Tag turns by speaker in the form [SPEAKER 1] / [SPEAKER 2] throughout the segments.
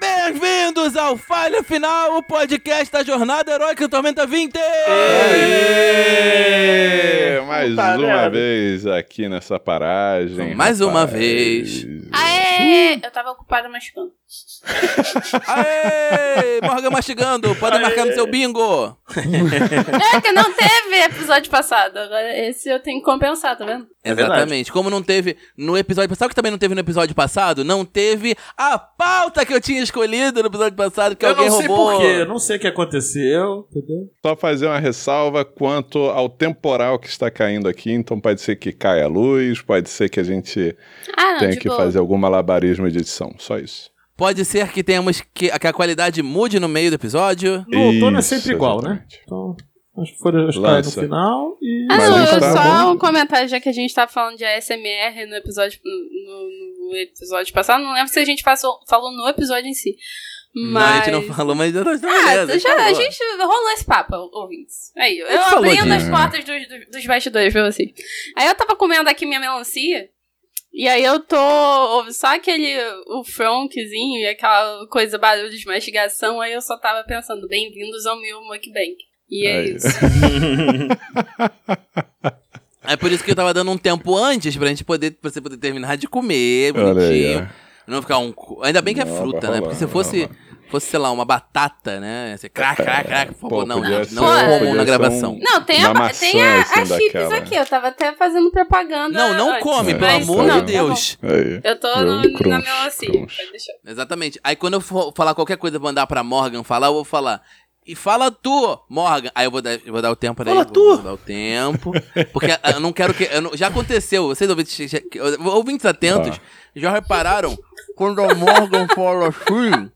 [SPEAKER 1] Bem-vindos ao Falha Final, o podcast da Jornada Heróica do Tormenta 20!
[SPEAKER 2] Aê! Mais
[SPEAKER 3] Puta
[SPEAKER 2] uma
[SPEAKER 3] merda.
[SPEAKER 2] vez aqui nessa paragem.
[SPEAKER 1] Mais uma
[SPEAKER 2] rapaz.
[SPEAKER 1] vez.
[SPEAKER 4] Aê! Eu tava ocupada machucando.
[SPEAKER 1] Aê! Morgan mastigando, podem marcar no seu bingo!
[SPEAKER 4] É que não teve episódio passado. Agora esse eu tenho que compensar, tá vendo?
[SPEAKER 3] É verdade.
[SPEAKER 1] Exatamente. Como não teve no episódio passado, sabe o que também não teve no episódio passado? Não teve a pauta que eu tinha escolhido no episódio passado, que
[SPEAKER 5] eu
[SPEAKER 1] alguém
[SPEAKER 5] não sei
[SPEAKER 1] roubou.
[SPEAKER 5] por quê, eu não sei o que aconteceu, entendeu?
[SPEAKER 2] Só fazer uma ressalva quanto ao temporal que está caindo aqui. Então pode ser que caia a luz, pode ser que a gente
[SPEAKER 4] Ah, não,
[SPEAKER 2] tenha
[SPEAKER 4] tipo,
[SPEAKER 2] que fazer algum malabarismo de edição. Só isso.
[SPEAKER 1] Pode ser que tenhamos que, que a qualidade mude no meio do episódio.
[SPEAKER 2] Isso,
[SPEAKER 5] No outono é sempre igual, né?
[SPEAKER 2] exatamente.
[SPEAKER 5] Então, acho que foram as caras
[SPEAKER 2] tá. Lança.
[SPEAKER 5] no final e.
[SPEAKER 4] Ah,
[SPEAKER 2] Mas
[SPEAKER 4] não,
[SPEAKER 2] a gente
[SPEAKER 4] eu-
[SPEAKER 2] tá
[SPEAKER 4] só
[SPEAKER 2] bom.
[SPEAKER 4] um comentário, já que a gente tá falando de ASMR no episódio, no, no episódio passado. Não lembro se a gente passou, falou no episódio em si.
[SPEAKER 1] Não, a
[SPEAKER 4] Mas.
[SPEAKER 1] gente não falou, mas eu tô
[SPEAKER 4] Ah,
[SPEAKER 1] beleza,
[SPEAKER 4] já, a
[SPEAKER 1] falou.
[SPEAKER 4] gente rolou esse papo, ouvintes. Aí, eu,
[SPEAKER 1] A gente falou
[SPEAKER 4] abrindo
[SPEAKER 2] disso.
[SPEAKER 4] as portas dos, dos, dos bastidores pra vocês. Aí eu tava comendo aqui minha melancia. E aí eu tô. ouvi Só aquele. O fronkzinho e aquela coisa, barulho de mastigação. Aí eu só tava pensando, bem-vindos ao meu mukbang. E é,
[SPEAKER 2] É
[SPEAKER 4] isso.
[SPEAKER 1] É por isso que eu tava dando um tempo antes pra gente poder, pra você poder terminar de comer,
[SPEAKER 2] Olha aí.
[SPEAKER 1] bonitinho.
[SPEAKER 2] ó.
[SPEAKER 1] Não ficar um. cu- Ainda bem que é
[SPEAKER 2] Não,
[SPEAKER 1] fruta,
[SPEAKER 2] vai
[SPEAKER 1] né?
[SPEAKER 2] rolar,
[SPEAKER 1] Porque se
[SPEAKER 2] vai
[SPEAKER 1] fosse,
[SPEAKER 2] rolar.
[SPEAKER 1] fosse sei lá, uma batata, né? Você crac, crac, crac, por favor,
[SPEAKER 2] Pô,
[SPEAKER 1] não.
[SPEAKER 2] podia
[SPEAKER 1] Não
[SPEAKER 2] ser-
[SPEAKER 1] comam
[SPEAKER 2] podia
[SPEAKER 1] na
[SPEAKER 2] ser
[SPEAKER 1] gravação.
[SPEAKER 2] um-
[SPEAKER 4] Não, tem
[SPEAKER 2] Uma
[SPEAKER 4] a,
[SPEAKER 2] maçã,
[SPEAKER 4] tem a,
[SPEAKER 2] assim,
[SPEAKER 4] a chips
[SPEAKER 2] daquela.
[SPEAKER 4] aqui. Eu tava até fazendo propaganda.
[SPEAKER 1] Não, não
[SPEAKER 4] antes,
[SPEAKER 1] come,
[SPEAKER 2] É,
[SPEAKER 1] pelo
[SPEAKER 4] mas-
[SPEAKER 1] amor
[SPEAKER 4] não,
[SPEAKER 1] de
[SPEAKER 4] tá bom.
[SPEAKER 1] Deus.
[SPEAKER 2] Aí.
[SPEAKER 4] eu tô
[SPEAKER 2] Eu,
[SPEAKER 4] no, na
[SPEAKER 2] crunch,
[SPEAKER 4] melancia.
[SPEAKER 2] crunch.
[SPEAKER 4] Pode deixar.
[SPEAKER 1] Exatamente. Aí quando eu for falar qualquer coisa, mandar pra Morgan falar, eu vou falar. E fala tu, Morgan. Aí eu vou dar, eu vou dar o tempo pra
[SPEAKER 5] Fala
[SPEAKER 1] ele.
[SPEAKER 5] tu.
[SPEAKER 1] Vou dar o tempo. Porque ah, eu não quero que. eu não- já aconteceu. Vocês ouvintes, já- que- ouvintes atentos
[SPEAKER 5] Tá.
[SPEAKER 1] já repararam quando a Morgan fala assim.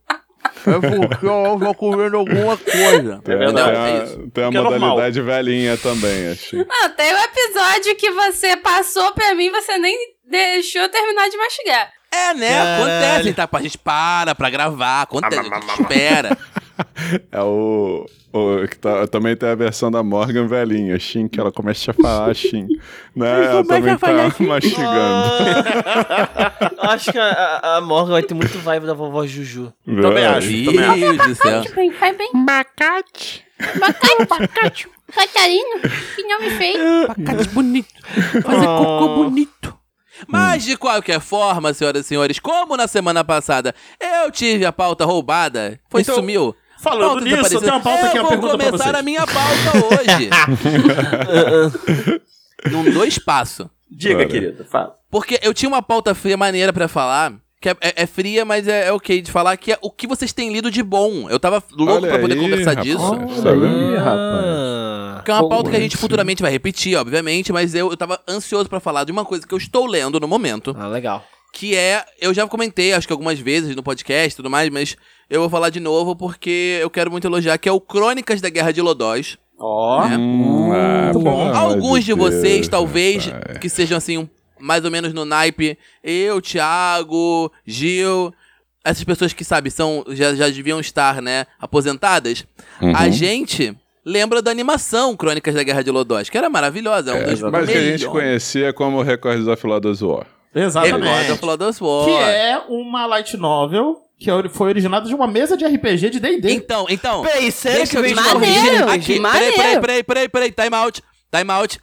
[SPEAKER 1] É porque ela tá comendo alguma coisa.
[SPEAKER 2] Tem, a-
[SPEAKER 5] verdade,
[SPEAKER 1] Entendeu?
[SPEAKER 2] tem
[SPEAKER 1] É
[SPEAKER 2] a-
[SPEAKER 1] isso.
[SPEAKER 2] tem a
[SPEAKER 5] Que é normal.
[SPEAKER 2] modalidade velhinha também, achei.
[SPEAKER 4] Não, tem um episódio que você passou pra mim e você nem deixou eu terminar de mastigar.
[SPEAKER 1] É, né? Acontece, tá? A gente para pra gravar, acontece, a
[SPEAKER 5] Ah,
[SPEAKER 1] gente espera.
[SPEAKER 2] É o. o que tá- também tem a versão da Morgan velhinha, Shin, que ela começa a falar Shin. Né? Ela também tá mastigando. Né?
[SPEAKER 6] Ah, Acho que a, a- a Morgan vai ter muito vibe da vovó Juju.
[SPEAKER 1] então,
[SPEAKER 5] Também
[SPEAKER 2] Verdade.
[SPEAKER 5] acho.
[SPEAKER 1] Meu
[SPEAKER 5] também acho.
[SPEAKER 1] Deus do céu.
[SPEAKER 4] bem, vai bem. Bacate. Bacate, bacate. Catarino, que nome feio.
[SPEAKER 1] Abacate bonito. Fazer
[SPEAKER 5] Oh.
[SPEAKER 1] cocô bonito. Mas de qualquer forma, senhoras e senhores, como na semana passada eu tive a pauta roubada, foi
[SPEAKER 5] Então,
[SPEAKER 1] sumiu.
[SPEAKER 5] Falando
[SPEAKER 1] Pautas
[SPEAKER 5] nisso, eu
[SPEAKER 1] aparecidas.
[SPEAKER 5] tenho uma pauta que é
[SPEAKER 1] eu vou
[SPEAKER 5] uma pergunta pra
[SPEAKER 1] começar
[SPEAKER 5] vocês.
[SPEAKER 1] a minha pauta hoje. Num dois passos.
[SPEAKER 5] Diga,
[SPEAKER 2] Cara.
[SPEAKER 5] querida, fala.
[SPEAKER 1] Porque eu tinha uma pauta fria maneira pra falar, que é, é- é fria, mas é, é ok de falar, que é o que vocês têm lido de bom. Eu tava louco
[SPEAKER 2] Olha
[SPEAKER 1] pra poder
[SPEAKER 2] aí,
[SPEAKER 1] conversar
[SPEAKER 2] rapaz.
[SPEAKER 1] disso.
[SPEAKER 5] Oh.
[SPEAKER 2] Tá vendo?
[SPEAKER 5] Ih, rapaz.
[SPEAKER 6] Ah,
[SPEAKER 1] Que é uma pauta que a
[SPEAKER 2] é
[SPEAKER 1] gente
[SPEAKER 2] isso?
[SPEAKER 1] futuramente vai repetir, obviamente, mas eu, eu tava ansioso pra falar de uma coisa que eu estou lendo no momento,
[SPEAKER 6] ah, legal.
[SPEAKER 1] que é, eu já comentei, acho que algumas vezes no podcast e tudo mais, mas eu vou falar de novo porque eu quero muito elogiar, que é o Crônicas da Guerra de Lodós.
[SPEAKER 5] Ó,
[SPEAKER 1] né?
[SPEAKER 2] Hum, ah,
[SPEAKER 5] Muito
[SPEAKER 2] pelo
[SPEAKER 5] bom.
[SPEAKER 2] amor
[SPEAKER 1] Alguns de
[SPEAKER 2] Deus,
[SPEAKER 1] vocês, talvez,
[SPEAKER 2] rapaz.
[SPEAKER 1] que sejam assim, um- mais ou menos no naipe, eu, Thiago, Gil, essas pessoas que, sabe, são, já, já deviam estar, né, aposentadas,
[SPEAKER 2] Uhum.
[SPEAKER 1] a gente lembra da animação Crônicas da Guerra de Lodós, que era maravilhosa. É um dos
[SPEAKER 2] Mas que a gente
[SPEAKER 1] melhores.
[SPEAKER 2] conhecia como Recordes da Filodas
[SPEAKER 1] É
[SPEAKER 2] War.
[SPEAKER 1] Recorda
[SPEAKER 5] exatamente.
[SPEAKER 1] Flawless
[SPEAKER 5] Que
[SPEAKER 1] War.
[SPEAKER 5] é uma light novel que é ori- foi originada de uma mesa de RPG de D&D.
[SPEAKER 1] Então, então.
[SPEAKER 6] Pensei
[SPEAKER 1] Deixa eu te corrigir
[SPEAKER 4] Maneiro,
[SPEAKER 1] aqui. Peraí,
[SPEAKER 4] maneiro.
[SPEAKER 1] peraí, peraí, peraí, peraí. Time out. Time out.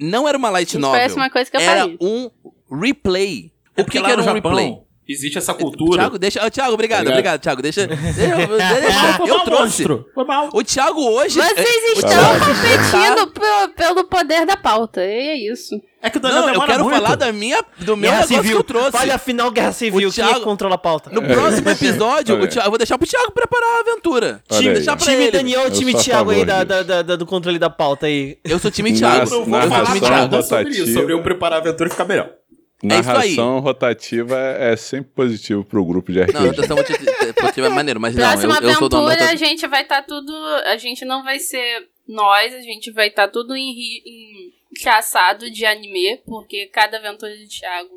[SPEAKER 1] Não era uma light
[SPEAKER 4] Isso
[SPEAKER 1] novel.
[SPEAKER 4] parece uma coisa que eu
[SPEAKER 1] era
[SPEAKER 4] faria.
[SPEAKER 1] um replay.
[SPEAKER 5] É
[SPEAKER 1] O que,
[SPEAKER 5] porque
[SPEAKER 1] que
[SPEAKER 5] lá
[SPEAKER 1] era um
[SPEAKER 5] no Japão
[SPEAKER 1] replay?
[SPEAKER 5] Existe essa cultura.
[SPEAKER 1] Thiago, deixa. Ô, Thiago, obrigado, obrigado,
[SPEAKER 5] Obrigado.
[SPEAKER 1] Thiago. Deixa. deixa- eu-
[SPEAKER 5] Ah,
[SPEAKER 1] deixa-
[SPEAKER 5] foi
[SPEAKER 1] eu
[SPEAKER 5] mal,
[SPEAKER 1] trouxe.
[SPEAKER 5] monstro. Foi mal.
[SPEAKER 1] O Thiago hoje. é, Tá.
[SPEAKER 4] Vocês
[SPEAKER 1] o
[SPEAKER 4] estão
[SPEAKER 1] Thiago
[SPEAKER 4] competindo pe- pelo poder da pauta. E é isso.
[SPEAKER 5] É que o Daniel
[SPEAKER 1] Não, eu
[SPEAKER 5] demora
[SPEAKER 1] quero
[SPEAKER 5] muito.
[SPEAKER 1] falar da minha, do meu
[SPEAKER 6] Guerra
[SPEAKER 1] negócio
[SPEAKER 6] Civil.
[SPEAKER 1] que eu trouxe.
[SPEAKER 6] Olha, afinal, Guerra Civil. Quem é
[SPEAKER 1] Thiago-
[SPEAKER 6] que controla a pauta?
[SPEAKER 1] No próximo episódio,
[SPEAKER 2] Olha
[SPEAKER 1] o
[SPEAKER 2] aí.
[SPEAKER 1] Thiago, eu vou deixar pro Thiago preparar a aventura.
[SPEAKER 2] Olha
[SPEAKER 1] Time,
[SPEAKER 2] aí.
[SPEAKER 1] deixar pra
[SPEAKER 6] Time
[SPEAKER 1] ele.
[SPEAKER 6] Daniel,
[SPEAKER 2] Eu
[SPEAKER 6] time
[SPEAKER 2] sou a
[SPEAKER 6] Thiago aí
[SPEAKER 2] favor
[SPEAKER 6] da,
[SPEAKER 2] disso.
[SPEAKER 6] da- da- do controle da pauta aí.
[SPEAKER 1] Eu sou time
[SPEAKER 2] Nossa,
[SPEAKER 1] Thiago.
[SPEAKER 5] Não vou
[SPEAKER 1] eu sou
[SPEAKER 2] narração
[SPEAKER 1] time
[SPEAKER 5] falar
[SPEAKER 1] Thiago.
[SPEAKER 5] nada sobre isso,
[SPEAKER 2] rotativa.
[SPEAKER 5] sobre eu preparar a aventura e ficar melhor.
[SPEAKER 1] É isso aí.
[SPEAKER 2] Narração rotativa é sempre positivo pro grupo de
[SPEAKER 1] Não, então
[SPEAKER 2] RPG.
[SPEAKER 1] natação motivativa é maneiro, mas não,
[SPEAKER 4] Próxima
[SPEAKER 1] eu, eu sou dono da
[SPEAKER 4] aventura, a
[SPEAKER 1] natação.
[SPEAKER 4] gente vai estar tudo. A gente não vai ser nós, a gente vai estar tudo em, ri- em traçado de anime, porque cada aventura de Thiago,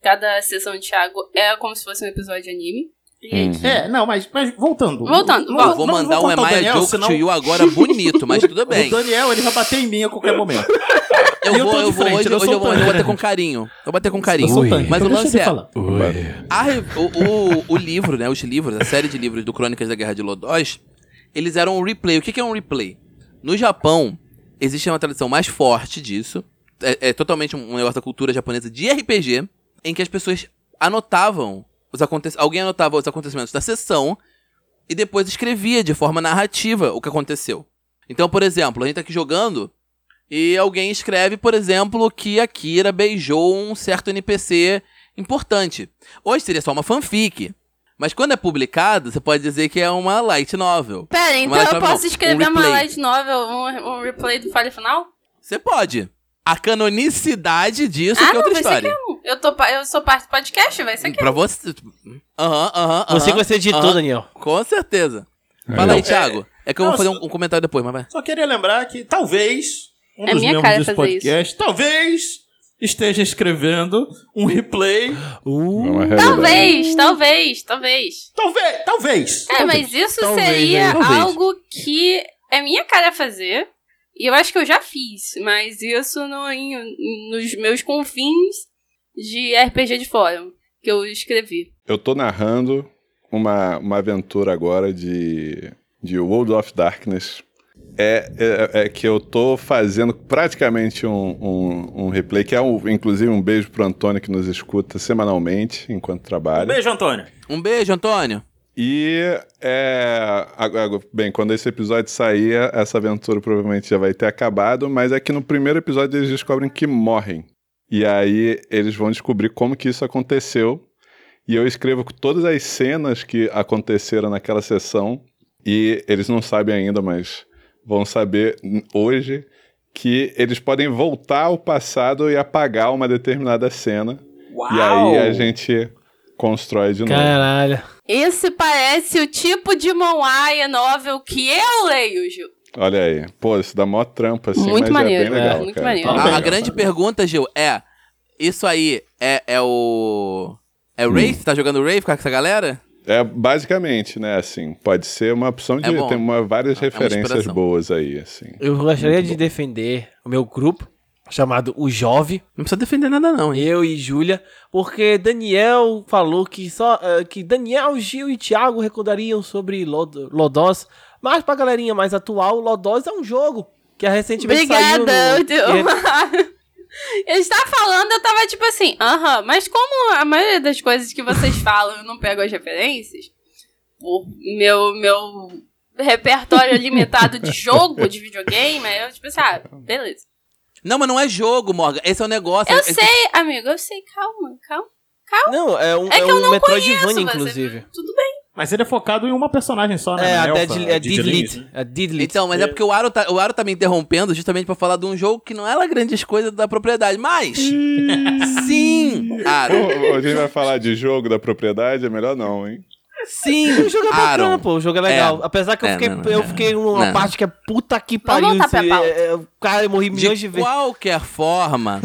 [SPEAKER 4] cada sessão de Thiago é como se fosse um episódio de anime. Gente,
[SPEAKER 5] É, não, mas, mas voltando.
[SPEAKER 4] Voltando,
[SPEAKER 5] Não-
[SPEAKER 4] volta.
[SPEAKER 5] não-
[SPEAKER 1] Vou
[SPEAKER 5] não
[SPEAKER 1] mandar um
[SPEAKER 5] contar o
[SPEAKER 1] Emaya
[SPEAKER 5] Daniel,
[SPEAKER 1] Joke
[SPEAKER 5] senão
[SPEAKER 1] to you agora bonito, mas tudo bem.
[SPEAKER 5] O Daniel, ele vai bater em mim a qualquer momento.
[SPEAKER 1] Eu,
[SPEAKER 5] eu
[SPEAKER 1] vou,
[SPEAKER 5] tô de
[SPEAKER 1] eu vou,
[SPEAKER 5] frente,
[SPEAKER 1] hoje,
[SPEAKER 5] eu
[SPEAKER 1] hoje
[SPEAKER 5] sou
[SPEAKER 1] eu vou, eu
[SPEAKER 5] tanque.
[SPEAKER 1] vou bater com carinho. Eu vou bater com
[SPEAKER 5] Eu
[SPEAKER 1] carinho.
[SPEAKER 5] sou tanque,
[SPEAKER 1] Mas o
[SPEAKER 5] então
[SPEAKER 1] lance
[SPEAKER 5] deixa
[SPEAKER 1] é,
[SPEAKER 5] ele falar.
[SPEAKER 1] a re- o, o- o livro, né, os livros, a série de livros do Crônicas da Guerra de Lodós, eles eram um replay. O que, que é um replay? No Japão, existe uma tradição mais forte disso. É, é totalmente um um negócio da cultura japonesa de RPG, em que as pessoas anotavam os acontecimentos. Alguém anotava os acontecimentos da sessão e depois escrevia de forma narrativa o que aconteceu. Então, por exemplo, a gente tá aqui jogando e alguém escreve, por exemplo, que a Kira beijou um certo NPC importante. Hoje seria só uma fanfic. Mas quando é publicado, você pode dizer que é uma light novel.
[SPEAKER 4] Pera,
[SPEAKER 1] Uma
[SPEAKER 4] então
[SPEAKER 1] light
[SPEAKER 4] eu
[SPEAKER 1] novel,
[SPEAKER 4] posso
[SPEAKER 1] um
[SPEAKER 4] escrever uma
[SPEAKER 1] replay.
[SPEAKER 4] light novel, um, um replay do Falha Final?
[SPEAKER 1] Você pode. A canonicidade disso
[SPEAKER 4] ah,
[SPEAKER 1] que é
[SPEAKER 4] não,
[SPEAKER 1] outra
[SPEAKER 4] vai ser que
[SPEAKER 1] história.
[SPEAKER 4] eu. Eu, tô, pa- eu sou parte do podcast, vai ser que
[SPEAKER 1] Pra você. tipo, Aham, aham, aham.
[SPEAKER 6] Você que vai ser editor,
[SPEAKER 1] aham.
[SPEAKER 6] Daniel.
[SPEAKER 1] Com certeza. Fala aí, Thiago. É que eu vou
[SPEAKER 5] Não,
[SPEAKER 1] fazer
[SPEAKER 5] só-
[SPEAKER 1] um, um comentário depois, mas vai.
[SPEAKER 5] Só queria lembrar que talvez um
[SPEAKER 4] É
[SPEAKER 5] dos
[SPEAKER 4] minha
[SPEAKER 5] membros
[SPEAKER 4] cara
[SPEAKER 5] desse
[SPEAKER 4] fazer isso.
[SPEAKER 5] podcast, talvez esteja escrevendo um replay.
[SPEAKER 2] Não é realidade.
[SPEAKER 4] Talvez, talvez, talvez.
[SPEAKER 5] Talvez, talvez.
[SPEAKER 4] É,
[SPEAKER 5] talvez.
[SPEAKER 4] mas isso
[SPEAKER 6] Talvez,
[SPEAKER 4] seria
[SPEAKER 6] hein?
[SPEAKER 1] Talvez.
[SPEAKER 4] algo que é minha cara fazer. E eu acho que eu já fiz, mas isso no, em- nos meus confins de RPG de fórum que eu escrevi.
[SPEAKER 2] Eu tô narrando uma, uma aventura agora de, de World of Darkness. É, é, é que eu tô fazendo praticamente um, um, um replay, que é um, inclusive um beijo pro Antônio que nos escuta semanalmente enquanto
[SPEAKER 5] Um
[SPEAKER 2] trabalha.
[SPEAKER 5] beijo, Antônio.
[SPEAKER 1] Um beijo, Antônio.
[SPEAKER 2] E é. agora- Bem, quando esse episódio sair, essa aventura provavelmente já vai ter acabado, mas é que no primeiro episódio eles descobrem que morrem. E aí eles vão descobrir como que isso aconteceu. E eu escrevo todas as cenas que aconteceram naquela sessão. E eles não sabem ainda, mas vão saber n- hoje que eles podem voltar ao passado e apagar uma determinada cena. E aí a gente constrói de novo.
[SPEAKER 6] Caralho.
[SPEAKER 4] Esse parece o tipo de Moai novel que eu leio, Gil.
[SPEAKER 2] Olha aí. Pô, isso dá mó trampa, assim,
[SPEAKER 4] Muito
[SPEAKER 2] mas
[SPEAKER 4] maneiro,
[SPEAKER 2] é bem legal,
[SPEAKER 4] é, muito
[SPEAKER 2] cara.
[SPEAKER 4] maneiro.
[SPEAKER 1] A-
[SPEAKER 5] Ah,
[SPEAKER 1] A,
[SPEAKER 5] legal,
[SPEAKER 1] grande pergunta, Gil, é: Isso aí é, é o. É o Wraith? Tá jogando Wraith com essa galera?
[SPEAKER 2] É, basicamente, né, assim, pode ser uma opção de...
[SPEAKER 1] É bom.
[SPEAKER 2] tem uma, várias referências
[SPEAKER 1] inspiração.
[SPEAKER 2] boas aí, assim.
[SPEAKER 6] Eu gostaria de defender o meu grupo, chamado O Jove,
[SPEAKER 1] Não precisa defender nada, não, hein?
[SPEAKER 6] eu e Júlia, porque Daniel falou que só eh, que Daniel, Gil e Thiago recordariam sobre Lod Lodós, mas pra galerinha mais atual, Lodós é um jogo que recentemente saiu
[SPEAKER 4] Obrigada.
[SPEAKER 6] no... é-
[SPEAKER 4] eu te- Ele estava falando, eu tava tipo assim, aham, mas como a maioria das coisas que vocês falam eu não pego as referências, o meu, meu repertório é limitado de jogo, de videogame, aí eu tipo assim, ah, beleza.
[SPEAKER 1] Não, mas não é jogo, Morgan. Esse é o negócio.
[SPEAKER 4] Eu
[SPEAKER 1] Esse-
[SPEAKER 4] sei, amigo, eu sei, calma, calma.
[SPEAKER 6] Não, é um,
[SPEAKER 4] É
[SPEAKER 6] é
[SPEAKER 4] que eu
[SPEAKER 6] um
[SPEAKER 4] não
[SPEAKER 6] Metroidvania,
[SPEAKER 4] conheço, você-
[SPEAKER 6] inclusive.
[SPEAKER 4] Tudo bem.
[SPEAKER 5] Mas ele é focado em uma personagem só, né?
[SPEAKER 6] É,
[SPEAKER 5] Na
[SPEAKER 6] a
[SPEAKER 5] elfa,
[SPEAKER 6] Deadly, é
[SPEAKER 5] Didlings,
[SPEAKER 6] Deadlit.
[SPEAKER 5] né?
[SPEAKER 6] É Deadlit.
[SPEAKER 1] Então, mas é porque o Aro, tá, o Aro tá me interrompendo justamente pra falar de um jogo que não é lá grandes coisas da propriedade. Mas. sim,
[SPEAKER 2] Pô,
[SPEAKER 1] Aro.
[SPEAKER 2] Então, a gente vai falar de jogo, da propriedade, é melhor não, hein?
[SPEAKER 1] Sim,
[SPEAKER 6] O jogo é bacana,
[SPEAKER 1] Aaron.
[SPEAKER 6] pô. O jogo é legal. Apesar que eu
[SPEAKER 1] É,
[SPEAKER 6] fiquei,
[SPEAKER 1] não,
[SPEAKER 6] eu
[SPEAKER 1] é.
[SPEAKER 6] fiquei numa
[SPEAKER 1] Não.
[SPEAKER 6] parte que é puta que
[SPEAKER 4] Vamos
[SPEAKER 6] pariu.
[SPEAKER 4] voltar pra
[SPEAKER 6] se-
[SPEAKER 4] pauta.
[SPEAKER 6] é, é, o cara, eu morri milhões de,
[SPEAKER 1] De
[SPEAKER 6] vezes.
[SPEAKER 1] qualquer forma,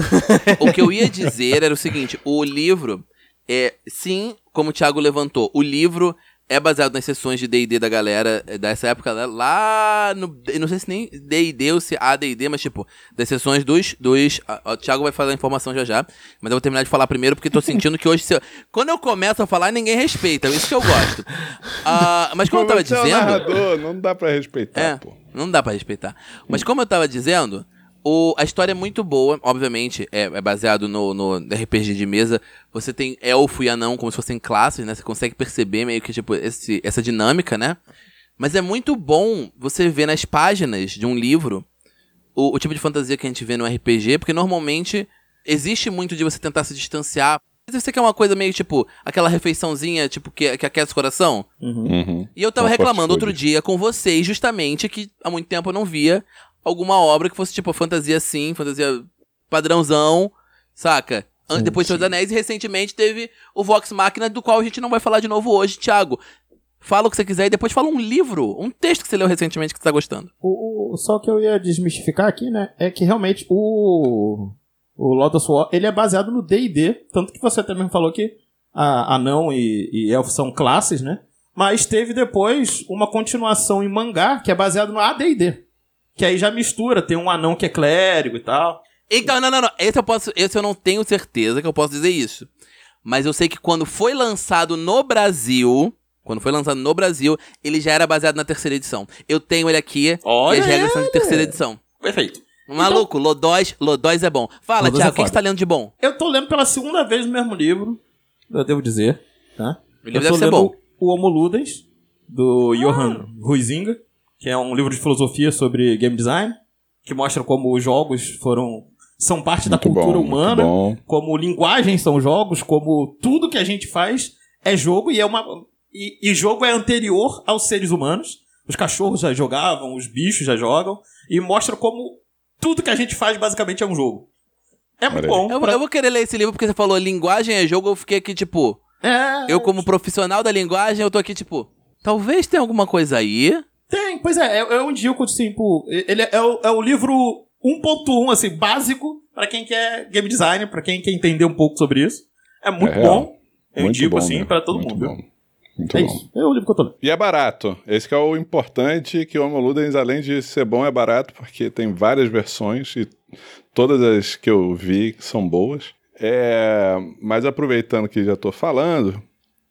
[SPEAKER 1] o que eu ia dizer era o seguinte: o livro é, sim, como o Thiago levantou, o livro é baseado nas sessões de D&D da galera é, dessa época né, lá no, eu não sei se nem D&D ou se AD&D, mas tipo, das sessões dos, dos a- a- o Thiago vai falar a informação já já, mas eu vou terminar de falar primeiro porque tô sentindo que hoje se eu- quando eu começo a falar ninguém respeita, isso que eu gosto. Ah, mas como eu tava
[SPEAKER 2] Você é um
[SPEAKER 1] dizendo,
[SPEAKER 2] narrador, não dá pra respeitar,
[SPEAKER 1] é,
[SPEAKER 2] pô.
[SPEAKER 1] não dá pra respeitar. Mas como eu tava dizendo, o- a história é muito boa, obviamente, é, é baseado no, no RPG de mesa. Você tem elfo e anão como se fossem classes, né? Você consegue perceber meio que, tipo, esse- essa dinâmica, né? Mas é muito bom você ver nas páginas de um livro o, o tipo de fantasia que a gente vê no RPG, porque normalmente existe muito de você tentar se distanciar. Se você quer uma coisa meio tipo aquela refeiçãozinha, tipo, que, que aquece o coração,
[SPEAKER 2] Uhum.
[SPEAKER 1] e eu tava
[SPEAKER 2] Uma
[SPEAKER 1] reclamando
[SPEAKER 2] forte
[SPEAKER 1] outro
[SPEAKER 2] escolha.
[SPEAKER 1] dia com vocês, justamente, que há muito tempo eu não via alguma obra que fosse, tipo, fantasia assim, fantasia padrãozão, saca? An- Depois de Senhor dos Anéis, e recentemente teve o Vox Máquina, do qual a gente não vai falar de novo hoje, Thiago. Fala o que você quiser e depois fala um livro, um texto que você leu recentemente que você tá gostando.
[SPEAKER 5] O, o- só que eu ia desmistificar aqui, né? É que realmente o. O Lotus War, ele é baseado no DD. Tanto que você até mesmo falou que. a- anão e, e elfo são classes, né? Mas teve depois uma continuação em mangá que é baseado no AD&D. Que aí já mistura, tem um anão que é clérigo e tal.
[SPEAKER 1] Então, não, não, não. Esse eu posso. Esse eu não tenho certeza que eu posso dizer isso. Mas eu sei que quando foi lançado no Brasil. Quando foi lançado no Brasil, ele já era baseado na terceira edição. Eu tenho ele aqui e
[SPEAKER 3] Olha,
[SPEAKER 1] as regras são de terceira edição. Um
[SPEAKER 3] perfeito.
[SPEAKER 1] Maluco, Lodóis, Lodóis é bom. Fala,
[SPEAKER 5] Lodós é
[SPEAKER 1] Thiago, o que que
[SPEAKER 5] foda.
[SPEAKER 1] você tá lendo de bom?
[SPEAKER 5] Eu tô lendo pela segunda vez o mesmo livro, eu devo dizer, tá?
[SPEAKER 1] O livro
[SPEAKER 5] eu
[SPEAKER 1] deve
[SPEAKER 5] tô
[SPEAKER 1] ser
[SPEAKER 5] lendo
[SPEAKER 1] bom.
[SPEAKER 5] O Homo Ludens, do Johan
[SPEAKER 2] Ah.
[SPEAKER 5] Huizinga, que é um livro de filosofia sobre game design, que mostra como os jogos foram são parte da
[SPEAKER 2] Muito
[SPEAKER 5] cultura
[SPEAKER 2] bom, muito
[SPEAKER 5] humana,
[SPEAKER 2] bom.
[SPEAKER 5] como linguagens são jogos, como tudo que a gente faz é jogo e é uma e, e jogo é anterior aos seres humanos. Os cachorros já jogavam, os bichos já jogam e mostra como tudo que a gente faz basicamente é um jogo. É muito
[SPEAKER 2] Olha aí.
[SPEAKER 5] bom.
[SPEAKER 1] Eu,
[SPEAKER 5] pra-
[SPEAKER 1] eu vou querer ler esse livro porque você falou linguagem é jogo, eu fiquei aqui tipo.
[SPEAKER 5] É,
[SPEAKER 1] Eu, como profissional da linguagem, eu tô aqui tipo. Talvez tenha alguma coisa aí.
[SPEAKER 5] Tem, pois é, é, é um Dilco, assim, pô, ele é, é o, é o livro 1.1, assim, básico pra quem quer game design, pra quem quer entender um pouco sobre isso. É muito
[SPEAKER 2] É real.
[SPEAKER 5] bom, eu
[SPEAKER 2] Muito
[SPEAKER 5] indico,
[SPEAKER 2] bom,
[SPEAKER 5] assim,
[SPEAKER 2] né?
[SPEAKER 5] pra todo
[SPEAKER 2] Muito
[SPEAKER 5] mundo.
[SPEAKER 2] Bom. Muito
[SPEAKER 5] é
[SPEAKER 2] bom.
[SPEAKER 5] isso, é o livro que eu tô lendo.
[SPEAKER 2] E é barato. Esse que é o importante, que o Homo Ludens, além de ser bom, é barato, porque tem várias versões e todas as que eu vi são boas. É, Mas aproveitando que já tô falando,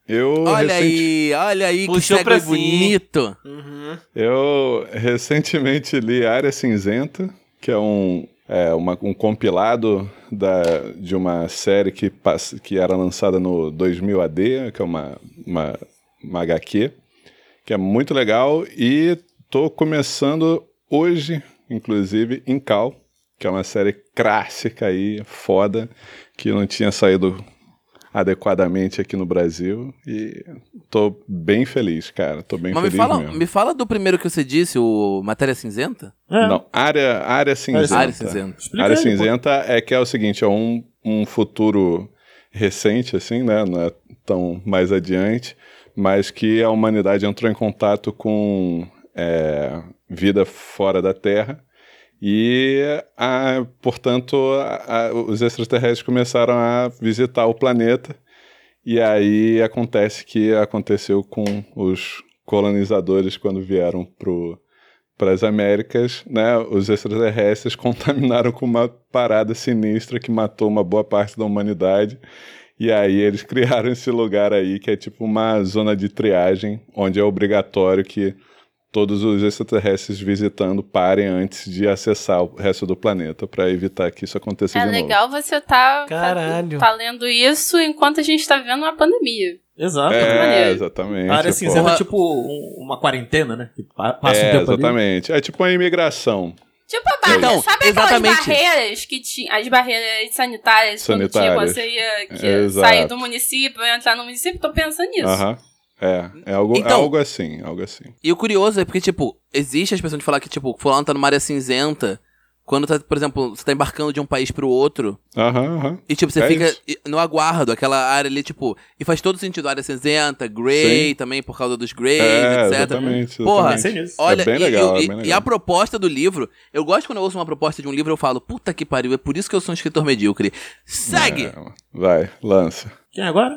[SPEAKER 2] eu,
[SPEAKER 1] Olha
[SPEAKER 2] recente-
[SPEAKER 1] aí, olha aí, que
[SPEAKER 3] Puxou pra
[SPEAKER 1] segue
[SPEAKER 3] si.
[SPEAKER 1] bonito.
[SPEAKER 6] Uhum.
[SPEAKER 2] eu recentemente li Área Cinzenta, que é um, é, uma- um compilado da- de uma série que, passa- que era lançada no 2000 AD, que é uma, uma, uma HQ, que é muito legal. E tô começando hoje, inclusive, em Cal, que é uma série clássica aí, foda, que não tinha saído adequadamente aqui no Brasil. E tô bem feliz, cara. Tô bem
[SPEAKER 1] Mas me
[SPEAKER 2] feliz
[SPEAKER 1] fala,
[SPEAKER 2] mesmo.
[SPEAKER 1] me fala do primeiro que você disse, o Matéria Cinzenta?
[SPEAKER 5] É,
[SPEAKER 2] Não, área, área cinzenta.
[SPEAKER 1] Área Cinzenta.
[SPEAKER 5] explica
[SPEAKER 2] Área
[SPEAKER 5] aí, pô.
[SPEAKER 2] cinzenta é que é o seguinte, é um, um futuro recente, assim, né? Não é tão mais adiante, mas que a humanidade entrou em contato com é, vida fora da Terra. E, a, portanto, a- a- os extraterrestres começaram a visitar o planeta. E aí acontece que aconteceu com os colonizadores quando vieram pro para as Américas, né, os extraterrestres contaminaram com uma parada sinistra que matou uma boa parte da humanidade. E aí eles criaram esse lugar aí que é tipo uma zona de triagem, onde é obrigatório que todos os extraterrestres visitando parem antes de acessar o resto do planeta para evitar que isso aconteça
[SPEAKER 4] É
[SPEAKER 2] de novo.
[SPEAKER 4] legal você tá,
[SPEAKER 6] Caralho.
[SPEAKER 4] tá, tá lendo isso enquanto a gente tá vivendo uma pandemia.
[SPEAKER 5] Exato.
[SPEAKER 2] É,
[SPEAKER 4] maneiro.
[SPEAKER 2] exatamente.
[SPEAKER 5] A Ah, área
[SPEAKER 2] pô.
[SPEAKER 5] cinzenta é
[SPEAKER 1] porra.
[SPEAKER 5] tipo um- uma quarentena, né? Que pa- passa um
[SPEAKER 2] É,
[SPEAKER 5] tempo ali.
[SPEAKER 2] exatamente. É tipo uma imigração.
[SPEAKER 4] Tipo, a barreira,
[SPEAKER 1] Então,
[SPEAKER 4] sabe aquelas
[SPEAKER 1] exatamente.
[SPEAKER 4] barreiras que tinha, as barreiras sanitárias, quando
[SPEAKER 2] Sanitárias.
[SPEAKER 4] tipo, você ia que ia
[SPEAKER 2] Exato.
[SPEAKER 4] sair do município, ia entrar no município, tô pensando nisso.
[SPEAKER 2] Aham. É, é algo, é
[SPEAKER 1] Então-
[SPEAKER 2] algo assim, algo assim.
[SPEAKER 1] E o curioso é porque, tipo, existe a expressão de falar que, tipo, fulano tá numa área cinzenta. Quando tá, por exemplo, você tá embarcando de um país pro outro.
[SPEAKER 2] Aham, aham.
[SPEAKER 1] E, tipo, você
[SPEAKER 2] É
[SPEAKER 1] fica
[SPEAKER 2] isso.
[SPEAKER 1] e- no aguardo, aquela área ali, tipo. E faz todo sentido, área cinzenta, grey também, por causa dos greys,
[SPEAKER 2] É,
[SPEAKER 1] etc.
[SPEAKER 2] exatamente.
[SPEAKER 1] Porra,
[SPEAKER 2] exatamente.
[SPEAKER 5] Pensei nisso.
[SPEAKER 1] Olha,
[SPEAKER 2] É bem
[SPEAKER 1] e-
[SPEAKER 2] legal,
[SPEAKER 1] e,
[SPEAKER 2] é bem
[SPEAKER 1] e
[SPEAKER 2] legal.
[SPEAKER 1] a proposta do livro, eu gosto quando eu ouço uma proposta de um livro, eu falo, puta que pariu, é por isso que eu sou um escritor medíocre. Segue!
[SPEAKER 2] É, vai, lança.
[SPEAKER 5] Quem agora?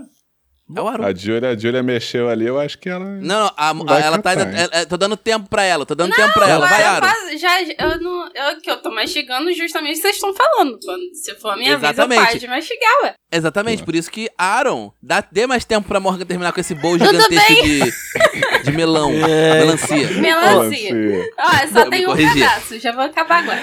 [SPEAKER 1] É o Aru.
[SPEAKER 2] A Júlia, a Júlia mexeu ali, eu acho que ela.
[SPEAKER 1] Não, não, a-
[SPEAKER 2] Vai
[SPEAKER 1] a- ela tá.
[SPEAKER 2] cantar, hein?
[SPEAKER 1] ela- ela- tô dando tempo pra ela, tô dando tempo pra ela.
[SPEAKER 4] Agora
[SPEAKER 1] Vai,
[SPEAKER 4] eu
[SPEAKER 1] Aru.
[SPEAKER 4] faço- já, eu não, eu, que eu tô mastigando justamente o que vocês estão falando. Quando, se for a minha
[SPEAKER 1] Exatamente.
[SPEAKER 4] vez, eu paro de mastigar, ué.
[SPEAKER 1] Exatamente, por isso que Aaron, dá, dê mais tempo pra Morgan terminar com esse bowl
[SPEAKER 4] Tudo
[SPEAKER 1] gigantesco de, de melão,
[SPEAKER 6] É.
[SPEAKER 1] melancia.
[SPEAKER 4] Melancia.
[SPEAKER 2] Melancia.
[SPEAKER 4] Ó,
[SPEAKER 1] Eu
[SPEAKER 4] só
[SPEAKER 1] me
[SPEAKER 4] tem um
[SPEAKER 1] corrigi.
[SPEAKER 4] pedaço, já vou acabar agora.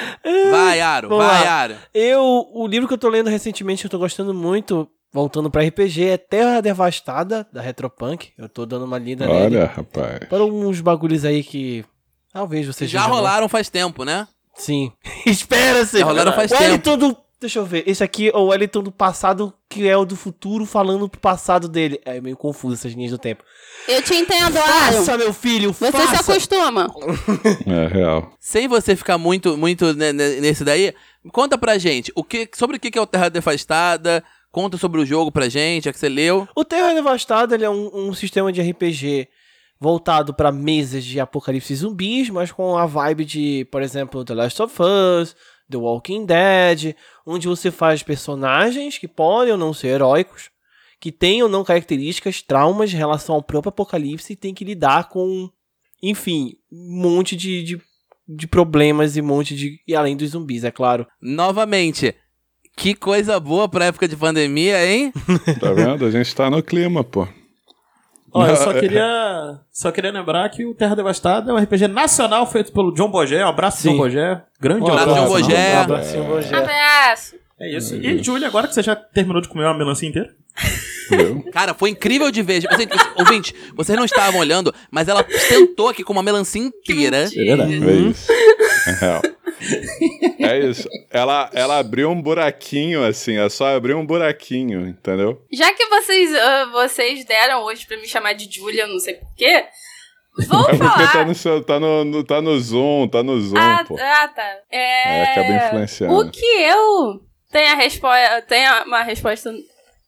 [SPEAKER 1] Vai, Aaron,
[SPEAKER 6] Vamos
[SPEAKER 1] vai,
[SPEAKER 6] lá.
[SPEAKER 1] Aaron.
[SPEAKER 6] Eu, o livro que eu tô lendo recentemente, que eu tô gostando muito, voltando pra RPG, é Terra Devastada, da Retropunk. Eu tô dando uma lida nele.
[SPEAKER 2] Olha, rapaz.
[SPEAKER 6] Para uns bagulhos aí que talvez vocês
[SPEAKER 1] Já rolaram faz tempo, né?
[SPEAKER 6] Sim. Espera-se.
[SPEAKER 1] Já rolaram faz
[SPEAKER 6] o
[SPEAKER 1] tempo.
[SPEAKER 6] Wellington do... Deixa eu ver. Esse aqui é o Wellington do passado, que é o do futuro falando pro passado dele. É meio confuso essas linhas do tempo.
[SPEAKER 4] Eu te entendo,
[SPEAKER 6] Faça, meu filho, faça.
[SPEAKER 4] acostuma.
[SPEAKER 2] É real.
[SPEAKER 1] Sem você ficar muito, muito ne- ne- nesse daí, conta pra gente o que, sobre o que que é o Terra Defastada, conta sobre o jogo pra gente, é que você leu.
[SPEAKER 6] O Terra Devastada ele é um, um sistema de RPG voltado pra mesas de apocalipse zumbis, mas com a vibe de, por exemplo, The Last of Us, The Walking Dead, onde você faz personagens que podem ou não ser heróicos, que tem ou não características, traumas em relação ao próprio apocalipse e tem que lidar com, enfim, um monte de, de, de problemas e um monte de. E além dos zumbis, é claro.
[SPEAKER 1] Novamente, que coisa boa pra época de pandemia, hein?
[SPEAKER 2] Tá vendo? A gente tá no clima, pô.
[SPEAKER 5] Ó, eu
[SPEAKER 2] Não,
[SPEAKER 5] só
[SPEAKER 2] é-
[SPEAKER 5] queria, só queria lembrar que o Terra Devastada é um RPG nacional feito pelo John Bogé. Um abraço,
[SPEAKER 6] Sim.
[SPEAKER 5] John Bogé. Grande
[SPEAKER 1] Um abraço,
[SPEAKER 5] autor
[SPEAKER 1] John
[SPEAKER 5] nacional.
[SPEAKER 1] Bogé.
[SPEAKER 6] Um abraço, Bogé.
[SPEAKER 4] Abraço.
[SPEAKER 5] É isso. E, Júlia, agora que você já terminou de comer uma melancia inteira?
[SPEAKER 2] Viu?
[SPEAKER 1] Cara, foi incrível de ver. Tipo Você, você- ouvinte, vocês não estavam olhando, mas ela sentou aqui com uma melancia inteira.
[SPEAKER 4] Que
[SPEAKER 2] É isso. É real. É isso. Ela, ela abriu um buraquinho, assim. É só abrir um buraquinho, entendeu?
[SPEAKER 4] Já que vocês, ah, vocês deram hoje pra me chamar de Julia, não sei porquê, vou
[SPEAKER 2] É porque tá
[SPEAKER 4] falar.
[SPEAKER 2] no, seu- tá no, no- tá no Zoom, tá no Zoom,
[SPEAKER 4] Ah,
[SPEAKER 2] pô.
[SPEAKER 4] ah, tá. É,
[SPEAKER 2] É, acaba influenciando.
[SPEAKER 4] O que eu tenho, a respo tenho uma resposta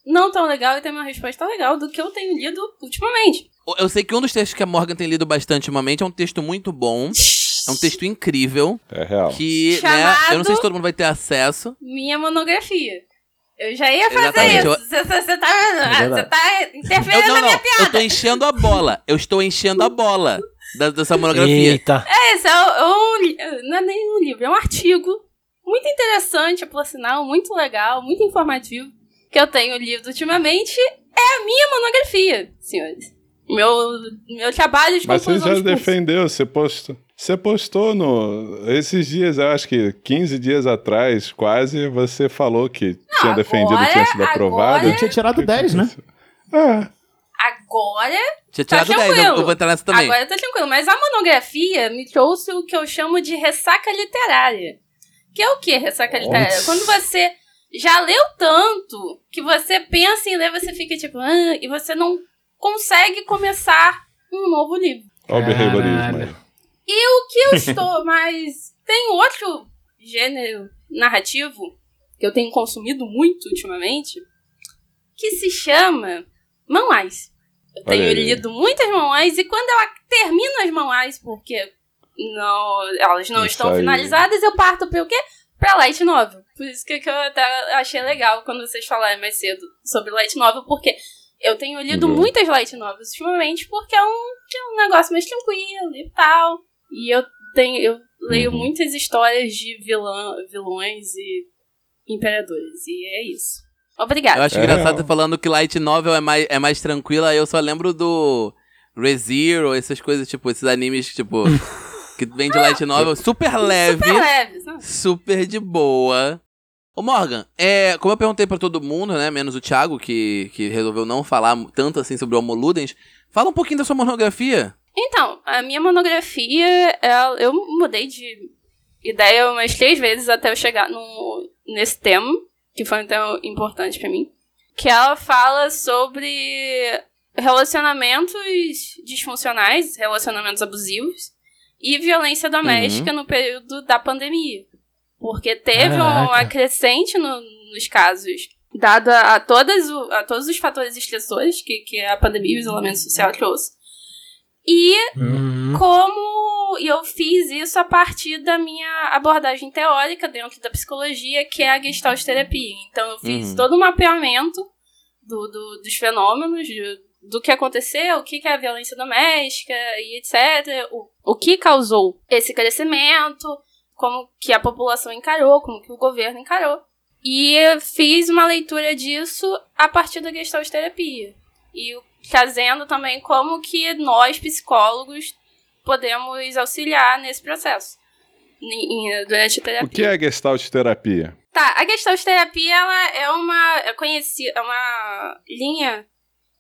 [SPEAKER 4] não tão legal e tenho uma resposta legal do que eu tenho lido ultimamente.
[SPEAKER 1] Eu sei que um dos textos que a Morgan tem lido bastante ultimamente é um texto muito bom. É um texto incrível.
[SPEAKER 2] É real.
[SPEAKER 1] Que, né?
[SPEAKER 4] Chamado-
[SPEAKER 1] Eu não sei se todo mundo vai ter acesso.
[SPEAKER 4] Minha monografia. Eu já ia fazer
[SPEAKER 1] Exatamente.
[SPEAKER 4] isso. Você você tá, ah, você tá
[SPEAKER 1] Eu,
[SPEAKER 4] interferindo
[SPEAKER 1] não,
[SPEAKER 4] na
[SPEAKER 1] não.
[SPEAKER 4] minha
[SPEAKER 1] Eu tô enchendo a bola. Eu estou enchendo a bola da- dessa monografia.
[SPEAKER 6] Eita.
[SPEAKER 4] Esse é um, li- não é nem um livro, é um artigo muito interessante, por sinal, muito legal, muito informativo, que eu tenho lido ultimamente. É a minha monografia, senhores. Meu, meu trabalho de
[SPEAKER 2] Mas você
[SPEAKER 4] conclusão
[SPEAKER 2] já
[SPEAKER 4] de curso.
[SPEAKER 2] defendeu, você postou. Você postou no. Esses dias, eu acho que 15 dias atrás, quase, você falou que tinha defendido,
[SPEAKER 4] agora- é
[SPEAKER 2] tinha sido
[SPEAKER 4] agora-
[SPEAKER 2] aprovado.
[SPEAKER 5] Eu tinha tirado 10, né?
[SPEAKER 2] É.
[SPEAKER 4] Agora,
[SPEAKER 1] Tinha tirado
[SPEAKER 4] Tá
[SPEAKER 1] 10, eu,
[SPEAKER 4] tranquilo.
[SPEAKER 1] eu vou entrar nessa também.
[SPEAKER 4] agora eu tô tranquilo, mas a monografia me trouxe o que eu chamo de ressaca literária. Que é o que ressaca literária? Quando você já leu tanto que você pensa em ler, você fica tipo, ah, e você não consegue começar um novo livro.
[SPEAKER 2] Olha o behaviorismo
[SPEAKER 6] Caralho.
[SPEAKER 2] aí.
[SPEAKER 4] O que eu estou, mas tem um outro gênero narrativo que eu tenho consumido muito ultimamente, que se chama manuais. Eu
[SPEAKER 2] Olha
[SPEAKER 4] tenho
[SPEAKER 2] aí.
[SPEAKER 4] lido muitas manuais e quando eu ac- termino as manuais, porque não, elas não
[SPEAKER 2] Isso
[SPEAKER 4] estão
[SPEAKER 2] aí.
[SPEAKER 4] finalizadas, eu parto para o quê? Pra Light Novel. Por isso que, que eu até achei legal quando vocês falaram mais cedo sobre Light Novel, porque eu tenho lido
[SPEAKER 2] Uhum.
[SPEAKER 4] muitas light novels ultimamente porque é um, é um negócio mais tranquilo e tal. E eu tenho eu leio
[SPEAKER 2] Uhum.
[SPEAKER 4] muitas histórias de vilã, vilões e imperadores. E é isso.
[SPEAKER 1] Eu
[SPEAKER 4] Obrigada.
[SPEAKER 1] acho
[SPEAKER 2] É.
[SPEAKER 1] engraçado você falando que Light Novel é mais, é mais tranquila, eu só lembro do ReZero, essas coisas, tipo, esses animes, tipo, que vem de Light Novel, super leve,
[SPEAKER 4] Super leves, né?
[SPEAKER 1] super de boa. Ô Morgan, é, como eu perguntei pra todo mundo, né, menos o Thiago, que, que resolveu não falar mu- tanto assim sobre o Homo Ludens, fala um pouquinho da sua monografia.
[SPEAKER 4] Então, a minha monografia, ela- eu mudei de ideia umas três vezes até eu chegar no, nesse tema, que foi um tema importante pra mim, que ela fala sobre relacionamentos disfuncionais, relacionamentos abusivos e violência doméstica no período da pandemia. Porque teve um
[SPEAKER 6] Caraca.
[SPEAKER 4] acrescente no- nos casos, dado a, a todas o- a todos os fatores estressores que, que a pandemia e o isolamento social trouxe. E
[SPEAKER 6] Uhum.
[SPEAKER 4] como eu fiz isso a partir da minha abordagem teórica dentro da psicologia, que é a gestalt terapia. Então eu fiz
[SPEAKER 1] Uhum.
[SPEAKER 4] todo um mapeamento do, do- dos fenômenos, de- do que aconteceu, o que, que é a violência doméstica e etc. O, o que causou esse crescimento, como que a população encarou, como que o governo encarou. E eu fiz uma leitura disso a partir da gestalt terapia. E trazendo também como que nós, psicólogos, podemos auxiliar nesse processo em- em- durante a terapia.
[SPEAKER 2] O que é Gestalt terapia?
[SPEAKER 4] Tá, a gestalt terapia ela é uma é conhecida, é uma linha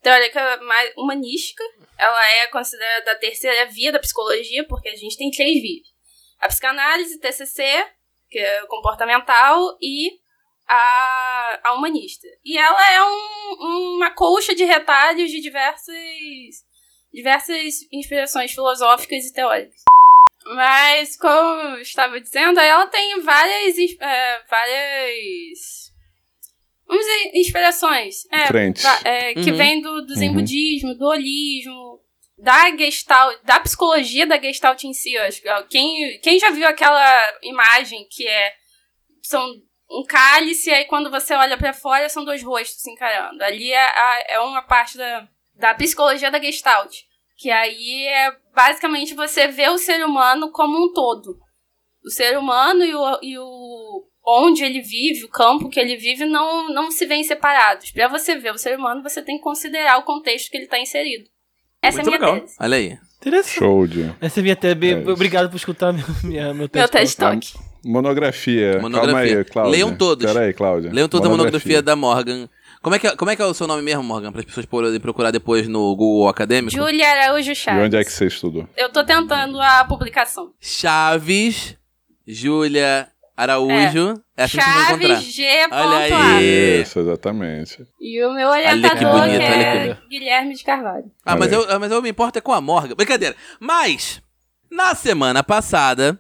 [SPEAKER 4] teórica mais humanística. Ela é considerada a terceira via da psicologia, porque a gente tem três vias: a psicanálise, TCC, que é comportamental, e a, a humanista. E ela é um- uma colcha de retalhos de diversas diversas inspirações filosóficas e teóricas. Mas, como eu estava dizendo, aí ela tem várias. ins- é, várias. Vamos dizer, inspirações. É,
[SPEAKER 2] Frente.
[SPEAKER 4] va- é, que
[SPEAKER 1] Uhum.
[SPEAKER 4] vem do, do zen
[SPEAKER 2] Uhum.
[SPEAKER 4] budismo, do holismo, da gestalt, da psicologia da gestalt em si. eu acho que, ó, Quem, quem já viu aquela imagem que é. São um cálice, e aí quando você olha pra fora, são dois rostos se encarando. Ali é, a- é uma parte da, da psicologia da Gestalt. Que aí é basicamente você vê o ser humano como um todo. O ser humano e o, e o onde ele vive, o campo que ele vive, não, não se veem separados. Pra você ver o ser humano, você tem que considerar o contexto que ele tá inserido. Essa
[SPEAKER 5] Muito
[SPEAKER 4] é a minha
[SPEAKER 5] legal.
[SPEAKER 4] tese.
[SPEAKER 1] Olha aí.
[SPEAKER 6] Interessante.
[SPEAKER 2] Show de
[SPEAKER 6] Essa é minha TB.
[SPEAKER 2] É isso.
[SPEAKER 6] Obrigado por escutar meu, minha, meu
[SPEAKER 4] Meu
[SPEAKER 6] texto.
[SPEAKER 4] TED Talk.
[SPEAKER 2] monografia. Calma
[SPEAKER 1] Monografia.
[SPEAKER 2] aí, Cláudia.
[SPEAKER 1] Leiam todos.
[SPEAKER 2] Pera aí, Cláudia.
[SPEAKER 1] Leiam toda a monografia da Morgan. Como é, que é, como é que é o seu nome mesmo, Morgan? Para as pessoas poderem procurar depois no Google Acadêmico.
[SPEAKER 4] Júlia Araújo Chaves.
[SPEAKER 2] E onde é que você estudou?
[SPEAKER 4] Eu tô tentando a publicação.
[SPEAKER 1] Chaves, Júlia Araújo. É, assim que vocês vão
[SPEAKER 4] Chaves
[SPEAKER 1] encontrar.
[SPEAKER 4] G.
[SPEAKER 1] Olha
[SPEAKER 4] A.
[SPEAKER 1] aí.
[SPEAKER 2] Isso, exatamente.
[SPEAKER 4] E o meu
[SPEAKER 1] que
[SPEAKER 4] orientador
[SPEAKER 1] bonito,
[SPEAKER 4] que
[SPEAKER 1] olha
[SPEAKER 4] é
[SPEAKER 6] que
[SPEAKER 4] Guilherme de Carvalho.
[SPEAKER 1] Ah, mas
[SPEAKER 2] Olha
[SPEAKER 1] eu, ah, mas eu me importo é com a Morgan. Brincadeira. Mas, na semana passada,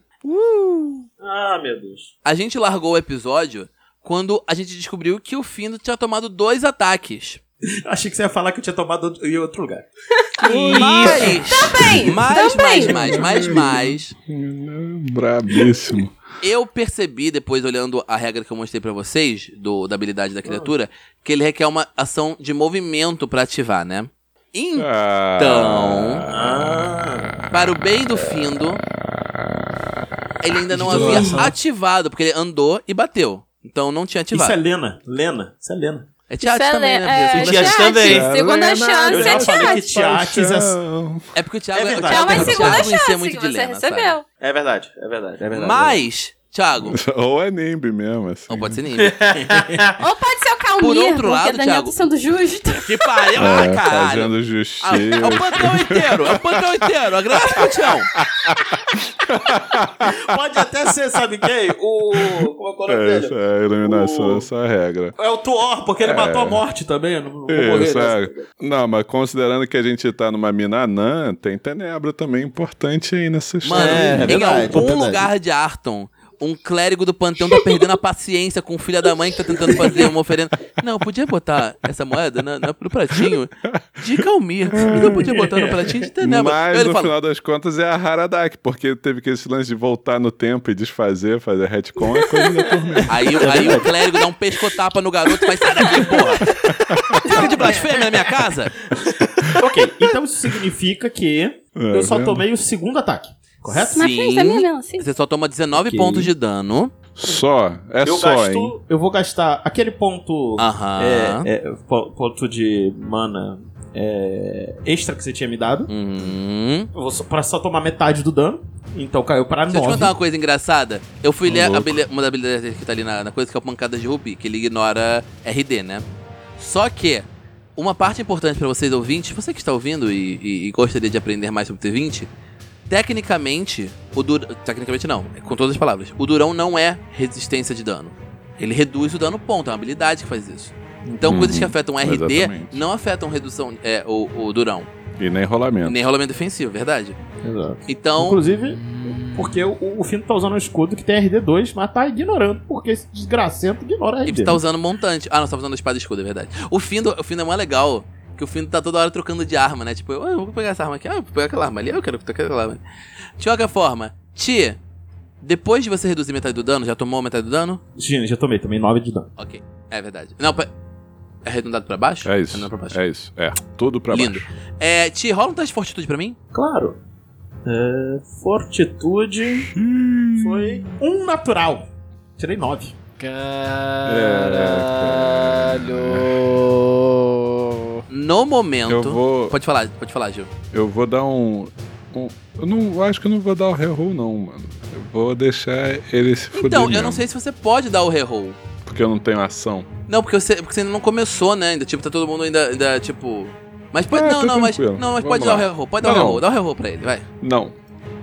[SPEAKER 5] Ah, meu Deus.
[SPEAKER 1] a gente largou o episódio quando a gente descobriu que o Fino tinha tomado dois ataques.
[SPEAKER 5] Achei que você ia falar que eu tinha tomado outro- em outro lugar.
[SPEAKER 1] Mas,
[SPEAKER 4] Também,
[SPEAKER 1] mas,
[SPEAKER 4] também.
[SPEAKER 1] mas, mas, mas, mas,
[SPEAKER 2] Brabíssimo.
[SPEAKER 1] eu percebi depois olhando a regra que eu mostrei pra vocês do da habilidade da criatura que ele requer uma ação de movimento pra ativar, né? Então,
[SPEAKER 5] Então. Ah,
[SPEAKER 1] para o bem do Findo, ele ainda não havia
[SPEAKER 5] Nossa.
[SPEAKER 1] ativado porque ele andou e bateu. Então não tinha
[SPEAKER 5] Isso
[SPEAKER 1] ativado.
[SPEAKER 5] é Lena. Lena. Isso é Lena.
[SPEAKER 1] É teatro também, né?
[SPEAKER 4] é,
[SPEAKER 1] Porque-
[SPEAKER 6] Sim, Tiago
[SPEAKER 4] Tiago,
[SPEAKER 6] também.
[SPEAKER 4] Segunda chance
[SPEAKER 5] Eu
[SPEAKER 4] é
[SPEAKER 5] já falei que
[SPEAKER 4] Tiago.
[SPEAKER 5] Tiates é...
[SPEAKER 1] É porque o Thiago
[SPEAKER 5] É
[SPEAKER 1] o
[SPEAKER 5] verdade.
[SPEAKER 4] É
[SPEAKER 1] Thiago-
[SPEAKER 4] uma
[SPEAKER 5] Tiago,
[SPEAKER 1] o
[SPEAKER 4] segunda
[SPEAKER 1] Thiago conhecia
[SPEAKER 4] chance
[SPEAKER 1] muito
[SPEAKER 4] que você
[SPEAKER 1] dilema, sabe?
[SPEAKER 4] recebeu.
[SPEAKER 5] É verdade, é verdade, é verdade.
[SPEAKER 1] Mas, Thiago,
[SPEAKER 2] Ou é NIMB mesmo, assim.
[SPEAKER 1] não pode ser ninguém.
[SPEAKER 4] Ou pode ser o Calmir,
[SPEAKER 1] Por outro
[SPEAKER 4] porque
[SPEAKER 1] lado,
[SPEAKER 4] Daniel
[SPEAKER 1] Tiago-
[SPEAKER 4] tá sendo justo.
[SPEAKER 1] que pariu,
[SPEAKER 2] É,
[SPEAKER 1] ah, caralho.
[SPEAKER 2] fazendo
[SPEAKER 1] Ah, é
[SPEAKER 2] justiça.
[SPEAKER 1] o panteão inteiro, é o panteão inteiro, agradece o panteão.
[SPEAKER 5] Pode até ser, sabe quem? O. Como é que é o nome
[SPEAKER 2] É,
[SPEAKER 5] dele?
[SPEAKER 2] isso, é a iluminação,
[SPEAKER 5] O-
[SPEAKER 2] essa é a regra.
[SPEAKER 5] É o Tuor, porque ele matou a morte também. Não vou morrer,
[SPEAKER 2] Isso,
[SPEAKER 5] né?
[SPEAKER 2] é. Não, mas considerando que a gente tá numa mina anã, tem tenebra também importante aí nessa
[SPEAKER 1] Mano,
[SPEAKER 2] história.
[SPEAKER 5] É, é
[SPEAKER 1] em
[SPEAKER 5] verdade,
[SPEAKER 1] algum
[SPEAKER 5] é verdade.
[SPEAKER 1] lugar de Arton, um clérigo do panteão tá perdendo a paciência com o filho da mãe que tá tentando fazer uma oferenda. Não, eu podia botar essa moeda na, na, no pratinho de Calmir. Eu podia botar no pratinho de Tenebra.
[SPEAKER 2] Mas
[SPEAKER 1] Aí ele
[SPEAKER 2] no
[SPEAKER 1] fala,
[SPEAKER 2] final das contas é a Haradak, porque teve que esse lance de voltar no tempo e desfazer, fazer retcon, é coisa da turma.
[SPEAKER 1] Aí, aí o clérigo dá um pescotapa no garoto e faz, sai daqui, porra! Fica de blasfêmia na minha casa?
[SPEAKER 5] ok, então isso significa que eu só
[SPEAKER 2] vendo?
[SPEAKER 5] tomei o segundo ataque, correto?
[SPEAKER 1] Sim.
[SPEAKER 4] Mas fez também não, sim.
[SPEAKER 1] Você só toma 19
[SPEAKER 5] Ok.
[SPEAKER 1] pontos de dano.
[SPEAKER 2] Só, é
[SPEAKER 5] eu
[SPEAKER 2] só,
[SPEAKER 5] gasto.
[SPEAKER 2] hein?
[SPEAKER 5] Eu vou gastar aquele ponto.
[SPEAKER 1] Aham.
[SPEAKER 5] é, é, po- ponto de mana é, extra que você tinha me dado.
[SPEAKER 1] Hum.
[SPEAKER 5] Eu vou só, pra só tomar metade do dano. Então caiu pra
[SPEAKER 1] Deixa eu te
[SPEAKER 5] 9.
[SPEAKER 1] contar uma coisa engraçada. Eu fui ler a
[SPEAKER 2] Louco.
[SPEAKER 1] habilidade- uma das habilidades que tá ali na, na coisa, que é o Pancada de Rubi, que ele ignora RD, né? Só que, uma parte importante pra vocês ouvintes, você que está ouvindo e, e- e gostaria de aprender mais sobre T20, tecnicamente, o Durão. Tecnicamente não, com todas as palavras. O Durão não é resistência de dano. Ele reduz o dano ponto, é uma habilidade que faz isso. Então,
[SPEAKER 2] Uhum,
[SPEAKER 1] coisas que afetam RD
[SPEAKER 2] exatamente.
[SPEAKER 1] não afetam redução, é, o, o Durão.
[SPEAKER 2] E nem rolamento.
[SPEAKER 1] Nem rolamento defensivo, é verdade?
[SPEAKER 5] Exato.
[SPEAKER 1] Então,
[SPEAKER 5] Inclusive, porque o, o Fino tá usando um escudo que tem RD2, mas tá ignorando, porque esse desgracento ignora
[SPEAKER 1] E
[SPEAKER 5] RD.
[SPEAKER 1] você tá usando montante. Ah, não, você tá usando espada e escudo, é verdade. O Findo, o Findo é mó legal. Que o Findo tá toda hora trocando de arma, né? Tipo, eu vou pegar essa arma aqui. Ah, eu vou pegar aquela arma ali. Eu quero pegar aquela arma. De qualquer forma, Ti, depois de você reduzir metade do dano, já tomou metade do dano?
[SPEAKER 5] Gina, já tomei, tomei 9 de dano.
[SPEAKER 1] Ok. É verdade. Não, pa- é arredondado pra baixo?
[SPEAKER 2] É isso,
[SPEAKER 1] Arredondado pra baixo.
[SPEAKER 2] é isso. É, tudo pra
[SPEAKER 1] Lindo.
[SPEAKER 2] baixo.
[SPEAKER 1] É, Ti, rola um teste de fortitude pra mim?
[SPEAKER 5] Claro. É, fortitude foi um natural. Tirei 9.
[SPEAKER 2] É.
[SPEAKER 6] Caralho.
[SPEAKER 1] No momento.
[SPEAKER 2] Eu vou,
[SPEAKER 1] Pode falar, pode falar, Gil.
[SPEAKER 2] eu vou dar um... um- eu não eu acho que eu não vou dar o reroll, não, mano. Eu vou deixar ele se fuder
[SPEAKER 1] Então, eu não
[SPEAKER 2] mesmo,
[SPEAKER 1] sei se você pode dar o reroll.
[SPEAKER 2] Porque eu não tenho ação.
[SPEAKER 1] Não, porque você, porque você ainda não começou, né? Ainda, tipo, tá todo mundo ainda, ainda tipo. Mas pode.
[SPEAKER 2] Ah,
[SPEAKER 1] não,
[SPEAKER 2] tô
[SPEAKER 1] não, mas.
[SPEAKER 2] tranquilo.
[SPEAKER 1] Não, mas
[SPEAKER 2] Vamos
[SPEAKER 1] pode
[SPEAKER 2] lá.
[SPEAKER 1] dar o reroll. Pode dar o
[SPEAKER 2] Não.
[SPEAKER 1] reroll. Dá o reroll pra ele, vai.
[SPEAKER 2] Não,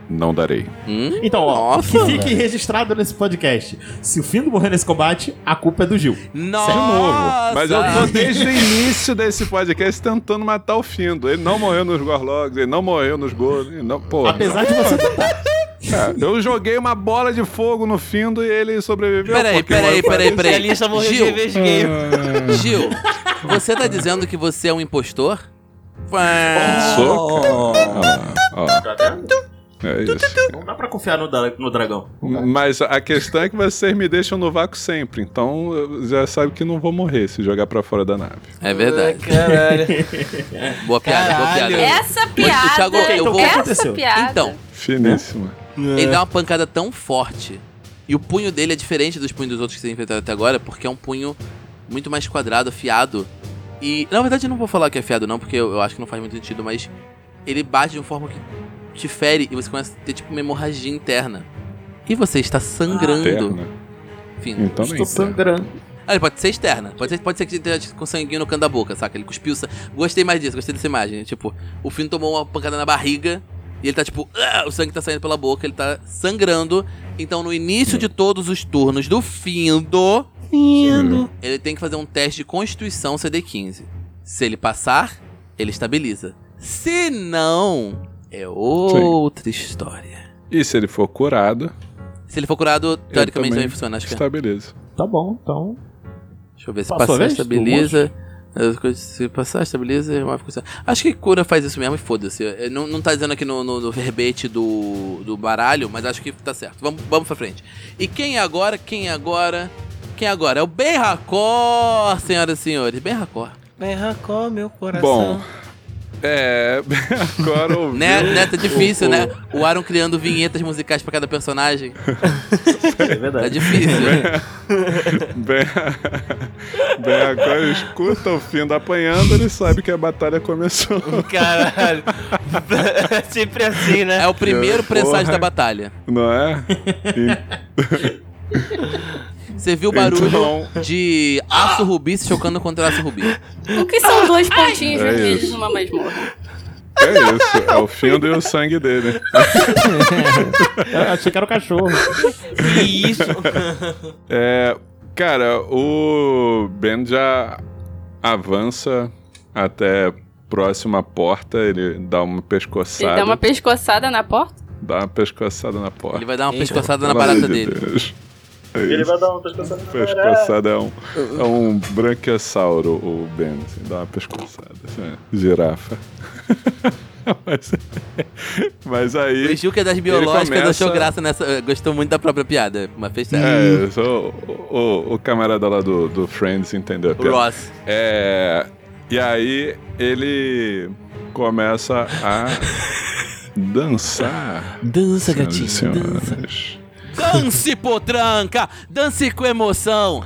[SPEAKER 2] não darei.
[SPEAKER 1] Hum?
[SPEAKER 5] Então, ó,
[SPEAKER 1] Nossa,
[SPEAKER 5] que fique registrado nesse podcast. Se o Findo morrer nesse combate, a culpa é do Gil.
[SPEAKER 1] Nossa!
[SPEAKER 2] De
[SPEAKER 1] Tá
[SPEAKER 2] novo. Mas eu tô desde o início desse podcast tentando matar o Findo. Ele não morreu nos Gorlogs, ele não morreu nos Golos, ele não... Pô,
[SPEAKER 5] Apesar de você tentar.
[SPEAKER 2] É, eu joguei uma bola de fogo no Findo e ele sobreviveu.
[SPEAKER 1] Peraí,
[SPEAKER 2] porque
[SPEAKER 1] peraí,
[SPEAKER 2] eu- assim. É.
[SPEAKER 1] peraí,
[SPEAKER 6] A
[SPEAKER 1] peraí.
[SPEAKER 6] lista morreu de
[SPEAKER 1] Gil,
[SPEAKER 6] vez game.
[SPEAKER 1] Gil, você tá dizendo que você
[SPEAKER 2] Ah,
[SPEAKER 1] é um impostor? Pá.
[SPEAKER 2] Sou? Ó, ó. É isso.
[SPEAKER 5] Não dá pra confiar no, dra- no dragão.
[SPEAKER 2] Mas a questão é que vocês me deixam no vácuo sempre, então eu já sabe que não vou morrer se jogar pra fora da nave.
[SPEAKER 1] É
[SPEAKER 2] Hum.
[SPEAKER 1] verdade.
[SPEAKER 6] Caralho.
[SPEAKER 1] Boa piada,
[SPEAKER 6] Caralho.
[SPEAKER 1] boa piada.
[SPEAKER 4] Essa piada.
[SPEAKER 1] Thiago, eu vou-
[SPEAKER 4] Essa
[SPEAKER 5] aconteceu?
[SPEAKER 4] piada.
[SPEAKER 1] Então,
[SPEAKER 2] Finíssima.
[SPEAKER 1] ele dá uma pancada tão forte. E o punho dele é diferente dos punhos dos outros que você enfrentaram até agora, porque é um punho muito mais quadrado, afiado. E. Na verdade, eu não vou falar que é afiado, não, porque eu, eu acho que não faz muito sentido, mas ele bate de uma forma que te fere e você começa a ter tipo uma hemorragia interna. E você está
[SPEAKER 2] Ah,
[SPEAKER 1] sangrando.
[SPEAKER 2] Terna.
[SPEAKER 1] Enfim.
[SPEAKER 2] Então nem
[SPEAKER 5] Estou sangrando.
[SPEAKER 1] Ah, ele pode ser externa. Pode ser, pode ser que ele esteja com sanguinho no canto da boca, saca? Ele cuspiu. sa- Gostei mais disso, gostei dessa imagem. Tipo, o Finn tomou uma pancada na barriga e ele tá tipo. "Ah", O sangue tá saindo pela boca, ele tá sangrando. Então, no início de todos os turnos do Findo,
[SPEAKER 6] Lindo.
[SPEAKER 1] ele tem que fazer um teste de Constituição CD15. Se ele passar, ele estabiliza. Se não, é outra história.
[SPEAKER 2] E se ele for curado,
[SPEAKER 1] Se ele for curado, teoricamente
[SPEAKER 2] também
[SPEAKER 1] também funciona, acho que é.
[SPEAKER 2] está beleza.
[SPEAKER 5] Tá bom, então.
[SPEAKER 1] Deixa eu ver se
[SPEAKER 5] Passou a
[SPEAKER 1] passar,
[SPEAKER 5] vez?
[SPEAKER 1] estabiliza. As coisas- Se passar, estabiliza, remove coisa. Acho que cura faz isso mesmo e foda-se. É, Não, não tá dizendo aqui no, no, no verbete do, do baralho, mas acho que tá certo. Vamos, vamos pra frente. E quem é agora? Quem é agora? Quem é agora? É o Ben Racor, senhoras e senhores. Ben Racor.
[SPEAKER 6] Vem arrancou meu coração.
[SPEAKER 2] Bom, é. Agora ouviu.
[SPEAKER 1] Né? né? Tá difícil,
[SPEAKER 2] o-
[SPEAKER 1] né? O Aaron criando vinhetas musicais pra cada personagem.
[SPEAKER 5] É
[SPEAKER 1] Tá
[SPEAKER 5] verdade.
[SPEAKER 1] difícil.
[SPEAKER 2] Bem, bem, agora escuta o fim da apanhando, ele sabe que a batalha começou.
[SPEAKER 6] Caralho. É sempre assim, né?
[SPEAKER 1] É o primeiro
[SPEAKER 2] Porra.
[SPEAKER 1] presságio da batalha.
[SPEAKER 2] Não é? E-
[SPEAKER 1] Você viu o barulho
[SPEAKER 2] Então-
[SPEAKER 1] de aço rubi se chocando contra aço rubi.
[SPEAKER 4] O que são dois pontinhos
[SPEAKER 2] É
[SPEAKER 4] vermelhos
[SPEAKER 2] isso.
[SPEAKER 4] numa masmorra?
[SPEAKER 2] É isso, é o fim e o sangue dele.
[SPEAKER 5] Achei que era o cachorro.
[SPEAKER 6] Que isso?
[SPEAKER 2] É, cara, o Ben já avança até a próxima porta, ele dá uma pescoçada.
[SPEAKER 4] Ele dá uma pescoçada na porta?
[SPEAKER 2] dá uma pescoçada na porta.
[SPEAKER 1] Ele vai dar uma
[SPEAKER 6] Eita,
[SPEAKER 1] pescoçada na
[SPEAKER 2] é? Pelo
[SPEAKER 1] barata
[SPEAKER 2] amor de
[SPEAKER 1] dele.
[SPEAKER 2] Deus. É
[SPEAKER 5] Ele
[SPEAKER 2] isso.
[SPEAKER 5] vai dar uma pescoçada na cara.
[SPEAKER 2] Pescoçada é um, é um branquesauro, o Ben, assim, dá uma pescoçada, assim, né? girafa. mas, mas
[SPEAKER 1] O
[SPEAKER 2] aí.
[SPEAKER 1] Gil, que é das biológicas,
[SPEAKER 2] começa-
[SPEAKER 1] achou graça nessa. eh, Gostou muito da própria piada. Mas fez certo.
[SPEAKER 2] É, só o, o- o camarada lá do, do Friends entendeu a
[SPEAKER 1] O
[SPEAKER 2] piada.
[SPEAKER 1] Ross.
[SPEAKER 2] É. E aí ele começa a dançar.
[SPEAKER 6] Dança,
[SPEAKER 2] senhoras e
[SPEAKER 6] gatinho,
[SPEAKER 2] senhores.
[SPEAKER 6] dança.
[SPEAKER 1] Dance, potranca! Dance com emoção!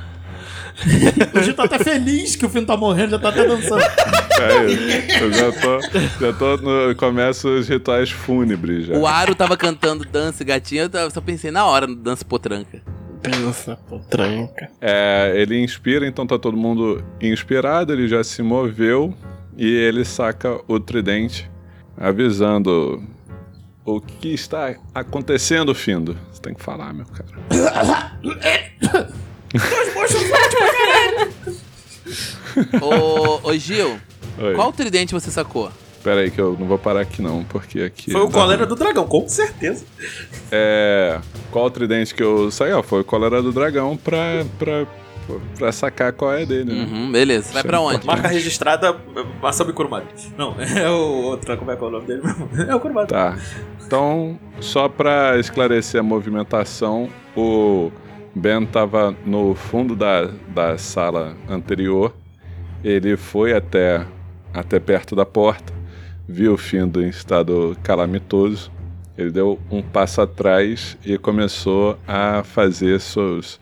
[SPEAKER 5] O Gil tá até feliz que o filho tá morrendo, já tá até dançando.
[SPEAKER 2] É isso. Eu já tô. Já tô no, começo os rituais fúnebres já.
[SPEAKER 1] O Aro tava cantando Dance, gatinho. Eu tava- só pensei na hora no Dance, potranca.
[SPEAKER 6] Dança, potranca.
[SPEAKER 2] É, ele inspira, então tá todo mundo inspirado, ele já se moveu e ele saca o tridente, avisando o que está acontecendo, Findo. Você tem que falar, meu cara.
[SPEAKER 1] ô, ô, Gil,
[SPEAKER 2] Oi.
[SPEAKER 1] qual tridente você sacou?
[SPEAKER 2] Pera aí que eu não vou parar aqui não, porque aqui...
[SPEAKER 5] Foi o
[SPEAKER 2] tá-
[SPEAKER 5] colega do dragão, com certeza.
[SPEAKER 2] É... Qual o tridente que eu saí? Ó, foi o Cólera do Dragão pra, pra, pra sacar qual é dele, né?
[SPEAKER 1] Uhum, beleza. Vai pra onde?
[SPEAKER 5] Marca registrada, Masami Kurumada. Não, é o outro, como é que é o nome dele mesmo? É o Kurumada.
[SPEAKER 2] Tá. Então, só pra esclarecer a movimentação, o Ben tava no fundo da, da sala anterior. Ele foi até, até perto da porta, viu o Findo em estado calamitoso. Ele deu um passo atrás e começou a fazer seus,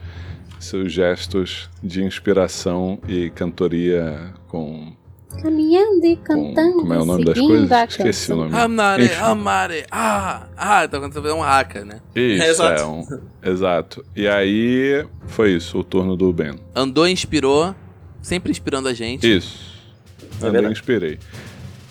[SPEAKER 2] seus gestos de inspiração e cantoria com.
[SPEAKER 4] Caminhando e
[SPEAKER 2] com como é o nome das coisas? Esqueci o nome.
[SPEAKER 1] Ah, Amare,
[SPEAKER 2] né? Enfim.
[SPEAKER 1] amare, ah, ah, tá acontecendo um haka, né?
[SPEAKER 2] Isso,
[SPEAKER 5] É,
[SPEAKER 2] é,
[SPEAKER 5] exato.
[SPEAKER 2] um... Exato. E aí, foi isso, o turno do Ben.
[SPEAKER 1] Andou, inspirou, sempre inspirando a gente.
[SPEAKER 2] Isso.
[SPEAKER 5] É
[SPEAKER 2] Andei,
[SPEAKER 5] verdade.
[SPEAKER 2] inspirei.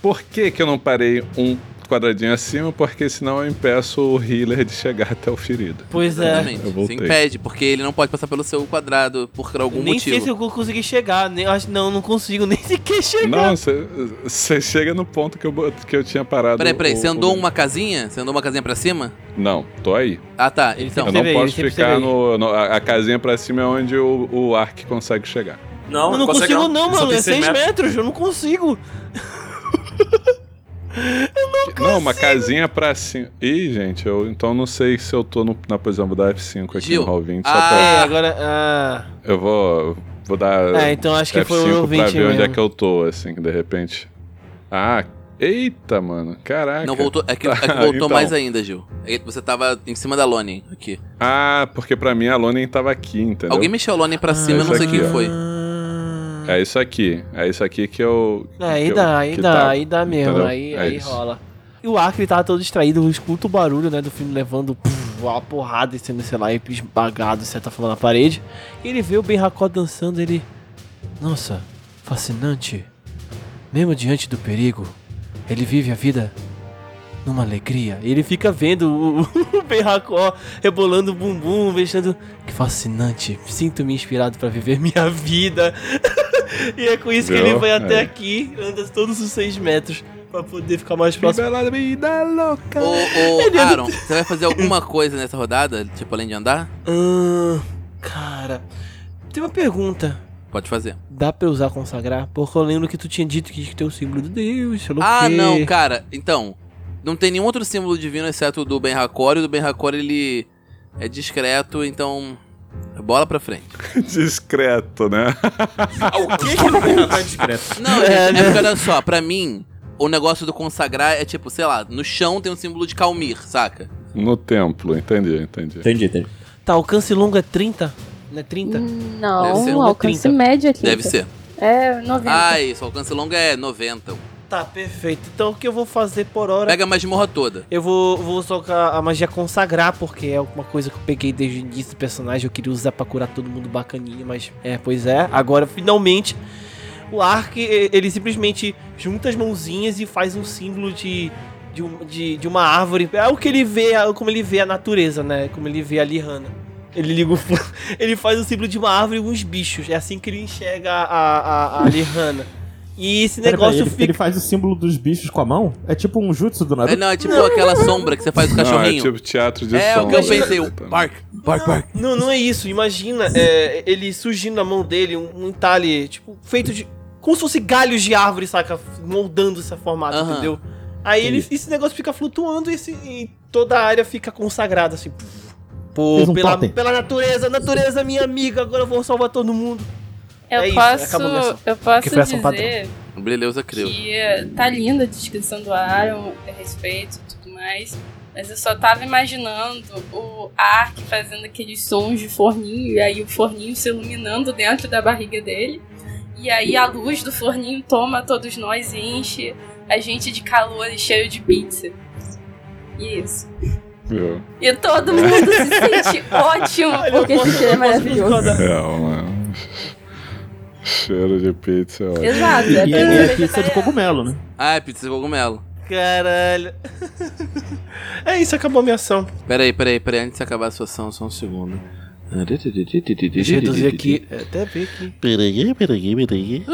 [SPEAKER 2] Por que que eu não parei um quadradinho acima? Porque senão eu impeço o healer de chegar até o ferido.
[SPEAKER 6] Pois é.
[SPEAKER 1] Exatamente.
[SPEAKER 2] eu
[SPEAKER 1] Se
[SPEAKER 2] voltei.
[SPEAKER 1] impede, porque ele não pode passar pelo seu quadrado por algum
[SPEAKER 6] nem
[SPEAKER 1] motivo.
[SPEAKER 6] sei se eu vou conseguir chegar. Nem, acho, não, não consigo nem sequer chegar.
[SPEAKER 2] Não, você chega no ponto que eu, bot- que eu tinha parado.
[SPEAKER 1] Peraí, peraí,
[SPEAKER 2] o-
[SPEAKER 1] você andou
[SPEAKER 2] o-
[SPEAKER 1] uma casinha? Você andou uma casinha pra cima?
[SPEAKER 2] Não, tô aí.
[SPEAKER 1] Ah, tá.
[SPEAKER 6] Ele
[SPEAKER 1] Então,
[SPEAKER 2] eu não
[SPEAKER 6] sempre teve aí,
[SPEAKER 2] posso
[SPEAKER 6] ele sempre
[SPEAKER 2] ficar
[SPEAKER 6] teve aí.
[SPEAKER 2] no, no- A, a casinha pra cima é onde o, o Ark consegue chegar.
[SPEAKER 5] Tá. Não, é
[SPEAKER 6] Eu não É
[SPEAKER 5] consegue
[SPEAKER 6] consigo não,
[SPEAKER 5] Só
[SPEAKER 6] mano.
[SPEAKER 5] tem
[SPEAKER 6] É
[SPEAKER 5] seis
[SPEAKER 6] 6 metros, eu não consigo. eu não
[SPEAKER 2] Não, uma casinha pra cima. Ih, gente, eu então não sei se eu tô no, na posição vou dar F5 aqui
[SPEAKER 1] Gil,
[SPEAKER 2] no Hall 20.
[SPEAKER 1] ah,
[SPEAKER 2] Só
[SPEAKER 6] É, agora. Ah,
[SPEAKER 2] pra, eu vou, vou dar
[SPEAKER 6] é, então acho que foi o
[SPEAKER 2] F5 pra
[SPEAKER 6] ouvinte
[SPEAKER 2] ver onde é
[SPEAKER 6] mesmo.
[SPEAKER 2] que eu tô, assim, de repente. Ah, eita, mano. Caraca.
[SPEAKER 1] Não, voltou. É que, é que
[SPEAKER 2] Ah,
[SPEAKER 1] voltou
[SPEAKER 2] então.
[SPEAKER 1] mais ainda, Gil. É que Você tava em cima da Lonin aqui.
[SPEAKER 2] Ah, porque pra mim a Lonin tava aqui, entendeu?
[SPEAKER 1] Alguém mexeu a Lonin pra cima, eu não
[SPEAKER 2] isso
[SPEAKER 1] sei
[SPEAKER 2] Ah, aqui,
[SPEAKER 1] quem
[SPEAKER 2] ó.
[SPEAKER 1] foi.
[SPEAKER 2] É isso aqui. É isso aqui que eu.
[SPEAKER 6] É, aí
[SPEAKER 2] que eu-
[SPEAKER 6] dá, aí
[SPEAKER 2] que
[SPEAKER 6] dá,
[SPEAKER 2] tá,
[SPEAKER 6] aí dá mesmo,
[SPEAKER 2] entendeu?
[SPEAKER 6] aí,
[SPEAKER 2] É
[SPEAKER 6] aí
[SPEAKER 2] isso.
[SPEAKER 6] rola. E o Acre tava todo distraído, escuta o barulho, né, do filme levando puf, uma porrada e sendo, sei lá, esbagado, de certa forma, na parede. E ele vê o Ben Racó dançando, ele... Nossa, fascinante. Mesmo diante do perigo, ele vive a vida numa alegria. E ele fica vendo o, o Ben Racó rebolando o bumbum, mexendo... Que fascinante, sinto-me inspirado pra viver minha vida. e é com isso que ele
[SPEAKER 2] Viu?
[SPEAKER 6] vai até
[SPEAKER 2] Aí.
[SPEAKER 6] aqui, anda todos os seis metros pra poder ficar mais próximo.
[SPEAKER 2] Viva la vida louca.
[SPEAKER 1] Ô, ô, Aaron, você vai fazer alguma coisa nessa rodada? Tipo, além de andar?
[SPEAKER 6] Ahn, cara, tem uma pergunta.
[SPEAKER 1] Pode fazer.
[SPEAKER 6] Dá pra eu usar consagrar? Porque eu lembro que tu tinha dito que tem o símbolo de Deus, sei lá o
[SPEAKER 1] Ah,
[SPEAKER 6] quê.
[SPEAKER 1] não, cara. Então, não tem nenhum outro símbolo divino exceto o do Ben Hakor. E o do Ben Hakor, ele é discreto, então... Bola pra frente.
[SPEAKER 2] Discreto, né?
[SPEAKER 5] Ah, o que que não tem nada discreto?
[SPEAKER 1] Não,
[SPEAKER 6] É,
[SPEAKER 1] gente,
[SPEAKER 6] né?
[SPEAKER 1] é porque olha só, pra mim, o negócio do consagrar é tipo, sei lá, no chão tem um símbolo de Calmir, saca?
[SPEAKER 2] No templo, entendi, entendi.
[SPEAKER 5] Entendi, entendi.
[SPEAKER 6] Tá, alcance longo é 30? Não é 30?
[SPEAKER 1] Deve ser
[SPEAKER 4] Não, o
[SPEAKER 1] uma
[SPEAKER 4] alcance
[SPEAKER 6] 30.
[SPEAKER 4] médio aqui.
[SPEAKER 1] Deve ser.
[SPEAKER 4] É, 90.
[SPEAKER 1] Ah, isso, alcance longo é 90.
[SPEAKER 6] Tá, perfeito. Então o que eu vou fazer por hora?
[SPEAKER 1] Pega a masmorra toda.
[SPEAKER 6] Eu vou, vou tocar a magia consagrar, porque é uma coisa que eu peguei desde o início do personagem. Eu queria usar pra curar todo mundo bacaninha, mas é, pois é. Agora, finalmente, o Ark, e- ele simplesmente junta as mãozinhas e faz um símbolo de, de, um- de, de uma árvore. É o que ele vê, é como ele vê a natureza, né? Como ele vê a Lihana. Ele liga o fogo. Ele faz o símbolo de uma árvore e uns bichos. É assim que ele enxerga a, a, a Lihana. E esse
[SPEAKER 5] Peraí,
[SPEAKER 6] negócio
[SPEAKER 5] ele,
[SPEAKER 6] fica.
[SPEAKER 5] ele faz o símbolo dos bichos com a mão? É tipo um jutsu do
[SPEAKER 1] É,
[SPEAKER 5] Naruto?
[SPEAKER 1] não, é tipo aquela sombra que você faz o cachorrinho.
[SPEAKER 2] Não, é tipo teatro de
[SPEAKER 1] É,
[SPEAKER 2] som.
[SPEAKER 1] o que eu
[SPEAKER 2] né?
[SPEAKER 1] pensei, o
[SPEAKER 2] Exatamente.
[SPEAKER 1] Park, Park, Park.
[SPEAKER 6] Não, não é isso. Imagina é, ele surgindo na mão dele, um, um entalhe, tipo, feito de. Como se fosse galhos de árvore, saca? Moldando essa formato,
[SPEAKER 1] Aham.
[SPEAKER 6] entendeu? Aí ele, esse negócio fica flutuando e, esse- e toda a área fica consagrada, assim. Pô,
[SPEAKER 5] Fez um
[SPEAKER 6] pela,
[SPEAKER 5] totem.
[SPEAKER 6] pela natureza, natureza minha amiga, agora eu vou salvar todo mundo.
[SPEAKER 4] Eu,
[SPEAKER 6] é isso,
[SPEAKER 4] posso,
[SPEAKER 6] acabou a versão.
[SPEAKER 4] eu posso
[SPEAKER 6] Que foi ação
[SPEAKER 4] dizer
[SPEAKER 6] padrão.
[SPEAKER 1] Brilheusa creu.
[SPEAKER 4] que eh, tá linda a descrição do Aaron, a respeito e tudo mais. Mas eu só tava imaginando o Ark fazendo aqueles sons de forninho, e aí o forninho se iluminando dentro da barriga dele. E aí a luz do forninho toma todos nós e enche a gente de calor e cheio de pizza. E isso.
[SPEAKER 2] Viu?
[SPEAKER 4] E todo mundo se sente ótimo, porque esse cheiro é maravilhoso.
[SPEAKER 2] É, um cheiro de pizza. ó.
[SPEAKER 4] Exato,
[SPEAKER 5] E,
[SPEAKER 4] é
[SPEAKER 5] e, e
[SPEAKER 4] a
[SPEAKER 5] é
[SPEAKER 4] pizza
[SPEAKER 5] pizza de
[SPEAKER 4] vegetariana.
[SPEAKER 5] cogumelo, né?
[SPEAKER 1] Ah, é pizza de cogumelo.
[SPEAKER 6] Caralho. é isso, acabou a minha ação.
[SPEAKER 1] Peraí, peraí, peraí, antes de acabar a sua ação, só um segundo.
[SPEAKER 6] Deixa eu reduzir aqui. Até ver aqui.
[SPEAKER 3] Peraí, peraí, peraí.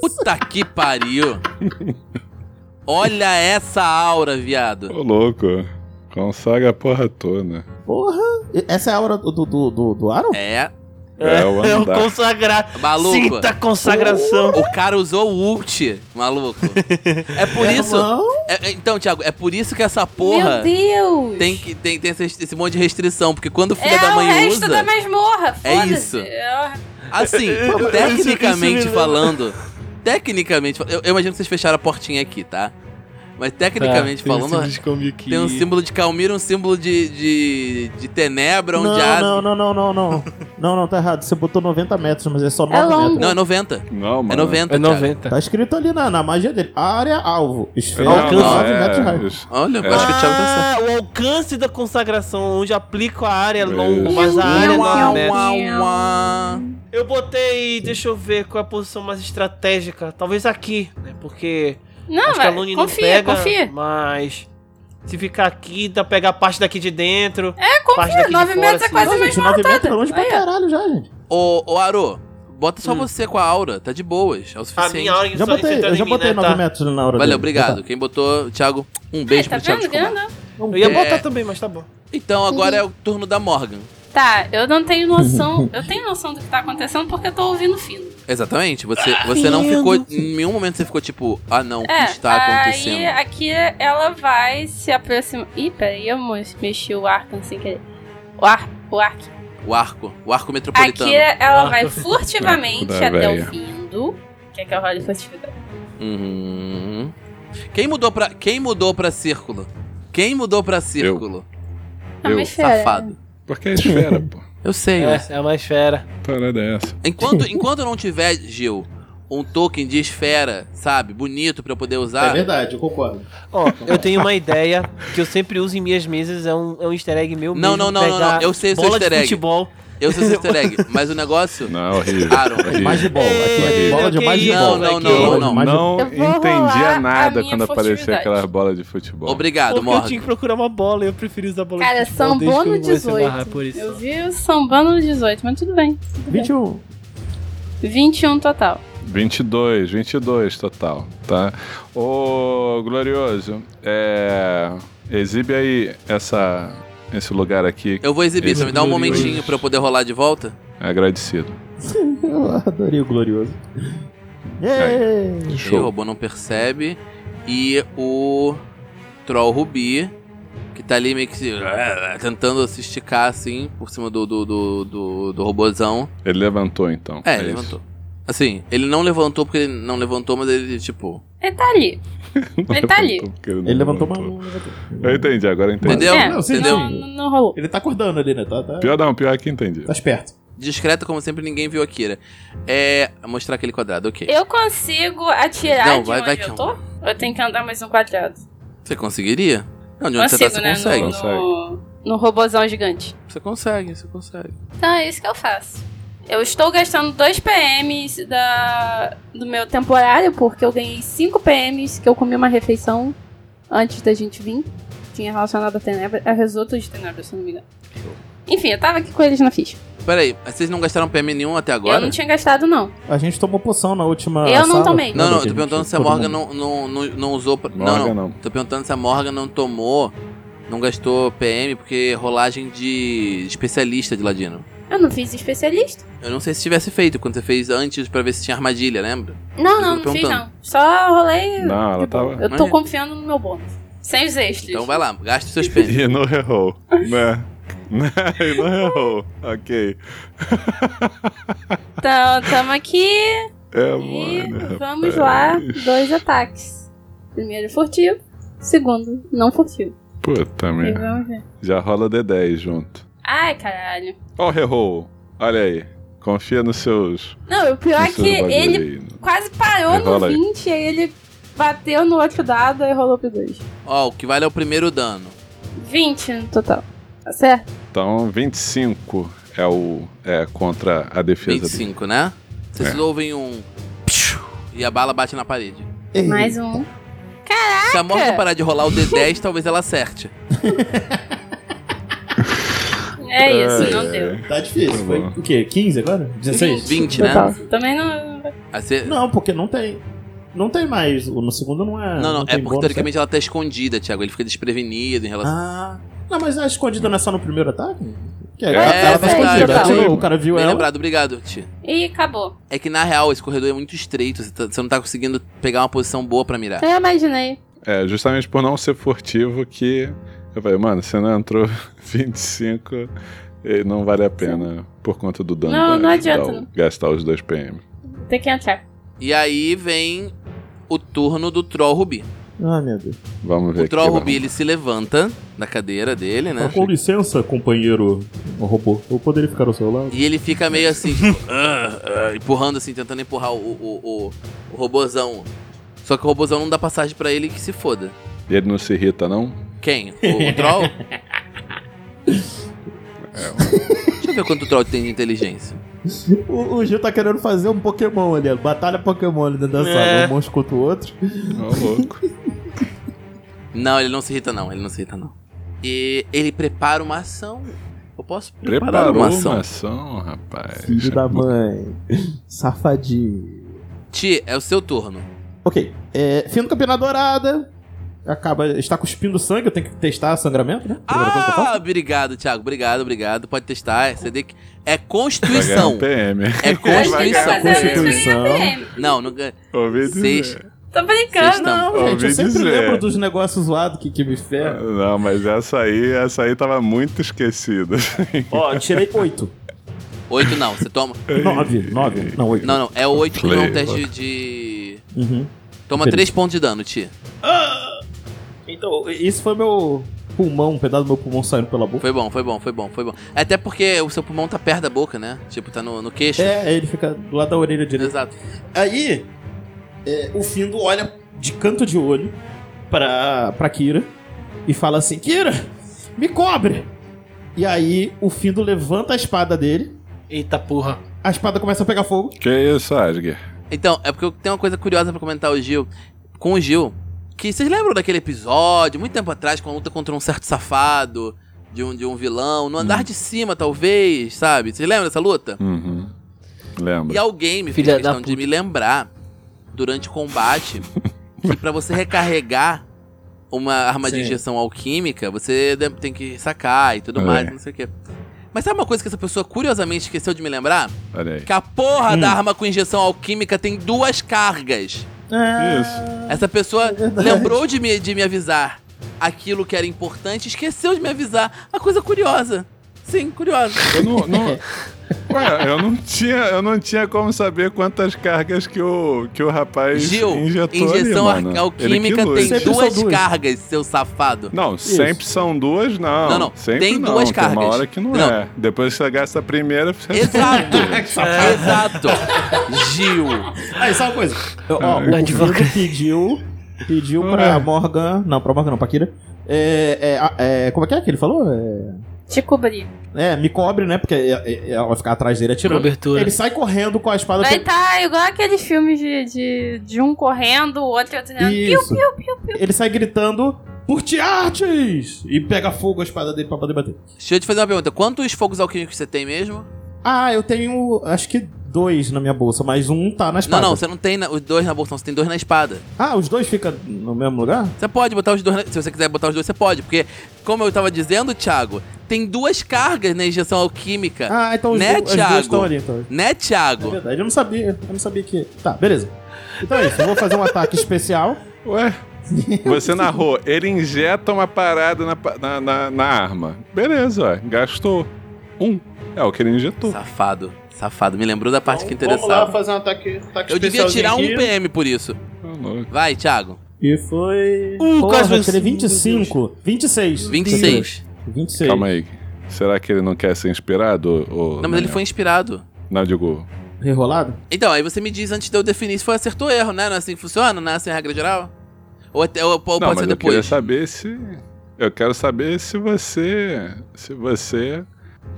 [SPEAKER 1] Puta que pariu. Olha essa aura, viado.
[SPEAKER 2] Ô, louco. Consaga a porra toda.
[SPEAKER 5] Porra! E- Essa é a hora do, do, do, do Aaron?
[SPEAKER 1] É,
[SPEAKER 2] É, o
[SPEAKER 6] É o
[SPEAKER 2] andar.
[SPEAKER 6] consagrar.
[SPEAKER 1] maluco.
[SPEAKER 6] Sinta a consagração.
[SPEAKER 1] O cara usou o ult, maluco. É por isso.
[SPEAKER 5] Não.
[SPEAKER 1] é- é- então, Thiago, é por isso que essa
[SPEAKER 4] Meu
[SPEAKER 1] porra
[SPEAKER 4] Deus!
[SPEAKER 1] tem que tem, tem esse, esse monte de restrição. Porque quando o filho
[SPEAKER 4] é
[SPEAKER 1] da
[SPEAKER 4] o
[SPEAKER 1] mãe
[SPEAKER 4] resto
[SPEAKER 1] usa.
[SPEAKER 4] da masmorra,
[SPEAKER 1] É
[SPEAKER 4] foda-se.
[SPEAKER 1] isso.
[SPEAKER 4] É o
[SPEAKER 1] Assim,
[SPEAKER 4] é
[SPEAKER 6] isso-
[SPEAKER 1] tecnicamente
[SPEAKER 6] isso me lembra.
[SPEAKER 1] falando. Tecnicamente. Eu, eu imagino que vocês fecharam a portinha aqui, tá? Mas
[SPEAKER 4] Tá,
[SPEAKER 1] tecnicamente
[SPEAKER 4] um
[SPEAKER 1] falando. Tem um símbolo de Calmir, um símbolo de, de, de Tenebra, um
[SPEAKER 5] Não,
[SPEAKER 1] de Hades.
[SPEAKER 5] não, não, não, não, não. Não, não, tá errado. Você botou 90 metros, mas é só 9
[SPEAKER 4] longo.
[SPEAKER 5] metros.
[SPEAKER 1] Não, é 90.
[SPEAKER 2] Não, mano.
[SPEAKER 1] É 90,
[SPEAKER 6] É
[SPEAKER 1] Thiago.
[SPEAKER 6] 90.
[SPEAKER 5] Tá escrito ali na, na magia dele. Área alvo. Esfera
[SPEAKER 2] Não,
[SPEAKER 6] Alcance.
[SPEAKER 2] não,
[SPEAKER 5] 9 metros de
[SPEAKER 2] é,
[SPEAKER 5] raio.
[SPEAKER 2] isso-
[SPEAKER 1] Olha, eu
[SPEAKER 2] É.
[SPEAKER 1] acho que o Thiago tá certo.
[SPEAKER 6] Ah, o alcance da consagração, onde aplico a área
[SPEAKER 2] Isso.
[SPEAKER 6] longa, mas a
[SPEAKER 4] Uau,
[SPEAKER 6] área
[SPEAKER 4] uau,
[SPEAKER 6] não
[SPEAKER 4] Ah, uau.
[SPEAKER 6] é.
[SPEAKER 1] Uá,
[SPEAKER 4] Deus.
[SPEAKER 1] uá.
[SPEAKER 6] Eu botei, deixa eu ver qual é a posição mais estratégica. Talvez aqui, né? Porque
[SPEAKER 4] Não,
[SPEAKER 6] acho que a
[SPEAKER 4] mas
[SPEAKER 6] Lune
[SPEAKER 4] Ah, confia,
[SPEAKER 6] não pega,
[SPEAKER 4] confia.
[SPEAKER 6] mas se ficar aqui, dá pra pegar a parte daqui de dentro.
[SPEAKER 4] É,
[SPEAKER 6] Parte
[SPEAKER 4] confia.
[SPEAKER 6] daqui de
[SPEAKER 4] 9
[SPEAKER 6] fora,
[SPEAKER 4] metros é
[SPEAKER 6] assim.
[SPEAKER 4] quase a
[SPEAKER 5] Não, gente,
[SPEAKER 4] mesma
[SPEAKER 5] 9 metros é
[SPEAKER 4] altura.
[SPEAKER 5] longe pra
[SPEAKER 4] Aí, ó.
[SPEAKER 5] caralho já, gente.
[SPEAKER 1] Ô, ô, Aro, bota só
[SPEAKER 6] Hum.
[SPEAKER 1] você com a aura, tá de boas, é o
[SPEAKER 6] A
[SPEAKER 1] suficiente.
[SPEAKER 6] minha hora
[SPEAKER 5] Já botei, eu já botei
[SPEAKER 6] tá?
[SPEAKER 5] 9 metros na hora
[SPEAKER 1] Valeu,
[SPEAKER 5] dele.
[SPEAKER 1] obrigado. Quem botou, Thiago, um beijo
[SPEAKER 4] É, tá
[SPEAKER 1] pro Thiago.
[SPEAKER 4] vendo?
[SPEAKER 1] Escobar.
[SPEAKER 4] Ganhou.
[SPEAKER 6] Eu ia
[SPEAKER 1] É.
[SPEAKER 6] botar também, mas tá bom.
[SPEAKER 1] Então agora é o turno da Morgan.
[SPEAKER 4] Tá, eu não tenho noção. eu tenho noção do que tá acontecendo porque eu tô ouvindo fino.
[SPEAKER 1] Exatamente. Você, você não ficou. Em nenhum momento você ficou tipo, ah não, o que está
[SPEAKER 4] É, Aí é-
[SPEAKER 1] acontecendo?
[SPEAKER 4] aqui ela vai se aproximar. Ih, peraí, eu mo- mexi o arco sem querer. O ar, o arco.
[SPEAKER 1] O arco. O arco metropolitano.
[SPEAKER 4] Aqui ela
[SPEAKER 6] Arco. é
[SPEAKER 4] vai
[SPEAKER 6] né?
[SPEAKER 4] furtivamente
[SPEAKER 2] Arco da
[SPEAKER 4] até o
[SPEAKER 2] véia.
[SPEAKER 4] findo. Quer que é eu role furtividade?
[SPEAKER 1] Uhum. Quem mudou pra. Quem mudou pra círculo? Quem mudou pra círculo?
[SPEAKER 4] Ah,
[SPEAKER 2] Eu,
[SPEAKER 4] mas fera.
[SPEAKER 1] Safado.
[SPEAKER 2] Porque é esfera, pô.
[SPEAKER 1] Eu sei, mas-
[SPEAKER 6] É, é uma esfera.
[SPEAKER 2] Parada é essa.
[SPEAKER 1] Enquanto, enquanto não tiver, Gil, um token de esfera, sabe? Bonito pra eu poder usar.
[SPEAKER 7] verdade, eu concordo.
[SPEAKER 6] Ó, eu tenho uma ideia que eu sempre uso em minhas mesas, é um, é um easter egg meu
[SPEAKER 1] Não,
[SPEAKER 6] mesmo.
[SPEAKER 1] não, não, não,
[SPEAKER 6] pegar
[SPEAKER 1] não, eu sei o seu
[SPEAKER 6] bola
[SPEAKER 1] easter
[SPEAKER 6] de
[SPEAKER 1] egg.
[SPEAKER 6] futebol.
[SPEAKER 1] Eu sou seu easter egg, mas o negócio.
[SPEAKER 2] Não, é horrível.
[SPEAKER 1] Claro.
[SPEAKER 2] Horrível.
[SPEAKER 7] Mais de bola.
[SPEAKER 6] Ei,
[SPEAKER 7] Aqui, bola de
[SPEAKER 6] que
[SPEAKER 7] mais de
[SPEAKER 6] isso,
[SPEAKER 7] bola.
[SPEAKER 1] não,
[SPEAKER 6] moleque.
[SPEAKER 1] não,
[SPEAKER 2] Eu
[SPEAKER 1] não,
[SPEAKER 2] não,
[SPEAKER 7] Mais de-
[SPEAKER 4] Eu vou rolar
[SPEAKER 2] entendia
[SPEAKER 4] a
[SPEAKER 2] nada
[SPEAKER 4] minha
[SPEAKER 2] quando aparecia
[SPEAKER 4] furtividade.
[SPEAKER 2] aquelas bolas de futebol.
[SPEAKER 1] Obrigado,
[SPEAKER 6] Porque eu
[SPEAKER 1] Morgan.
[SPEAKER 6] tinha que procurar uma bola, eu prefiro usar bola
[SPEAKER 4] Cara,
[SPEAKER 6] de futebol. desde
[SPEAKER 4] Sambono
[SPEAKER 6] que eu comecei a
[SPEAKER 4] 18.
[SPEAKER 6] narrar por isso.
[SPEAKER 4] Eu vi o sambando 18, mas tudo bem.
[SPEAKER 7] 21.
[SPEAKER 4] 21 total.
[SPEAKER 2] 22, 22 total, tá? Ô, Glorioso, é... exibe aí essa... esse lugar aqui,
[SPEAKER 1] Eu vou exibir, só me dá um
[SPEAKER 2] Glorioso.
[SPEAKER 1] momentinho pra eu poder rolar de volta.
[SPEAKER 2] agradecido.
[SPEAKER 7] Eu adorei o glorioso. Ei!
[SPEAKER 1] E o
[SPEAKER 2] Show.
[SPEAKER 1] robô não percebe. E o Troll Rubi, que tá ali meio que se- eh, tentando se esticar assim por cima do, do, do, do, do robôzão.
[SPEAKER 2] Ele levantou então.
[SPEAKER 1] É,
[SPEAKER 2] isso.
[SPEAKER 1] ele levantou. Assim, ele não levantou porque ele não levantou, mas ele, tipo.
[SPEAKER 4] Ele tá ali.
[SPEAKER 2] Não
[SPEAKER 4] Ele tá ali.
[SPEAKER 2] levantou, porque
[SPEAKER 7] Ele levantou, mas não levantou.
[SPEAKER 5] né?
[SPEAKER 2] Eu entendi, agora eu entendi.
[SPEAKER 1] Entendeu?
[SPEAKER 4] É,
[SPEAKER 7] não, sim,
[SPEAKER 1] entendeu?
[SPEAKER 4] Não, não, não rolou.
[SPEAKER 7] Ele tá acordando ali, né? Tá, tá,
[SPEAKER 2] Pior não, pior é que entendi.
[SPEAKER 7] tá esperto.
[SPEAKER 1] Discreto, como sempre, ninguém viu a Kira. É. Mostrar aquele quadrado, ok.
[SPEAKER 4] Eu consigo atirar
[SPEAKER 1] Não,
[SPEAKER 4] de
[SPEAKER 1] vai-
[SPEAKER 4] onde
[SPEAKER 1] vai
[SPEAKER 4] eu
[SPEAKER 1] que- é um.
[SPEAKER 4] tô? Ou eu tenho que andar mais um quadrado?
[SPEAKER 1] Você conseguiria? Não, de onde você tá,
[SPEAKER 4] Consigo,
[SPEAKER 1] você
[SPEAKER 4] né?
[SPEAKER 1] consegue.
[SPEAKER 4] No, no, no robozão gigante.
[SPEAKER 1] Você consegue, você consegue.
[SPEAKER 4] Então é isso que eu faço. Eu estou gastando 2 PMs da, do meu temporário, porque eu ganhei 5 PMs que eu comi uma refeição antes da gente vir. Tinha relacionado a tenebra, a risoto de tenebra, se não me engano. Enfim, eu tava aqui com eles na ficha.
[SPEAKER 1] Peraí, mas vocês não gastaram PM nenhum até agora?
[SPEAKER 4] Eu não tinha gastado, não.
[SPEAKER 7] A gente tomou poção na última.
[SPEAKER 4] Eu não
[SPEAKER 7] sala.
[SPEAKER 4] tomei.
[SPEAKER 1] Não, não, eu
[SPEAKER 7] que
[SPEAKER 1] tô
[SPEAKER 7] gente-
[SPEAKER 1] perguntando se a
[SPEAKER 7] todo
[SPEAKER 1] Morgan
[SPEAKER 7] mundo-
[SPEAKER 1] não, não, não, não usou. pra- não, não.
[SPEAKER 2] Morgan não.
[SPEAKER 1] Tô perguntando se a Morgan não tomou, não gastou PM, porque rolagem de especialista de Ladino.
[SPEAKER 4] Eu não fiz especialista.
[SPEAKER 1] Eu não sei se tivesse feito quando você fez antes pra ver se tinha armadilha, lembra?
[SPEAKER 4] Não,
[SPEAKER 1] Eu
[SPEAKER 4] não,
[SPEAKER 1] tô
[SPEAKER 4] não fiz,
[SPEAKER 1] perguntando.
[SPEAKER 4] não. Só rolei.
[SPEAKER 2] Não, ela
[SPEAKER 4] de boa.
[SPEAKER 2] tava.
[SPEAKER 4] Eu tô
[SPEAKER 1] Mas-
[SPEAKER 4] confiando no meu bônus. Sem os extras.
[SPEAKER 1] Então vai lá, gaste os seus PM.
[SPEAKER 2] E não errou, né? E não errou. Ok.
[SPEAKER 4] Então, tamo aqui.
[SPEAKER 2] É,
[SPEAKER 4] E
[SPEAKER 2] mano.
[SPEAKER 4] vamos lá, dois ataques. Primeiro furtivo, segundo não furtivo.
[SPEAKER 2] Puta
[SPEAKER 4] E
[SPEAKER 2] merda.
[SPEAKER 4] vamos ver.
[SPEAKER 2] Já rola D10 junto.
[SPEAKER 4] Ai, caralho.
[SPEAKER 2] Ó, o errou. Olha aí. Confia nos seus.
[SPEAKER 4] Não, e o pior é
[SPEAKER 2] nos
[SPEAKER 4] que
[SPEAKER 2] seus um bagulho
[SPEAKER 4] ele
[SPEAKER 2] aí.
[SPEAKER 4] quase parou
[SPEAKER 2] Aí rola
[SPEAKER 4] no
[SPEAKER 2] aí.
[SPEAKER 4] 20, aí ele bateu no outro dado e rolou pro 2.
[SPEAKER 1] Ó, o que vale é o primeiro dano.
[SPEAKER 4] 20 no total. Tá certo?
[SPEAKER 2] Então, 25 é o. É contra a defesa
[SPEAKER 1] 25, né? Vocês
[SPEAKER 2] É.
[SPEAKER 1] ouvem um. psiu, E a bala bate na parede.
[SPEAKER 7] Ei,
[SPEAKER 4] Mais um.
[SPEAKER 1] Se a Morgan parar de rolar o D10, talvez ela acerte.
[SPEAKER 4] É isso,
[SPEAKER 2] É.
[SPEAKER 4] não deu.
[SPEAKER 7] Tá difícil. Foi o quê? 15 agora? 16?
[SPEAKER 1] 20, né?
[SPEAKER 4] Total. Também não.
[SPEAKER 1] Aí você-
[SPEAKER 7] Não, porque não tem. Não tem mais. O- No segundo não é.
[SPEAKER 1] Não, não,
[SPEAKER 7] tem
[SPEAKER 1] é porque
[SPEAKER 7] bônus,
[SPEAKER 1] teoricamente ela tá escondida, Thiago. Ele fica desprevenido em
[SPEAKER 7] né?
[SPEAKER 1] relação.
[SPEAKER 7] Ah. Não, mas a escondida não é só no primeiro ataque? Que é,
[SPEAKER 1] é verdade.
[SPEAKER 7] ela atirou,
[SPEAKER 2] Total.
[SPEAKER 7] o cara viu
[SPEAKER 1] Bem
[SPEAKER 7] ela.
[SPEAKER 1] lembrado, obrigado, Ti.
[SPEAKER 4] Ih, acabou.
[SPEAKER 1] É que na real esse corredor é muito estreito, você, tá- você não tá conseguindo pegar uma posição boa pra mirar.
[SPEAKER 4] Eu imaginei.
[SPEAKER 2] É, justamente por não ser furtivo que eu falei, mano, você não entrou 25, eh, não vale a pena por conta do dano.
[SPEAKER 4] Não,
[SPEAKER 2] da-
[SPEAKER 4] não
[SPEAKER 2] dar
[SPEAKER 4] adianta,
[SPEAKER 2] o-
[SPEAKER 4] não.
[SPEAKER 2] Gastar os 2 PM.
[SPEAKER 4] Tem que entrar.
[SPEAKER 1] E aí vem o turno do Troll Rubi.
[SPEAKER 7] Ah, meu Deus.
[SPEAKER 2] Vamos ver
[SPEAKER 1] O Troll
[SPEAKER 2] aqui.
[SPEAKER 1] Rubi ele se levanta da cadeira dele, né?
[SPEAKER 7] Tá Ah, Com licença, companheiro robô. Eu poderia ficar ao seu lado?
[SPEAKER 1] E ele fica meio assim, tipo, ah, ah, empurrando assim, tentando empurrar o, o, o, o robozão. Só que o robozão não dá passagem pra ele que se foda.
[SPEAKER 2] E ele não se irrita, não?
[SPEAKER 1] Quem? O, o Troll? Deixa eu ver quanto o Troll tem de inteligência.
[SPEAKER 7] O, o Gil tá querendo fazer um Pokémon ali, ó. batalha Pokémon ali dentro da sala.
[SPEAKER 6] É.
[SPEAKER 7] Um monstro contra o outro.
[SPEAKER 2] Ó, louco.
[SPEAKER 1] Não, ele não se irrita não, ele não se irrita não. E ele prepara uma ação. Eu posso preparar
[SPEAKER 2] Preparou
[SPEAKER 1] uma ação.
[SPEAKER 2] rapaz.
[SPEAKER 7] Filho da mãe. Safadinho.
[SPEAKER 1] Ti, é o seu turno.
[SPEAKER 7] Ok. É, fim do Campeonato Dourada.
[SPEAKER 5] acaba. Está cuspindo sangue, eu tenho que testar sangramento, né? Primeira coisa que eu
[SPEAKER 1] Ah,
[SPEAKER 5] faço.
[SPEAKER 1] obrigado, Thiago. Obrigado, obrigado. Pode testar. É CD que... É
[SPEAKER 2] Vai ganhar um
[SPEAKER 1] Constituição.
[SPEAKER 2] PM.
[SPEAKER 1] É Constituição.
[SPEAKER 4] Mas é, isso aí
[SPEAKER 5] Constituição.
[SPEAKER 4] é PM.
[SPEAKER 1] Não, não ganha.
[SPEAKER 2] Ouvi
[SPEAKER 1] Vocês.
[SPEAKER 2] dizer.
[SPEAKER 4] Tô
[SPEAKER 1] Vocês
[SPEAKER 4] brincando.
[SPEAKER 1] estão.
[SPEAKER 5] Não, gente,
[SPEAKER 2] Ah, Ouvi
[SPEAKER 5] eu sempre
[SPEAKER 2] dizer.
[SPEAKER 5] lembro dos negócios zoados que, que me ferram.
[SPEAKER 2] Não, mas essa aí, essa aí tava muito esquecida.
[SPEAKER 8] Ó,
[SPEAKER 5] Tirei oito.
[SPEAKER 1] Oito não. Você toma.
[SPEAKER 5] Nove, nove. Não, oito.
[SPEAKER 1] Não, não. É oito que não é um
[SPEAKER 2] Flavor.
[SPEAKER 1] teste de. de-
[SPEAKER 5] Uhum.
[SPEAKER 1] Toma três pontos de dano, Ti.
[SPEAKER 5] Então, isso foi meu pulmão, um pedaço do meu pulmão saindo pela boca.
[SPEAKER 1] Foi bom, foi bom, foi bom, foi bom. É Até porque o seu pulmão tá perto da boca, né? Tipo, tá no, no queixo.
[SPEAKER 5] É, ele fica do lado da orelha direita.
[SPEAKER 1] Exato.
[SPEAKER 5] Aí, é, o Findo olha de canto de olho pra, pra Kira e fala assim: Kira, me cobre! E aí, o Findo levanta a espada dele,
[SPEAKER 6] Eita porra.
[SPEAKER 5] a espada começa a pegar fogo.
[SPEAKER 2] que isso, Asger?
[SPEAKER 1] Então, é porque eu tenho uma coisa curiosa pra comentar o Gil. Com o Gil. Que vocês lembram daquele episódio, muito tempo atrás, com a luta contra um certo safado, de um, de um vilão, no andar de cima, talvez, sabe? Vocês lembram dessa luta?
[SPEAKER 2] Uhum. Lembra?
[SPEAKER 1] E alguém me fez
[SPEAKER 6] Filha da
[SPEAKER 1] questão de
[SPEAKER 6] puta.
[SPEAKER 1] me lembrar durante o combate que pra você recarregar uma arma de
[SPEAKER 5] Sim.
[SPEAKER 1] injeção alquímica, você de- tem que sacar e tudo
[SPEAKER 2] É.
[SPEAKER 1] mais, não sei o quê. Mas sabe uma coisa que essa pessoa curiosamente esqueceu de me lembrar?
[SPEAKER 2] Olha aí.
[SPEAKER 1] Que a porra da arma com injeção alquímica tem duas cargas.
[SPEAKER 2] Ah,
[SPEAKER 1] Essa pessoa
[SPEAKER 5] verdade.
[SPEAKER 1] lembrou de me, de me avisar aquilo que era importante, esqueceu de me avisar. Uma coisa curiosa. Sim, curiosa.
[SPEAKER 2] Eu não, não- Ué, eu não tinha, eu não tinha como saber quantas cargas que o, que o rapaz
[SPEAKER 1] Gil,
[SPEAKER 2] É injetou
[SPEAKER 1] injeção
[SPEAKER 2] ali, mano.
[SPEAKER 1] ar- alquímica
[SPEAKER 2] Ele que
[SPEAKER 1] tem
[SPEAKER 2] lute.
[SPEAKER 5] Sempre
[SPEAKER 1] duas
[SPEAKER 5] são duas.
[SPEAKER 1] cargas, seu safado.
[SPEAKER 2] Não, sempre são duas, não.
[SPEAKER 1] Não, não,
[SPEAKER 2] Sempre
[SPEAKER 1] tem
[SPEAKER 2] não.
[SPEAKER 1] duas
[SPEAKER 2] Tem
[SPEAKER 1] cargas.
[SPEAKER 2] uma hora que não,
[SPEAKER 1] Não.
[SPEAKER 2] é. Depois que você gasta a primeira, você...
[SPEAKER 1] Exato!
[SPEAKER 5] É.
[SPEAKER 1] Exato! Gil!
[SPEAKER 5] Aí, só uma coisa. Ó, ó, o
[SPEAKER 6] Advogado.
[SPEAKER 5] Findo pediu, pediu pra Morgan. Não, pra Morgan não, pra Kira. É, é, a- é, como é que é que ele falou? É,
[SPEAKER 4] Te cobrir.
[SPEAKER 5] é, me cobre, né? Porque é- é- ela vai ficar atrás dele atirando.
[SPEAKER 6] Cobertura.
[SPEAKER 5] Ele sai correndo com a espada.
[SPEAKER 4] Vai
[SPEAKER 5] que-
[SPEAKER 4] tá igual aquele filme de, de, de um correndo, o outro atirando. Piu,
[SPEAKER 5] Isso. Ele sai gritando por Tiartes! E pega fogo a espada dele pra poder bater.
[SPEAKER 1] Deixa eu te fazer uma pergunta. Quantos fogos alquímicos você tem mesmo?
[SPEAKER 5] Ah, eu tenho acho que dois na minha bolsa, mas um tá na
[SPEAKER 1] Não,
[SPEAKER 5] espada.
[SPEAKER 1] não, você não tem na- os dois na bolsa, não, você tem dois na espada.
[SPEAKER 5] Ah, os dois ficam no mesmo lugar?
[SPEAKER 1] Você pode botar os dois na... Se você quiser botar os dois, você pode. Porque, como eu tava dizendo, Thiago, tem duas cargas na injeção alquímica.
[SPEAKER 5] Ah, então os,
[SPEAKER 1] Né,
[SPEAKER 5] dois, os
[SPEAKER 1] Thiago?
[SPEAKER 5] dois estão ali, então.
[SPEAKER 1] Né,
[SPEAKER 5] É
[SPEAKER 1] Thiago?
[SPEAKER 5] verdade, eu não sabia. Eu não sabia que. Tá, beleza. Então é isso, eu vou fazer um ataque especial.
[SPEAKER 2] Ué, você narrou. Ele injeta uma parada na, pa- na, na- na arma. Beleza, ó, gastou um. É o que ele injetou.
[SPEAKER 1] Safado. Safado. Me lembrou da parte que
[SPEAKER 9] Vamos lá
[SPEAKER 1] interessava.
[SPEAKER 9] fazer um ataque, ataque
[SPEAKER 1] Eu devia tirar um
[SPEAKER 9] especialzinho aqui.
[SPEAKER 1] PM por isso.
[SPEAKER 2] Tá louco.
[SPEAKER 1] Vai, Thiago.
[SPEAKER 5] E foi.
[SPEAKER 6] Uh,
[SPEAKER 5] Porra,
[SPEAKER 6] quase
[SPEAKER 5] eu tirei
[SPEAKER 6] venci, meu
[SPEAKER 5] 25. 26.
[SPEAKER 1] 26.
[SPEAKER 5] 26.
[SPEAKER 2] Calma aí. Será que ele não quer ser inspirado? Ou, ou
[SPEAKER 1] Não, mas ele
[SPEAKER 2] é?
[SPEAKER 1] foi inspirado.
[SPEAKER 2] Não, digo.
[SPEAKER 5] Rerolado?
[SPEAKER 1] Então, aí você me diz antes de eu definir se foi acertou ou erro, né? Não é assim que funciona? Não é assim a regra geral? Ou, até, ou, ou
[SPEAKER 2] não,
[SPEAKER 1] pode
[SPEAKER 2] mas
[SPEAKER 1] ser
[SPEAKER 2] eu queria
[SPEAKER 1] depois?
[SPEAKER 2] saber se. Eu quero saber se você. Se você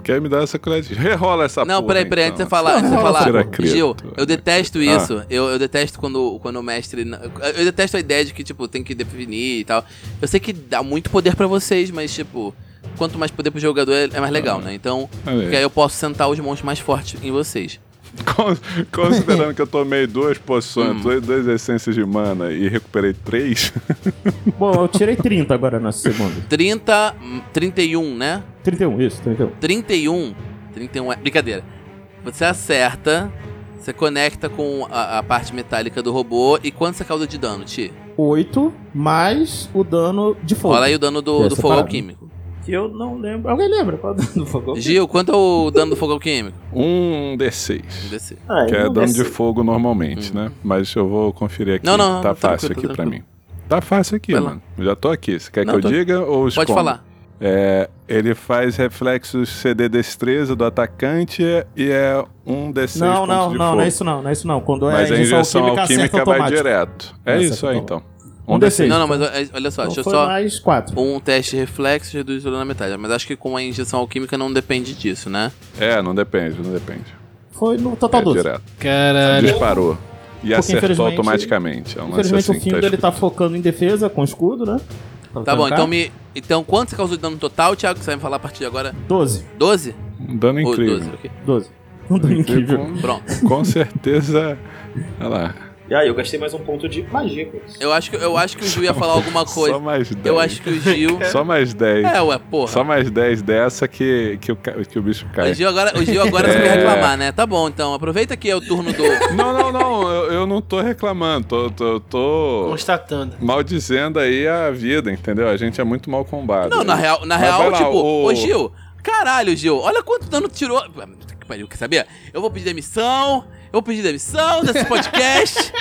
[SPEAKER 2] quer me dar essa colher. Rerola essa
[SPEAKER 1] Não,
[SPEAKER 2] porra,
[SPEAKER 1] peraí, peraí, antes
[SPEAKER 2] então.
[SPEAKER 1] de você falar, antes de você
[SPEAKER 2] Rerola essa
[SPEAKER 1] falar.
[SPEAKER 2] porra.
[SPEAKER 1] Gil,
[SPEAKER 2] Credo.
[SPEAKER 1] eu detesto
[SPEAKER 2] Ah.
[SPEAKER 1] isso. Eu, eu detesto quando, quando o mestre. não- Eu detesto a ideia de que, tipo, tem que definir e tal. Eu sei que dá muito poder pra vocês, mas, tipo, quanto mais poder pro jogador é é mais legal,
[SPEAKER 2] Ah.
[SPEAKER 1] né? Então,
[SPEAKER 2] Olha aí.
[SPEAKER 1] porque aí eu posso sentar os monstros mais fortes em vocês.
[SPEAKER 2] Con- Considerando que eu tomei duas
[SPEAKER 1] Hum.
[SPEAKER 2] poções, duas, duas essências de mana e recuperei três.
[SPEAKER 5] Bom, eu tirei 30 agora na segunda.
[SPEAKER 1] 30. hum, 31, né?
[SPEAKER 5] 31, isso, 31.
[SPEAKER 1] 31. 31 é. Brincadeira. Você acerta, você conecta com a, a parte metálica do robô e quanto você causa de dano, Ti?
[SPEAKER 5] 8 mais o dano de fogo.
[SPEAKER 1] Fala aí o dano do,
[SPEAKER 5] É,
[SPEAKER 1] do
[SPEAKER 5] separado.
[SPEAKER 1] fogo alquímico.
[SPEAKER 5] Que eu não lembro. Alguém lembra qual é o dano do fogo?
[SPEAKER 1] Gil, quanto é o dano do fogo alquímico?
[SPEAKER 2] Um
[SPEAKER 1] Vamos
[SPEAKER 2] D6.
[SPEAKER 1] descer.
[SPEAKER 5] Ah,
[SPEAKER 2] Que é
[SPEAKER 5] eu não
[SPEAKER 2] dano
[SPEAKER 5] sei.
[SPEAKER 2] de fogo normalmente, né? Mas eu vou conferir aqui.
[SPEAKER 1] Não, não, não,
[SPEAKER 2] tá
[SPEAKER 1] tranquilo,
[SPEAKER 2] fácil aqui
[SPEAKER 1] tranquilo.
[SPEAKER 2] pra mim. Tá fácil aqui,
[SPEAKER 1] Vai lá.
[SPEAKER 2] mano. Já tô aqui. Você quer
[SPEAKER 1] Não,
[SPEAKER 2] que eu
[SPEAKER 1] tô-
[SPEAKER 2] diga ou esconda?
[SPEAKER 1] Pode falar.
[SPEAKER 2] É, ele faz reflexos CD destreza do atacante e é um D6
[SPEAKER 5] Não,
[SPEAKER 2] pontos
[SPEAKER 5] não,
[SPEAKER 2] de
[SPEAKER 5] não,
[SPEAKER 2] fogo.
[SPEAKER 5] não é isso não, não é isso não. Quando
[SPEAKER 2] Mas
[SPEAKER 5] é
[SPEAKER 2] a injeção
[SPEAKER 5] alquímica, acerta
[SPEAKER 2] alquímica vai
[SPEAKER 5] automático.
[SPEAKER 2] direto. É
[SPEAKER 5] Acerta
[SPEAKER 2] isso aí, então.
[SPEAKER 5] automático.
[SPEAKER 2] Um
[SPEAKER 5] Um
[SPEAKER 2] D6.
[SPEAKER 5] D6.
[SPEAKER 1] Não, não, mas ó, olha só, deixa
[SPEAKER 5] Então
[SPEAKER 1] eu
[SPEAKER 5] foi
[SPEAKER 1] só.
[SPEAKER 5] mais 4.
[SPEAKER 1] Um teste reflexo reduz o dano na metade. Mas acho que com a injeção alquímica não depende disso, né?
[SPEAKER 2] É, não depende, não depende.
[SPEAKER 5] Foi no
[SPEAKER 2] É
[SPEAKER 5] total 12.
[SPEAKER 2] direto.
[SPEAKER 6] Caralho.
[SPEAKER 2] Disparou. E acertou
[SPEAKER 5] é infelizmente-
[SPEAKER 2] automaticamente. É um lance
[SPEAKER 5] Infelizmente
[SPEAKER 2] assim.
[SPEAKER 5] o Findo
[SPEAKER 2] tá
[SPEAKER 5] ele tá focando em defesa com escudo, né?
[SPEAKER 1] Tá bom, então me. Então, quanto você causou de dano total, Thiago? Que você vai me falar a partir de agora?
[SPEAKER 5] 12,
[SPEAKER 1] 12?
[SPEAKER 2] Um dano
[SPEAKER 1] Ou
[SPEAKER 2] incrível.
[SPEAKER 1] 12, ok.
[SPEAKER 5] 12. Um dano incrível.
[SPEAKER 1] Pronto.
[SPEAKER 2] Com certeza. Olha lá.
[SPEAKER 10] E aí, eu gastei mais um ponto de magia com isso.
[SPEAKER 1] Eu acho que, eu acho que o Gil ia falar alguma
[SPEAKER 2] Só
[SPEAKER 1] coisa.
[SPEAKER 2] mais 10.
[SPEAKER 1] Eu acho que o Gil.
[SPEAKER 2] Só mais 10.
[SPEAKER 1] É, ué, porra.
[SPEAKER 2] Só mais 10 dessa que, que, o, ca- que o bicho cai.
[SPEAKER 1] O Gil agora, o Gil agora só
[SPEAKER 2] É.
[SPEAKER 1] quer reclamar, né? Tá bom, então. Aproveita que é o turno do.
[SPEAKER 2] Não, não, não. Eu, eu não tô reclamando. Tô, tô, tô
[SPEAKER 6] Constatando.
[SPEAKER 2] maldizendo aí a vida, entendeu? A gente é muito mal combado.
[SPEAKER 1] Não, na real, na
[SPEAKER 2] Mas vai
[SPEAKER 1] real
[SPEAKER 2] lá,
[SPEAKER 1] tipo,
[SPEAKER 2] o-
[SPEAKER 1] ô Gil, caralho, Gil, olha quanto dano tu tirou. Ah, puta Que pariu, quer saber? Eu vou pedir demissão, eu vou pedir demissão desse podcast.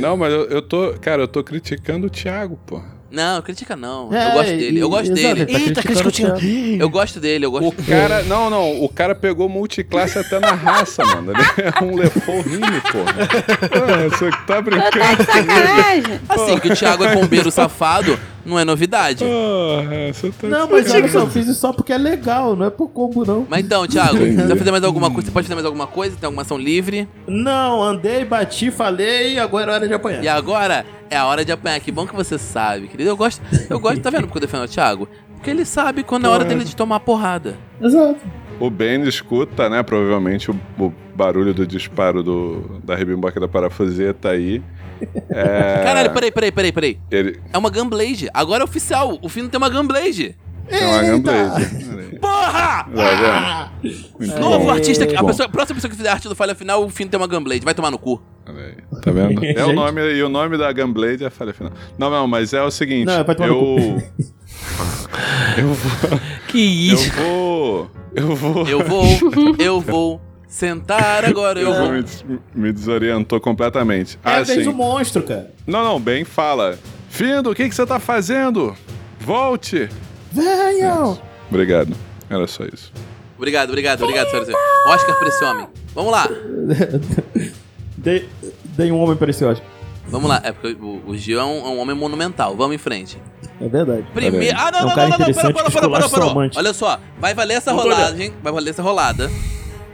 [SPEAKER 2] Não, mas eu, eu tô. Cara, eu tô criticando o Thiago, pô.
[SPEAKER 1] não, critica não.
[SPEAKER 7] É,
[SPEAKER 1] eu gosto dele, eu
[SPEAKER 7] e-
[SPEAKER 1] gosto
[SPEAKER 7] exato,
[SPEAKER 1] dele.
[SPEAKER 7] ele tá criticando o Thiago.
[SPEAKER 1] Eu gosto dele, eu
[SPEAKER 2] O
[SPEAKER 1] gosto.
[SPEAKER 2] cara. Não, não. O cara pegou multiclasse até na raça, mano. Ele é um Leformini, porra. Ah, Você que tá
[SPEAKER 4] Tá de
[SPEAKER 2] brincando.
[SPEAKER 4] sacanagem.
[SPEAKER 1] Assim, que o Thiago é bombeiro safado, não é novidade.
[SPEAKER 2] Porra, você tá.
[SPEAKER 7] Não, mas eu só fiz isso só porque é legal, não é por combo, não.
[SPEAKER 1] Mas então, Thiago, você vai fazer mais alguma coisa? Você pode fazer mais alguma coisa? Tem alguma ação livre?
[SPEAKER 7] Não, andei, bati, falei, agora é hora de apanhar.
[SPEAKER 1] E agora é a hora de apanhar. Que bom que você sabe, querido. Eu gosto, eu gosto, tá vendo porque eu defendo o Thiago? Porque ele sabe quando é hora dele de tomar porrada.
[SPEAKER 7] Exato.
[SPEAKER 1] um-
[SPEAKER 2] O Ben escuta, né? Provavelmente o, o barulho do disparo do, da rebimboca da parafuseta aí. É,
[SPEAKER 1] Caralho, peraí, peraí, peraí, peraí.
[SPEAKER 2] Ele
[SPEAKER 1] É uma Gunblade. Agora é oficial. O Fino tem uma Gunblade.
[SPEAKER 2] tem uma Gunblade. Olha
[SPEAKER 1] Porra!
[SPEAKER 2] aí. Tá vendo? Muito
[SPEAKER 1] Ah! Novo
[SPEAKER 2] bom.
[SPEAKER 1] artista. que- A,
[SPEAKER 2] Bom.
[SPEAKER 1] pessoa- a próxima pessoa que fizer arte do Falha Final, o Fino tem uma Gunblade. Vai tomar no cu.
[SPEAKER 2] Olha aí, Tá vendo? É o
[SPEAKER 7] Gente.
[SPEAKER 2] nome, e o nome da Gunblade é a falha final. Não, não, mas é o seguinte.
[SPEAKER 7] Não, é pra tomar no
[SPEAKER 2] eu,
[SPEAKER 6] Que
[SPEAKER 2] eu
[SPEAKER 6] isso?
[SPEAKER 2] vou. Eu vou.
[SPEAKER 1] Eu vou, eu vou. Sentar agora, eu vou.
[SPEAKER 2] Me, des- me desorientou completamente.
[SPEAKER 7] É
[SPEAKER 2] Ah,
[SPEAKER 7] a vez
[SPEAKER 1] um
[SPEAKER 2] sim.
[SPEAKER 7] do monstro, cara.
[SPEAKER 2] Não, não, Ben fala. Findo, o que, que você tá fazendo? Volte!
[SPEAKER 7] Venham!
[SPEAKER 2] Obrigado. Era só isso.
[SPEAKER 1] Tá. Obrigado, obrigado, obrigado, senhoras e senhores. Oscar pra esse homem. Vamos lá.
[SPEAKER 7] Dei, dei um homem pra esse ódio.
[SPEAKER 1] Vamos lá. É porque o, o Gil é um, é um homem monumental. Vamos em frente.
[SPEAKER 7] É verdade.
[SPEAKER 1] Primeiro. Ah,
[SPEAKER 7] É
[SPEAKER 1] não,
[SPEAKER 7] um
[SPEAKER 1] não,
[SPEAKER 7] cara
[SPEAKER 1] não, não, não. Pera,
[SPEAKER 7] interessante
[SPEAKER 1] pera,
[SPEAKER 7] que
[SPEAKER 1] pera, pera,
[SPEAKER 7] esculacha
[SPEAKER 1] pera.
[SPEAKER 7] seu amante.
[SPEAKER 1] Olha só. Vai valer essa rolada, hein? Vai valer essa rolada.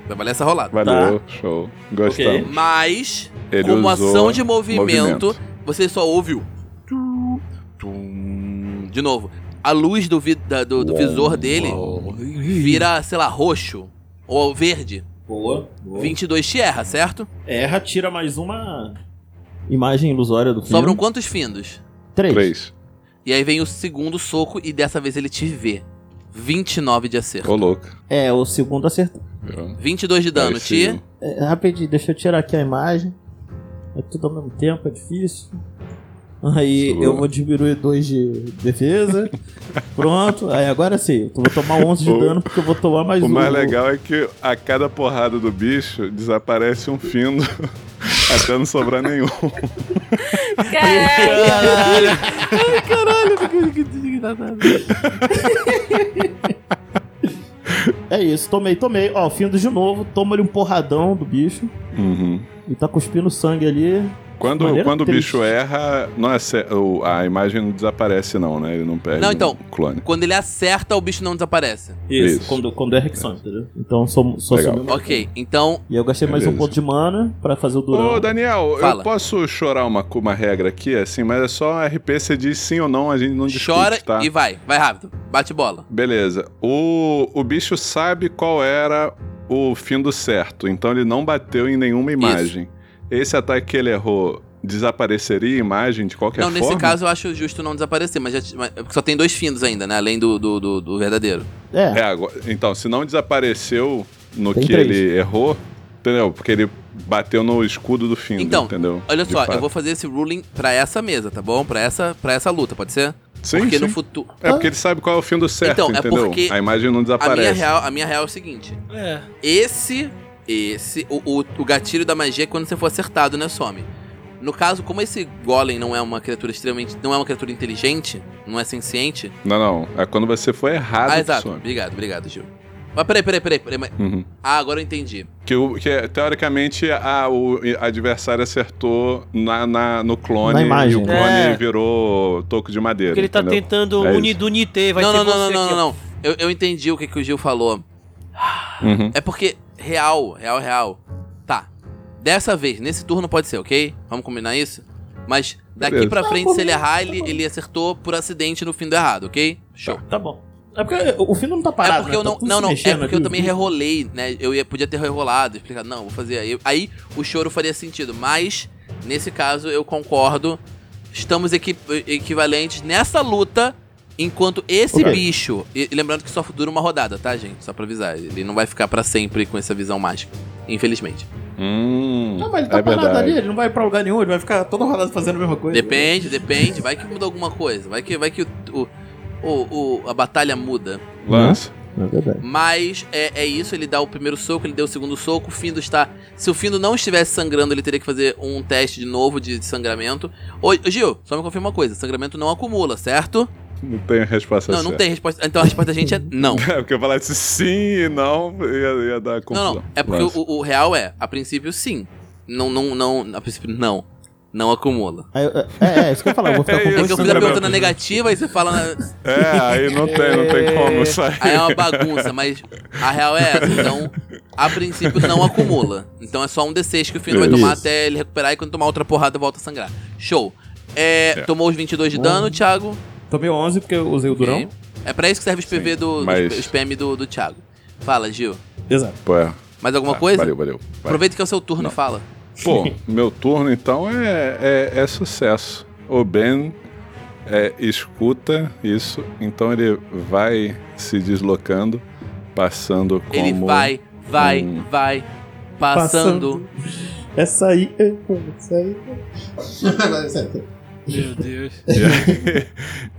[SPEAKER 1] Vai valer essa rolada.
[SPEAKER 2] Valeu, show. Gostamos.
[SPEAKER 1] Mas,
[SPEAKER 2] Ele
[SPEAKER 1] como
[SPEAKER 2] usou
[SPEAKER 1] ação de movimento, É
[SPEAKER 2] movimento.
[SPEAKER 1] você só ouve o. tum, tum. De novo, a luz do, vi- da- do- do visor dele vira, sei lá, roxo ou verde.
[SPEAKER 7] Boa, boa.
[SPEAKER 1] 22 te erra, certo?
[SPEAKER 7] Erra, tira mais uma imagem ilusória do filme.
[SPEAKER 1] Sobram quantos findos?
[SPEAKER 7] três.
[SPEAKER 2] Três.
[SPEAKER 1] E aí vem o segundo soco e dessa vez ele te vê. 29 de acerto.
[SPEAKER 2] Ô, louco.
[SPEAKER 7] É, o segundo acertou.
[SPEAKER 2] Viu?
[SPEAKER 1] 22 de dano,
[SPEAKER 2] Aí
[SPEAKER 1] te.
[SPEAKER 2] sim.
[SPEAKER 7] É, rapidinho, deixa eu tirar aqui a imagem. É tudo ao mesmo tempo, é difícil. Aí
[SPEAKER 2] Sua.
[SPEAKER 7] eu vou diminuir dois de defesa. Pronto. Aí agora sim, eu vou tomar 11 de
[SPEAKER 2] O-
[SPEAKER 7] dano porque eu vou tomar mais um.
[SPEAKER 2] O mais legal é que a cada porrada do bicho desaparece um findo até não sobrar nenhum.
[SPEAKER 4] Caralho.
[SPEAKER 7] É isso, tomei, tomei. Ó, findo de novo, toma-lhe um porradão do bicho.
[SPEAKER 2] Uhum.
[SPEAKER 7] E tá cuspindo sangue ali.
[SPEAKER 2] Quando,
[SPEAKER 7] Maneiro
[SPEAKER 2] quando o
[SPEAKER 7] triste.
[SPEAKER 2] bicho erra, não é ce- o- a imagem não desaparece, não, né? Ele não perde
[SPEAKER 1] Não, então.
[SPEAKER 2] um clone.
[SPEAKER 1] Quando ele acerta, o bicho não desaparece.
[SPEAKER 7] Isso,
[SPEAKER 2] Isso.
[SPEAKER 7] Quando, quando é Rexon, entendeu? Então só, só
[SPEAKER 2] Legal.
[SPEAKER 7] sumiu.
[SPEAKER 1] Ok, então.
[SPEAKER 7] E eu gastei mais um
[SPEAKER 2] Beleza.
[SPEAKER 7] ponto de mana pra fazer o durão.
[SPEAKER 2] Ô, Daniel,
[SPEAKER 1] Fala.
[SPEAKER 2] eu posso chorar uma, uma regra aqui, assim, mas é só RP, você diz sim ou não, a gente não discute,
[SPEAKER 1] Chora
[SPEAKER 2] tá?
[SPEAKER 1] e vai. Vai rápido. Bate bola.
[SPEAKER 2] Beleza. O, o bicho sabe qual era o fim do certo, então ele não bateu em nenhuma imagem. Esse ataque que ele errou, desapareceria a imagem de qualquer
[SPEAKER 1] não,
[SPEAKER 2] forma?
[SPEAKER 1] nesse caso eu acho justo não desaparecer, mas, já, t- mas- porque só tem dois findos ainda, né? Além do, do, do- do verdadeiro.
[SPEAKER 7] É,
[SPEAKER 2] É, agora- então, se não desapareceu no
[SPEAKER 7] Tem
[SPEAKER 2] que
[SPEAKER 7] três.
[SPEAKER 2] ele errou, entendeu? Porque ele bateu no escudo do fim,
[SPEAKER 1] Então,
[SPEAKER 2] entendeu?
[SPEAKER 1] Olha
[SPEAKER 2] De
[SPEAKER 1] só,
[SPEAKER 2] fato.
[SPEAKER 1] eu vou fazer esse ruling pra essa mesa, tá bom? Pra essa, pra essa luta, pode ser?
[SPEAKER 2] Sim,
[SPEAKER 1] porque no
[SPEAKER 2] sim.
[SPEAKER 1] futuro.
[SPEAKER 2] É porque ele sabe qual é o fim do certo,
[SPEAKER 1] Então, é
[SPEAKER 2] entendeu?
[SPEAKER 1] porque
[SPEAKER 2] a imagem não
[SPEAKER 1] A minha,
[SPEAKER 2] desaparece.
[SPEAKER 1] real, a minha real é o seguinte:
[SPEAKER 6] É.
[SPEAKER 1] esse. Esse. O, o, o gatilho da magia é quando você for acertado, né? Some. No caso, como esse golem não é uma criatura extremamente. não é uma criatura inteligente, não é senciente.
[SPEAKER 2] Não, não. É quando você foi errado
[SPEAKER 1] Ah,
[SPEAKER 2] que
[SPEAKER 1] exato.
[SPEAKER 2] some.
[SPEAKER 1] Obrigado, obrigado, Gil. Mas peraí, peraí, peraí, peraí. mas-
[SPEAKER 2] Uhum.
[SPEAKER 1] Ah, agora eu entendi.
[SPEAKER 2] Que, o- que é, teoricamente a- o adversário acertou na, na- no clone
[SPEAKER 7] Na
[SPEAKER 2] e
[SPEAKER 7] imagem.
[SPEAKER 2] o clone
[SPEAKER 6] É.
[SPEAKER 2] virou toco de madeira.
[SPEAKER 6] Porque ele tá
[SPEAKER 2] entendeu?
[SPEAKER 6] tentando
[SPEAKER 2] É isso.
[SPEAKER 6] unir do Nitê, vai
[SPEAKER 1] não,
[SPEAKER 6] ser
[SPEAKER 1] não, não,
[SPEAKER 6] você
[SPEAKER 1] não, não,
[SPEAKER 6] aqui,
[SPEAKER 1] não,
[SPEAKER 6] ó.
[SPEAKER 1] não. Eu, eu entendi o que, que o Gil falou.
[SPEAKER 2] Uhum.
[SPEAKER 1] É porque, real, real, real. Tá. Dessa vez, nesse turno pode ser, ok? Vamos combinar isso? Mas daqui
[SPEAKER 2] Beleza.
[SPEAKER 1] pra
[SPEAKER 6] Tá
[SPEAKER 1] frente, se ele errar, ele, ele acertou por acidente no fim do errado, ok? Show.
[SPEAKER 7] tá bom. É porque o fim não tá parado.
[SPEAKER 1] é porque
[SPEAKER 7] né?
[SPEAKER 1] eu
[SPEAKER 7] Tá
[SPEAKER 1] não.
[SPEAKER 7] tudo
[SPEAKER 1] Não,
[SPEAKER 7] se
[SPEAKER 1] não. É
[SPEAKER 7] mexendo
[SPEAKER 1] porque eu
[SPEAKER 7] ali,
[SPEAKER 1] também
[SPEAKER 7] os-
[SPEAKER 1] rerolei, né? Eu ia, podia ter rerolado, explicado, não, vou fazer aí. Aí o choro faria sentido, mas Nesse caso, eu concordo. Estamos equi- equivalentes nessa luta, enquanto esse
[SPEAKER 7] Ok.
[SPEAKER 1] bicho. E, e lembrando que só dura uma rodada, tá, gente? Só pra avisar. Ele não vai ficar pra sempre com essa visão mágica. Infelizmente.
[SPEAKER 2] Hum,
[SPEAKER 5] Não, mas ele tá
[SPEAKER 2] é
[SPEAKER 5] parado
[SPEAKER 2] verdade.
[SPEAKER 5] ali, ele não vai pra lugar nenhum, ele vai ficar toda rodada fazendo a mesma
[SPEAKER 7] é.
[SPEAKER 5] coisa.
[SPEAKER 1] Depende, depende. Vai que muda alguma coisa. Vai que, vai que o, o- o- o- a batalha muda.
[SPEAKER 2] Lance.
[SPEAKER 7] É verdade.
[SPEAKER 1] Mas é, é isso, ele dá o primeiro soco, ele deu o segundo soco, o Findo está. Se o Findo não estivesse sangrando, ele teria que fazer um teste de novo de sangramento. Ô, ô, Gil, só me confirma uma coisa: sangramento não acumula, certo?
[SPEAKER 2] Não tem a
[SPEAKER 7] Tá
[SPEAKER 2] resposta
[SPEAKER 1] Não, não tem resposta. Então a resposta da
[SPEAKER 7] Uhum.
[SPEAKER 1] gente é não.
[SPEAKER 2] É, porque eu falasse sim e não, ia, ia dar
[SPEAKER 1] Não,
[SPEAKER 2] confusão.
[SPEAKER 1] não. É porque
[SPEAKER 2] Lance.
[SPEAKER 1] o, o real é, a princípio, sim. Não, não, não. A princípio, não. Não acumula.
[SPEAKER 7] Aí eu- É, é, isso que eu ia falar. Eu vou ficar com
[SPEAKER 1] É
[SPEAKER 7] dois
[SPEAKER 1] que eu fiz a
[SPEAKER 7] sangramento.
[SPEAKER 1] pergunta na negativa e você fala. na-
[SPEAKER 2] É, aí não tem, não tem como sair.
[SPEAKER 1] Aí é uma bagunça, mas a real é essa. Então, a princípio, não acumula. Então é só um D6 que o Fino vai tomar
[SPEAKER 7] Isso.
[SPEAKER 1] até ele recuperar e quando tomar outra porrada volta a sangrar. Show. É, Tomou os 22 de dano, Thiago.
[SPEAKER 5] Tomei 11 porque eu usei o durão.
[SPEAKER 1] Ok. É pra isso que serve os PV do. os
[SPEAKER 2] mas-
[SPEAKER 1] P- Os PM do, do Thiago. Fala, Gil.
[SPEAKER 5] Exato.
[SPEAKER 2] Pô, é.
[SPEAKER 1] Mais alguma
[SPEAKER 2] Tá,
[SPEAKER 1] coisa?
[SPEAKER 2] Valeu, valeu. Vai.
[SPEAKER 1] Aproveita que é o seu turno
[SPEAKER 2] Não.
[SPEAKER 1] e fala.
[SPEAKER 2] Pô, meu turno então é, é, é sucesso. O Ben é, escuta isso, então ele vai se deslocando, passando como.
[SPEAKER 1] Ele vai, vai,
[SPEAKER 2] um-
[SPEAKER 1] vai. Passando.
[SPEAKER 7] Essa aí é uma, essa aí é uma. Essa aí
[SPEAKER 1] Meu Deus.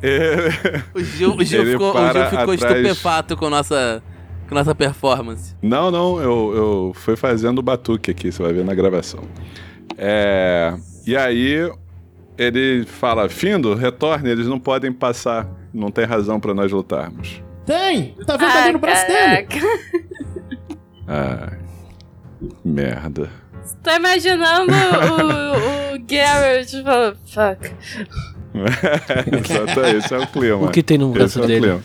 [SPEAKER 2] Ele-
[SPEAKER 1] O Gil, o Gil
[SPEAKER 2] Ele
[SPEAKER 1] ficou, o Gil
[SPEAKER 2] para
[SPEAKER 1] ficou
[SPEAKER 2] atrás.
[SPEAKER 1] estupefato com nossa, com nossa performance.
[SPEAKER 2] Não, não, eu, eu fui fazendo o batuque aqui, você vai ver na gravação. É, e aí ele fala: Findo, retorne, eles não podem passar, não tem razão pra nós lutarmos.
[SPEAKER 7] é. Tem! Tá vendo ali no braço dele?
[SPEAKER 4] caraca.
[SPEAKER 2] Ai, Ah, merda.
[SPEAKER 4] Tô imaginando o, o Garrett falando, fuck.
[SPEAKER 2] Exato, esse é o clima.
[SPEAKER 6] O que tem no
[SPEAKER 2] Esse
[SPEAKER 6] braço
[SPEAKER 2] é o
[SPEAKER 6] dele?
[SPEAKER 2] clima.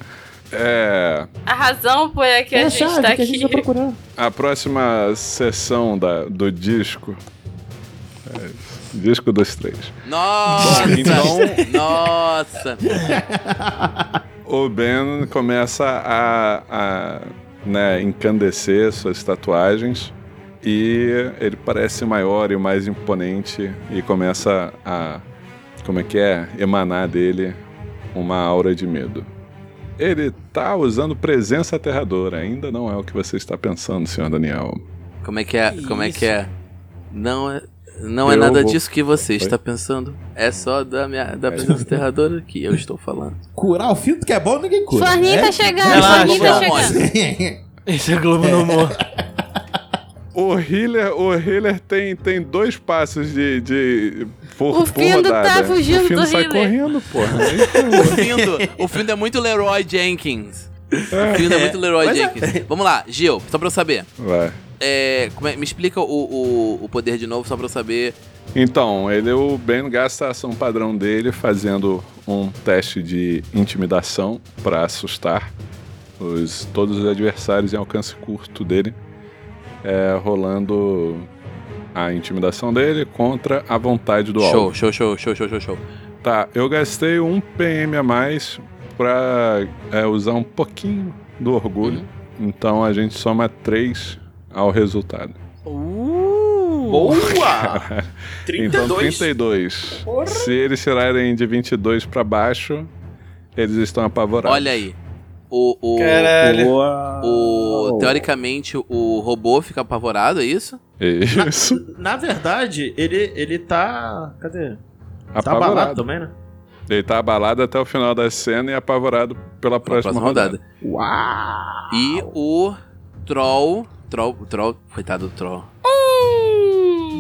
[SPEAKER 2] É,
[SPEAKER 4] A razão por é que
[SPEAKER 7] É
[SPEAKER 4] a
[SPEAKER 7] a
[SPEAKER 4] gente tá
[SPEAKER 7] chave que a gente
[SPEAKER 4] aqui.
[SPEAKER 7] vai procurar.
[SPEAKER 2] a próxima sessão da, do disco. é, disco dos três.
[SPEAKER 1] Nossa!
[SPEAKER 2] Então-
[SPEAKER 1] Nossa!
[SPEAKER 2] O Ben começa a, a, né, encandecer suas tatuagens e ele parece maior e mais imponente e começa a, como é que é, emanar dele uma aura de medo. Ele tá usando presença aterradora, ainda não é o que você está pensando, senhor Daniel.
[SPEAKER 1] Como é que é?
[SPEAKER 6] Que
[SPEAKER 1] Como é
[SPEAKER 6] isso?
[SPEAKER 1] que é? Não é, não é
[SPEAKER 2] Eu
[SPEAKER 1] nada
[SPEAKER 2] vou-
[SPEAKER 1] disso que você
[SPEAKER 2] Oi?
[SPEAKER 1] está pensando. É só da minha da
[SPEAKER 2] É.
[SPEAKER 1] presença aterradora que eu estou falando.
[SPEAKER 5] Curar o filtro que é bom, ninguém cura.
[SPEAKER 4] Forninho tá
[SPEAKER 5] né?
[SPEAKER 4] chegando,
[SPEAKER 6] Relaxa,
[SPEAKER 4] Forninho tá
[SPEAKER 1] relaxa.
[SPEAKER 4] chegando.
[SPEAKER 6] Esse é Globo no humor.
[SPEAKER 2] O healer, o healer tem, tem dois passos de, de por,
[SPEAKER 4] O
[SPEAKER 2] por
[SPEAKER 4] Findo tá
[SPEAKER 2] rodada.
[SPEAKER 4] fugindo
[SPEAKER 2] o Findo
[SPEAKER 4] do
[SPEAKER 2] sai
[SPEAKER 4] healer.
[SPEAKER 2] correndo, porra.
[SPEAKER 1] O Findo, o Findo é muito Leroy Jenkins. O Findo é muito Leroy Jenkins. Vamos lá, Gil, só pra eu saber.
[SPEAKER 2] Vai.
[SPEAKER 1] É, como é- me explica o, o, o poder de novo, só pra eu saber.
[SPEAKER 2] Então, ele, o Ben gasta a ação padrão dele fazendo um teste de intimidação para assustar os- todos os adversários em alcance curto dele, é, rolando a intimidação dele contra a vontade do alvo.
[SPEAKER 1] Show, show, show, show, show, show, show.
[SPEAKER 2] Tá, eu gastei um PM a mais pra é, usar um pouquinho do orgulho. Então a gente soma 3 ao resultado.
[SPEAKER 6] Uh!
[SPEAKER 10] Boa!
[SPEAKER 2] Então
[SPEAKER 10] 32.
[SPEAKER 2] 32. Se eles tirarem de 22 pra baixo, eles estão apavorados.
[SPEAKER 1] Olha aí. O, o,
[SPEAKER 10] Caralho.
[SPEAKER 2] oh.
[SPEAKER 1] o, teoricamente, o robô fica apavorado, é isso?
[SPEAKER 2] Isso.
[SPEAKER 7] Na verdade, ele, ele tá. Cadê? Tá abalado
[SPEAKER 2] apavorado.
[SPEAKER 7] também, né?
[SPEAKER 2] Ele tá abalado até o final da cena e apavorado pela próxima,
[SPEAKER 1] próxima
[SPEAKER 2] rodada.
[SPEAKER 1] rodada. E o Troll. Troll. o Troll. Coitado do Troll.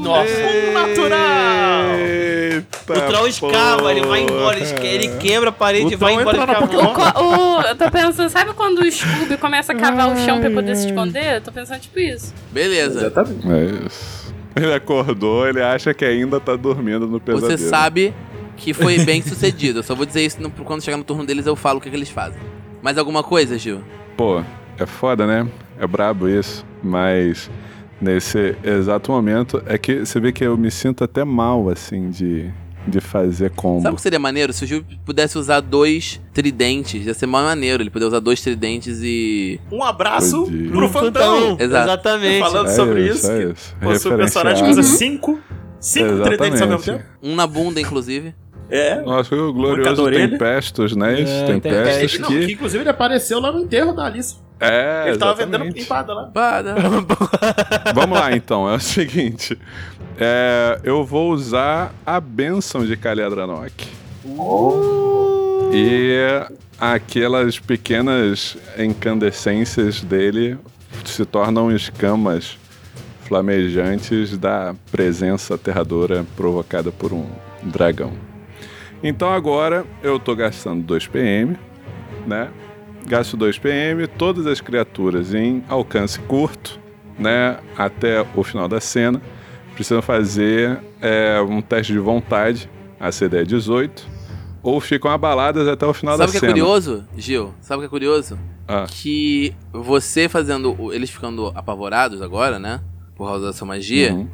[SPEAKER 6] Nossa! Um natural!
[SPEAKER 2] Eita,
[SPEAKER 6] O troll escava, ele vai embora, ele esque-
[SPEAKER 2] porra.
[SPEAKER 6] ele quebra a parede e
[SPEAKER 7] O
[SPEAKER 6] vai
[SPEAKER 7] troll
[SPEAKER 6] embora
[SPEAKER 7] entra na
[SPEAKER 6] escavando.
[SPEAKER 7] Pokémon.
[SPEAKER 4] Co- o- eu tô pensando, sabe quando o Scooby começa a cavar o chão pra poder se esconder? Eu tô pensando tipo isso.
[SPEAKER 1] Beleza.
[SPEAKER 10] Exatamente.
[SPEAKER 2] É isso. Ele acordou, ele acha que ainda tá dormindo no pesadelo.
[SPEAKER 1] Você sabe que foi bem sucedido. Eu só vou dizer isso no- quando chegar no turno deles, eu falo o que, que eles fazem. Mais alguma coisa, Gil?
[SPEAKER 2] Pô, é foda, né? É brabo isso, mas nesse exato momento é que você vê que eu me sinto até mal, assim, de, de fazer combo.
[SPEAKER 1] Sabe o que seria maneiro? Se o Gil pudesse usar dois tridentes, ia ser mais maneiro. Ele poder usar dois tridentes e.
[SPEAKER 5] Um abraço
[SPEAKER 2] Entendi.
[SPEAKER 5] pro Fantão.
[SPEAKER 1] Exato.
[SPEAKER 6] Exatamente.
[SPEAKER 5] Falando sobre isso,
[SPEAKER 2] é
[SPEAKER 5] que
[SPEAKER 2] isso.
[SPEAKER 5] você o personagem que
[SPEAKER 2] Referenciado.
[SPEAKER 5] usa 5, Cinco tridentes ao mesmo
[SPEAKER 2] Exatamente.
[SPEAKER 5] tempo?
[SPEAKER 1] Um na bunda, inclusive.
[SPEAKER 5] É.
[SPEAKER 2] Nossa, o
[SPEAKER 5] Muita
[SPEAKER 2] glorioso
[SPEAKER 5] orelha.
[SPEAKER 2] Tempestos, né?
[SPEAKER 6] É,
[SPEAKER 7] É,
[SPEAKER 2] Tempestos
[SPEAKER 7] ele, não,
[SPEAKER 2] que...
[SPEAKER 7] que inclusive ele apareceu lá no enterro da Alice.
[SPEAKER 2] É,
[SPEAKER 7] ele tava vendendo
[SPEAKER 2] exatamente.
[SPEAKER 7] empada lá.
[SPEAKER 2] É
[SPEAKER 1] Bada.
[SPEAKER 2] Vamos lá, então. É o seguinte. É, eu vou usar a benção de Kaliadranok.
[SPEAKER 7] Uh!
[SPEAKER 2] E aquelas pequenas incandescências dele se tornam escamas flamejantes da presença aterradora provocada por um dragão. Então agora eu tô gastando 2 PM, né? Gasto 2 PM, todas as criaturas em alcance curto né, até o final da cena, precisam fazer é, um teste de vontade, a CD é 18, ou ficam abaladas até o final
[SPEAKER 1] Sabe o que
[SPEAKER 2] da
[SPEAKER 1] é
[SPEAKER 2] cena.
[SPEAKER 1] curioso, Gil? Sabe o que é curioso?
[SPEAKER 2] Ah.
[SPEAKER 1] Que você fazendo. o- Eles ficando apavorados agora, né? Por causa da sua magia,
[SPEAKER 2] Uhum.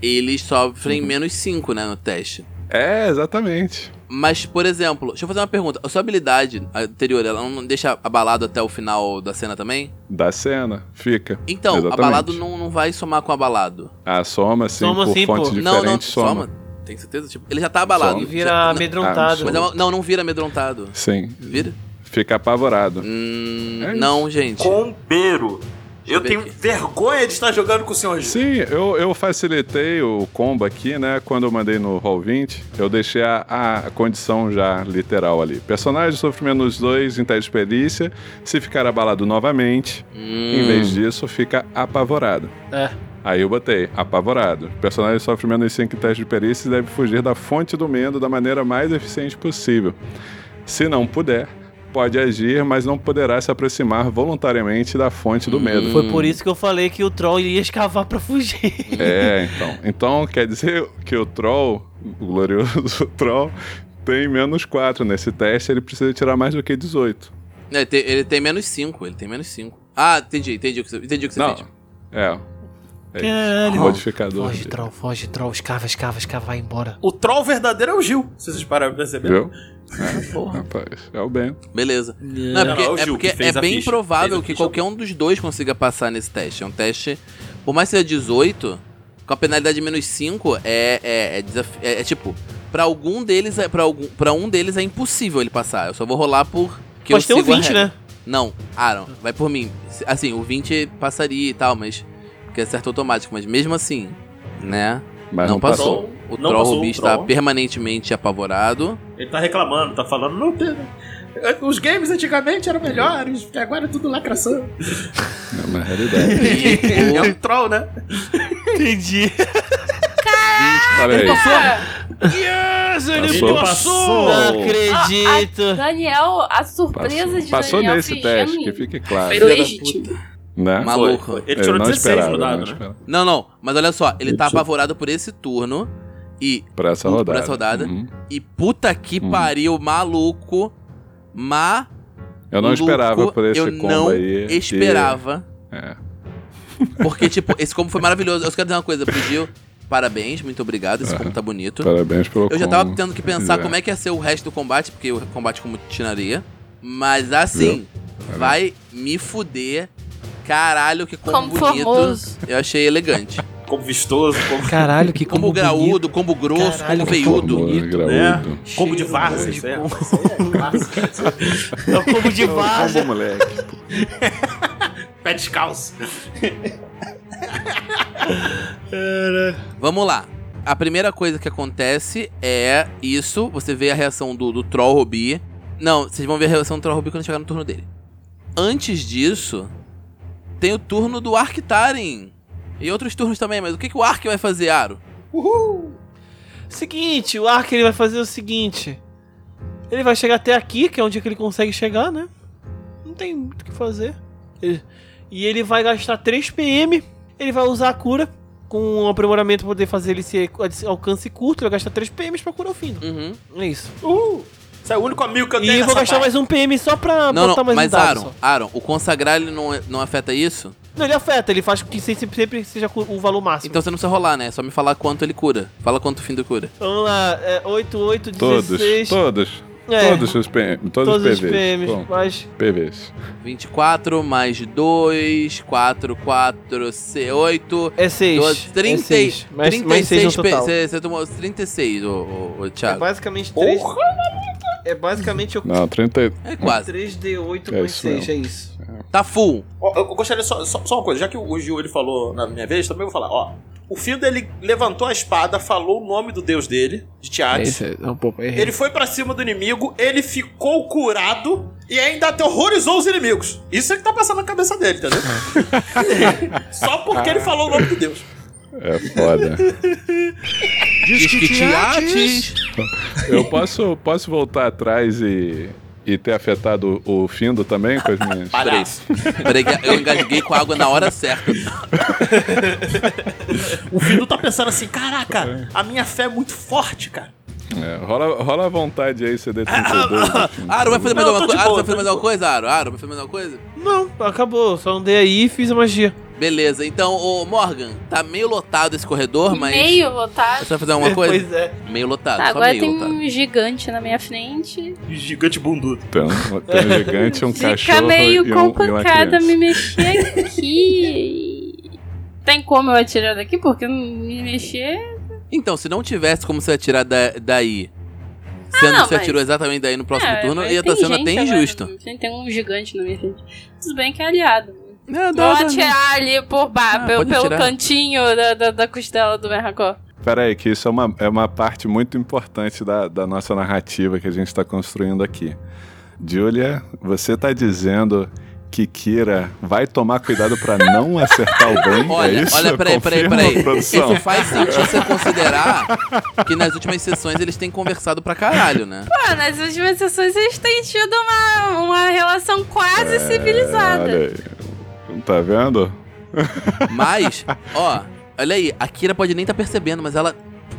[SPEAKER 1] eles sofrem menos 5, né, no teste.
[SPEAKER 2] É, exatamente.
[SPEAKER 1] Mas, por exemplo, deixa eu fazer uma pergunta. A sua habilidade anterior, ela não deixa abalado até o final da cena também?
[SPEAKER 2] Da cena, fica.
[SPEAKER 1] Então,
[SPEAKER 2] Exatamente.
[SPEAKER 1] abalado não, não vai somar com abalado.
[SPEAKER 2] Ah, soma, sim,
[SPEAKER 6] Soma,
[SPEAKER 2] por
[SPEAKER 6] sim,
[SPEAKER 2] fontes
[SPEAKER 6] pô.
[SPEAKER 1] não,
[SPEAKER 2] diferentes,
[SPEAKER 1] não,
[SPEAKER 2] soma.
[SPEAKER 1] Tem certeza? Tipo, ele já tá abalado.
[SPEAKER 2] Soma.
[SPEAKER 6] Vira
[SPEAKER 1] Já-
[SPEAKER 6] amedrontado.
[SPEAKER 1] Mas é uma- não, não vira amedrontado.
[SPEAKER 2] Sim,
[SPEAKER 1] Vira?
[SPEAKER 2] fica apavorado.
[SPEAKER 1] Hum,
[SPEAKER 2] É isso.
[SPEAKER 1] não, gente.
[SPEAKER 5] Combeiro.
[SPEAKER 1] eu
[SPEAKER 5] Eu
[SPEAKER 1] ver
[SPEAKER 5] tenho
[SPEAKER 1] aqui.
[SPEAKER 5] vergonha de estar jogando com o senhor Gil.
[SPEAKER 2] Sim, eu, eu facilitei o combo aqui, né? Quando eu mandei no Roll 20, eu deixei a, a condição já literal ali. Personagem sofre menos 2 em teste de perícia. Se ficar abalado novamente,
[SPEAKER 1] Hum.
[SPEAKER 2] em vez disso, fica apavorado.
[SPEAKER 6] É.
[SPEAKER 2] Aí eu botei, apavorado. Personagem sofre menos 5 em teste de perícia e deve fugir da fonte do medo da maneira mais eficiente possível. Se não puder, pode agir, mas não poderá se aproximar voluntariamente da fonte do medo.
[SPEAKER 6] Foi por isso que eu falei que o troll ia escavar pra fugir.
[SPEAKER 2] É, então. Então quer dizer que o troll, o glorioso troll, tem menos 4 nesse teste, ele precisa tirar mais do que 18.
[SPEAKER 1] É, ele tem- ele tem menos 5, ele tem menos 5. Ah, entendi, entendi o que você, entendi o que você
[SPEAKER 2] Não.
[SPEAKER 1] fez.
[SPEAKER 2] É. É isso.
[SPEAKER 6] Caralho.
[SPEAKER 2] Modificador.
[SPEAKER 6] Foge, troll, foge, troll. Escava, escava, escava, vai embora.
[SPEAKER 5] O troll verdadeiro é o Gil, se vocês pararam pra perceber.
[SPEAKER 2] Viu?
[SPEAKER 4] Ah,
[SPEAKER 2] É, rapaz, é o Ben.
[SPEAKER 1] Beleza. Não, é
[SPEAKER 5] Não,
[SPEAKER 1] porque
[SPEAKER 5] não, é o
[SPEAKER 1] é,
[SPEAKER 5] Gil
[SPEAKER 1] porque
[SPEAKER 5] que fez
[SPEAKER 1] é
[SPEAKER 5] a
[SPEAKER 1] bem
[SPEAKER 5] ficha.
[SPEAKER 1] provável
[SPEAKER 5] Fez a
[SPEAKER 1] que
[SPEAKER 5] ficha.
[SPEAKER 1] qualquer um dos dois consiga passar nesse teste. É um teste. Por mais que seja 18, com a penalidade de menos 5, é, é, é, desaf- é- é tipo, pra algum deles, é, pra, algum, pra um deles é impossível ele passar. Eu só vou rolar por. Que
[SPEAKER 6] Pode ter
[SPEAKER 1] eu
[SPEAKER 6] um
[SPEAKER 1] sigo a
[SPEAKER 6] 20,
[SPEAKER 1] regra.
[SPEAKER 6] né?
[SPEAKER 1] Não, Aaron, vai por mim. Se- Assim, o 20 passaria e tal, mas. Porque é certo automático, mas mesmo assim, né?
[SPEAKER 2] Mas
[SPEAKER 1] não,
[SPEAKER 2] não, passou.
[SPEAKER 1] passou. O
[SPEAKER 5] Não
[SPEAKER 1] Troll é
[SPEAKER 5] passou o
[SPEAKER 1] Rubi está
[SPEAKER 5] troll.
[SPEAKER 1] permanentemente apavorado.
[SPEAKER 5] Ele tá reclamando, tá falando, não tem. Os games antigamente eram melhores, porque agora é tudo lacração.
[SPEAKER 2] É uma realidade.
[SPEAKER 1] E
[SPEAKER 5] É
[SPEAKER 1] o
[SPEAKER 5] um troll, né?
[SPEAKER 6] Entendi.
[SPEAKER 2] Olha aí.
[SPEAKER 4] Ah,
[SPEAKER 6] Yes, ele
[SPEAKER 2] Passou.
[SPEAKER 6] passou!
[SPEAKER 5] Passou.
[SPEAKER 1] Ah,
[SPEAKER 6] Não acredito.
[SPEAKER 4] Daniel, a surpresa
[SPEAKER 2] Passou,
[SPEAKER 4] de
[SPEAKER 2] Passou
[SPEAKER 4] Daniel
[SPEAKER 2] nesse
[SPEAKER 4] Figênio
[SPEAKER 2] teste, que fique claro.
[SPEAKER 4] foi
[SPEAKER 1] Filha da
[SPEAKER 4] legítima.
[SPEAKER 2] Né?
[SPEAKER 1] maluco.
[SPEAKER 5] Foi, foi.
[SPEAKER 2] É,
[SPEAKER 5] Ele tirou
[SPEAKER 2] não
[SPEAKER 5] 16
[SPEAKER 2] esperava,
[SPEAKER 5] no
[SPEAKER 2] não
[SPEAKER 5] dado, né?
[SPEAKER 2] esperava.
[SPEAKER 1] Não, não, mas olha só, ele
[SPEAKER 2] Ele
[SPEAKER 1] tá
[SPEAKER 2] precisa-
[SPEAKER 1] apavorado por esse turno. E,
[SPEAKER 2] Pra essa
[SPEAKER 1] Pra
[SPEAKER 2] rodada.
[SPEAKER 1] essa rodada.
[SPEAKER 2] Uhum.
[SPEAKER 1] e puta que
[SPEAKER 2] Hum.
[SPEAKER 1] pariu, maluco. Mas
[SPEAKER 2] Eu não
[SPEAKER 1] Maluco,
[SPEAKER 2] esperava por esse
[SPEAKER 1] eu
[SPEAKER 2] combo
[SPEAKER 1] não
[SPEAKER 2] aí. e-
[SPEAKER 1] esperava.
[SPEAKER 2] É.
[SPEAKER 1] Porque, tipo, esse combo foi maravilhoso. Eu só quero dizer uma coisa pro Gil. Parabéns, muito obrigado. Esse combo tá bonito.
[SPEAKER 2] Parabéns pelo
[SPEAKER 1] Eu já tava
[SPEAKER 2] combo.
[SPEAKER 1] tendo que pensar
[SPEAKER 2] É.
[SPEAKER 1] como é que ia ser o resto do combate, porque o combate como tinaria. Mas assim, vai me fuder. Caralho, que combo
[SPEAKER 4] Como
[SPEAKER 1] bonito.
[SPEAKER 4] formoso.
[SPEAKER 1] Eu achei elegante.
[SPEAKER 5] Como vistoso, como,
[SPEAKER 6] Caralho, que
[SPEAKER 1] Combo
[SPEAKER 6] combo bonito.
[SPEAKER 1] graúdo, combo grosso,
[SPEAKER 6] Caralho,
[SPEAKER 1] combo
[SPEAKER 6] que
[SPEAKER 1] veiudo.
[SPEAKER 6] combo.
[SPEAKER 2] Amor,
[SPEAKER 6] bonito,
[SPEAKER 2] graúdo.
[SPEAKER 5] como de
[SPEAKER 6] Cheiro
[SPEAKER 5] várzea.
[SPEAKER 6] de
[SPEAKER 5] isso é.
[SPEAKER 6] pombo.
[SPEAKER 1] ah.
[SPEAKER 6] É o combo de vaza.
[SPEAKER 2] Combo, moleque.
[SPEAKER 5] Pé descalço.
[SPEAKER 1] Vamos lá. A primeira coisa que acontece é isso. Você vê a reação do, do Troll Rubi. Não, vocês vão ver a reação do Troll Rubi quando chegar no turno dele. Antes disso, tem o turno do Arctaren. E outros turnos também, mas o que, que o Ark vai fazer, Aro?
[SPEAKER 6] Seguinte, o Ark ele vai fazer o seguinte. Ele vai chegar até aqui, que é onde que ele consegue chegar, né? Não tem muito o que fazer. Ele- E ele vai gastar 3 PM. Ele vai usar a cura. Com um aprimoramento poder fazer ele ser esse alcance curto. Ele vai gastar 3 PMs pra curar o fim.
[SPEAKER 1] Uhum.
[SPEAKER 6] É isso.
[SPEAKER 5] Uhul! Isso é o único amigo que eu tenho
[SPEAKER 6] E eu vou
[SPEAKER 5] nessa
[SPEAKER 6] gastar
[SPEAKER 5] parte.
[SPEAKER 6] mais um PM só pra
[SPEAKER 1] Não,
[SPEAKER 6] botar
[SPEAKER 1] não,
[SPEAKER 6] mais
[SPEAKER 1] mas
[SPEAKER 6] um dado
[SPEAKER 1] Aaron,
[SPEAKER 6] só.
[SPEAKER 1] Aaron, o consagrar ele não, não afeta isso?
[SPEAKER 6] Não, ele afeta, ele faz com que sempre, sempre seja cu- o valor máximo.
[SPEAKER 1] Então você não precisa rolar, né? É só
[SPEAKER 6] Então,
[SPEAKER 1] me falar quanto ele cura. Fala quanto o fim do cura.
[SPEAKER 6] Vamos lá, é 8, 8,
[SPEAKER 2] Todos,
[SPEAKER 6] 16.
[SPEAKER 2] todos.
[SPEAKER 6] É,
[SPEAKER 2] Todos os PM, todos,
[SPEAKER 6] todos
[SPEAKER 2] os
[SPEAKER 6] os
[SPEAKER 2] PVs.
[SPEAKER 6] PMs,
[SPEAKER 2] Bom,
[SPEAKER 6] mas...
[SPEAKER 2] PVs.
[SPEAKER 1] 24 mais 2, 4, 4, 8.
[SPEAKER 6] É 6.
[SPEAKER 1] 12, 30,
[SPEAKER 6] é seis, mas, mas 6 no total.
[SPEAKER 1] Você tomou 36, ô, ô, ô
[SPEAKER 6] É
[SPEAKER 1] Thiago.
[SPEAKER 6] basicamente 3... É basicamente... Eu...
[SPEAKER 2] Não, 30.
[SPEAKER 1] É quase.
[SPEAKER 6] 3D8
[SPEAKER 2] É
[SPEAKER 6] mais
[SPEAKER 2] isso
[SPEAKER 6] 6,
[SPEAKER 2] mesmo.
[SPEAKER 6] é isso.
[SPEAKER 1] Tá full.
[SPEAKER 5] Ó, eu gostaria só, só, só uma coisa, já que o Gil ele falou na minha vez, também vou falar. Ó, o Findo ele levantou a espada, falou o nome do deus dele, de Tiatis.
[SPEAKER 11] Esse é um pouco. Errei.
[SPEAKER 5] Ele foi pra cima do inimigo, ele ficou curado e ainda aterrorizou os inimigos. Isso é que tá passando na cabeça dele, entendeu? Só porque ele falou o nome de Deus.
[SPEAKER 2] É foda.
[SPEAKER 1] Disquitiates.
[SPEAKER 2] Eu posso, posso voltar atrás e, e ter afetado o Findo também com as minhas.
[SPEAKER 5] Palhaço.
[SPEAKER 1] Peraí, que eu engasguei com a água na hora certa.
[SPEAKER 5] O Findo tá pensando assim: caraca, a minha fé é muito forte, cara.
[SPEAKER 2] É, rola, rola à vontade aí, CD32. Findo.
[SPEAKER 1] Ah, Aro, vai fazer mais
[SPEAKER 5] Não,
[SPEAKER 1] alguma
[SPEAKER 5] tô de
[SPEAKER 1] coisa? Aro,
[SPEAKER 5] boa,
[SPEAKER 1] vai fazer
[SPEAKER 5] tô de
[SPEAKER 1] mais alguma coisa, Aro? Aro, vai fazer mais alguma coisa?
[SPEAKER 6] Não, acabou. Só andei aí e fiz a magia.
[SPEAKER 1] Beleza, então, ô Morgan, tá meio lotado esse corredor, mas.
[SPEAKER 4] Meio lotado.
[SPEAKER 1] Você vai fazer alguma coisa?
[SPEAKER 6] Pois é.
[SPEAKER 1] Meio lotado,
[SPEAKER 4] Tá,
[SPEAKER 1] só
[SPEAKER 4] agora
[SPEAKER 1] meio
[SPEAKER 4] tem
[SPEAKER 1] lotado.
[SPEAKER 4] um gigante na minha frente.
[SPEAKER 5] Gigante bundudo.
[SPEAKER 2] Então, tem um gigante, um
[SPEAKER 4] Fica
[SPEAKER 2] cachorro
[SPEAKER 4] meio
[SPEAKER 2] e, um, e uma
[SPEAKER 4] complicado
[SPEAKER 2] criança.
[SPEAKER 4] me mexer aqui. Tem como eu atirar daqui? Porque me mexer.
[SPEAKER 1] Então, se não tivesse como você atirar da- daí, sendo
[SPEAKER 4] Ah, não,
[SPEAKER 1] que você
[SPEAKER 4] mas-
[SPEAKER 1] atirou exatamente daí no próximo
[SPEAKER 4] Ah,
[SPEAKER 1] turno,
[SPEAKER 4] mas
[SPEAKER 1] ia
[SPEAKER 4] tem
[SPEAKER 1] estar sendo
[SPEAKER 4] gente
[SPEAKER 1] até
[SPEAKER 4] agora na
[SPEAKER 1] tá injusto.
[SPEAKER 4] minha frente, Tem um gigante na minha frente. Tudo bem que é aliado.
[SPEAKER 1] Não,
[SPEAKER 4] Vou atirar ali por ba-
[SPEAKER 1] né? Ah,
[SPEAKER 4] pelo,
[SPEAKER 1] pode
[SPEAKER 4] pelo
[SPEAKER 1] atirar.
[SPEAKER 4] cantinho da, da, da costela do Merracó.
[SPEAKER 2] Peraí, que isso é uma, é uma parte muito importante da, da nossa narrativa que a gente está construindo aqui. Julia, você tá dizendo que Kira vai tomar cuidado para não acertar o bem? é
[SPEAKER 1] Olha,
[SPEAKER 2] isso?
[SPEAKER 1] olha, peraí, peraí,
[SPEAKER 2] Confirma,
[SPEAKER 1] peraí.
[SPEAKER 2] produção?
[SPEAKER 4] é
[SPEAKER 1] Isso faz sentido você considerar que nas últimas sessões eles têm conversado pra caralho, né?
[SPEAKER 4] Pô, nas últimas sessões eles têm tido uma, uma relação quase civilizada.
[SPEAKER 2] Olha aí. Tá vendo?
[SPEAKER 1] Mas, ó, olha aí, a Kira pode nem estar percebendo, mas ela,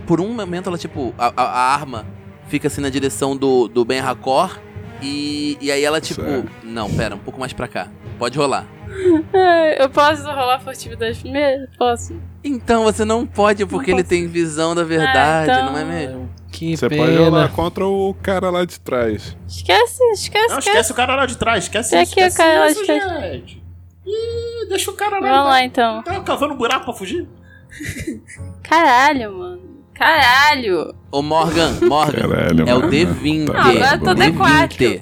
[SPEAKER 1] por um momento, ela, tipo, a, a- a arma fica assim na direção do, do Ben Hakor. E, e aí ela, tipo,
[SPEAKER 2] Certo.
[SPEAKER 1] não, pera, um pouco mais pra cá. Pode rolar.
[SPEAKER 4] Ai, Eu posso rolar furtividade primeiro? Posso.
[SPEAKER 1] Então você não pode, porque
[SPEAKER 4] Não
[SPEAKER 1] ele
[SPEAKER 4] posso.
[SPEAKER 1] tem visão da verdade,
[SPEAKER 4] Ah, então-
[SPEAKER 1] não é mesmo?
[SPEAKER 11] Que
[SPEAKER 2] Você pode
[SPEAKER 11] pena.
[SPEAKER 2] rolar contra o cara lá de trás.
[SPEAKER 4] Esquece, esquece,
[SPEAKER 5] Não,
[SPEAKER 4] esquece.
[SPEAKER 5] esquece o cara lá de trás, esquece
[SPEAKER 4] É
[SPEAKER 5] isso,
[SPEAKER 4] que o
[SPEAKER 5] esquece
[SPEAKER 4] cara lá
[SPEAKER 5] isso,
[SPEAKER 4] de trás.
[SPEAKER 5] gente. Ih, deixa o cara lá
[SPEAKER 4] Vamos lá então.
[SPEAKER 5] Tá cavando um buraco pra fugir?
[SPEAKER 4] Caralho, mano. Caralho.
[SPEAKER 1] Ô Morgan, Morgan,
[SPEAKER 2] Caralho,
[SPEAKER 1] é o
[SPEAKER 2] mano.
[SPEAKER 1] D20.
[SPEAKER 2] Tá
[SPEAKER 4] Ah, Agora eu tô
[SPEAKER 2] bom.
[SPEAKER 1] D20.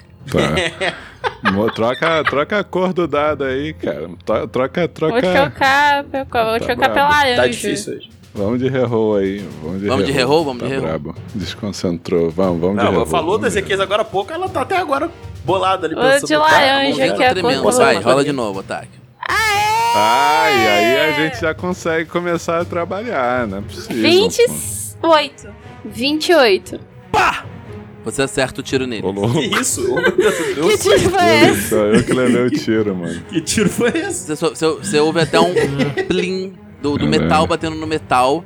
[SPEAKER 2] Tá. Mo- troca, troca a cor do dado aí, cara. To- Troca,
[SPEAKER 4] Vou
[SPEAKER 2] troca.
[SPEAKER 4] chocar, vou
[SPEAKER 2] Tá
[SPEAKER 4] chocar
[SPEAKER 2] brabo.
[SPEAKER 4] pela laranja.
[SPEAKER 10] Tá difícil hoje.
[SPEAKER 2] Vamos de reroll aí. Vamos de
[SPEAKER 1] Vamos de
[SPEAKER 2] reroll.
[SPEAKER 1] reroll, vamos
[SPEAKER 2] Tá
[SPEAKER 1] de reroll.
[SPEAKER 2] brabo. Desconcentrou. Vamos, vamos de
[SPEAKER 5] Não,
[SPEAKER 2] reroll.
[SPEAKER 5] ela falou da
[SPEAKER 2] vamos de
[SPEAKER 5] Ezequiel agora há pouco, ela tá até agora bolada ali
[SPEAKER 4] Ô,
[SPEAKER 5] pensando.
[SPEAKER 4] de
[SPEAKER 5] "Tá,
[SPEAKER 4] laranja,
[SPEAKER 5] vamos
[SPEAKER 1] Eu
[SPEAKER 5] ver".
[SPEAKER 1] tô
[SPEAKER 4] que é
[SPEAKER 1] tremendo,
[SPEAKER 4] quando-
[SPEAKER 1] vai, rola de novo, ataque.
[SPEAKER 2] Ai, aí a
[SPEAKER 5] É.
[SPEAKER 2] gente já consegue começar a trabalhar, não é possível.
[SPEAKER 4] 28. 28.
[SPEAKER 1] Você acerta o tiro nele.
[SPEAKER 2] Ô, louco,
[SPEAKER 5] Que isso? Ô, meu Deus,
[SPEAKER 4] Que
[SPEAKER 1] tipo
[SPEAKER 4] tiro foi Tipo esse?
[SPEAKER 2] só eu que levei o tiro, mano.
[SPEAKER 5] que tiro foi esse?
[SPEAKER 1] Você, só- você, você ouve até um plim do, do
[SPEAKER 2] Caramba.
[SPEAKER 1] metal batendo no metal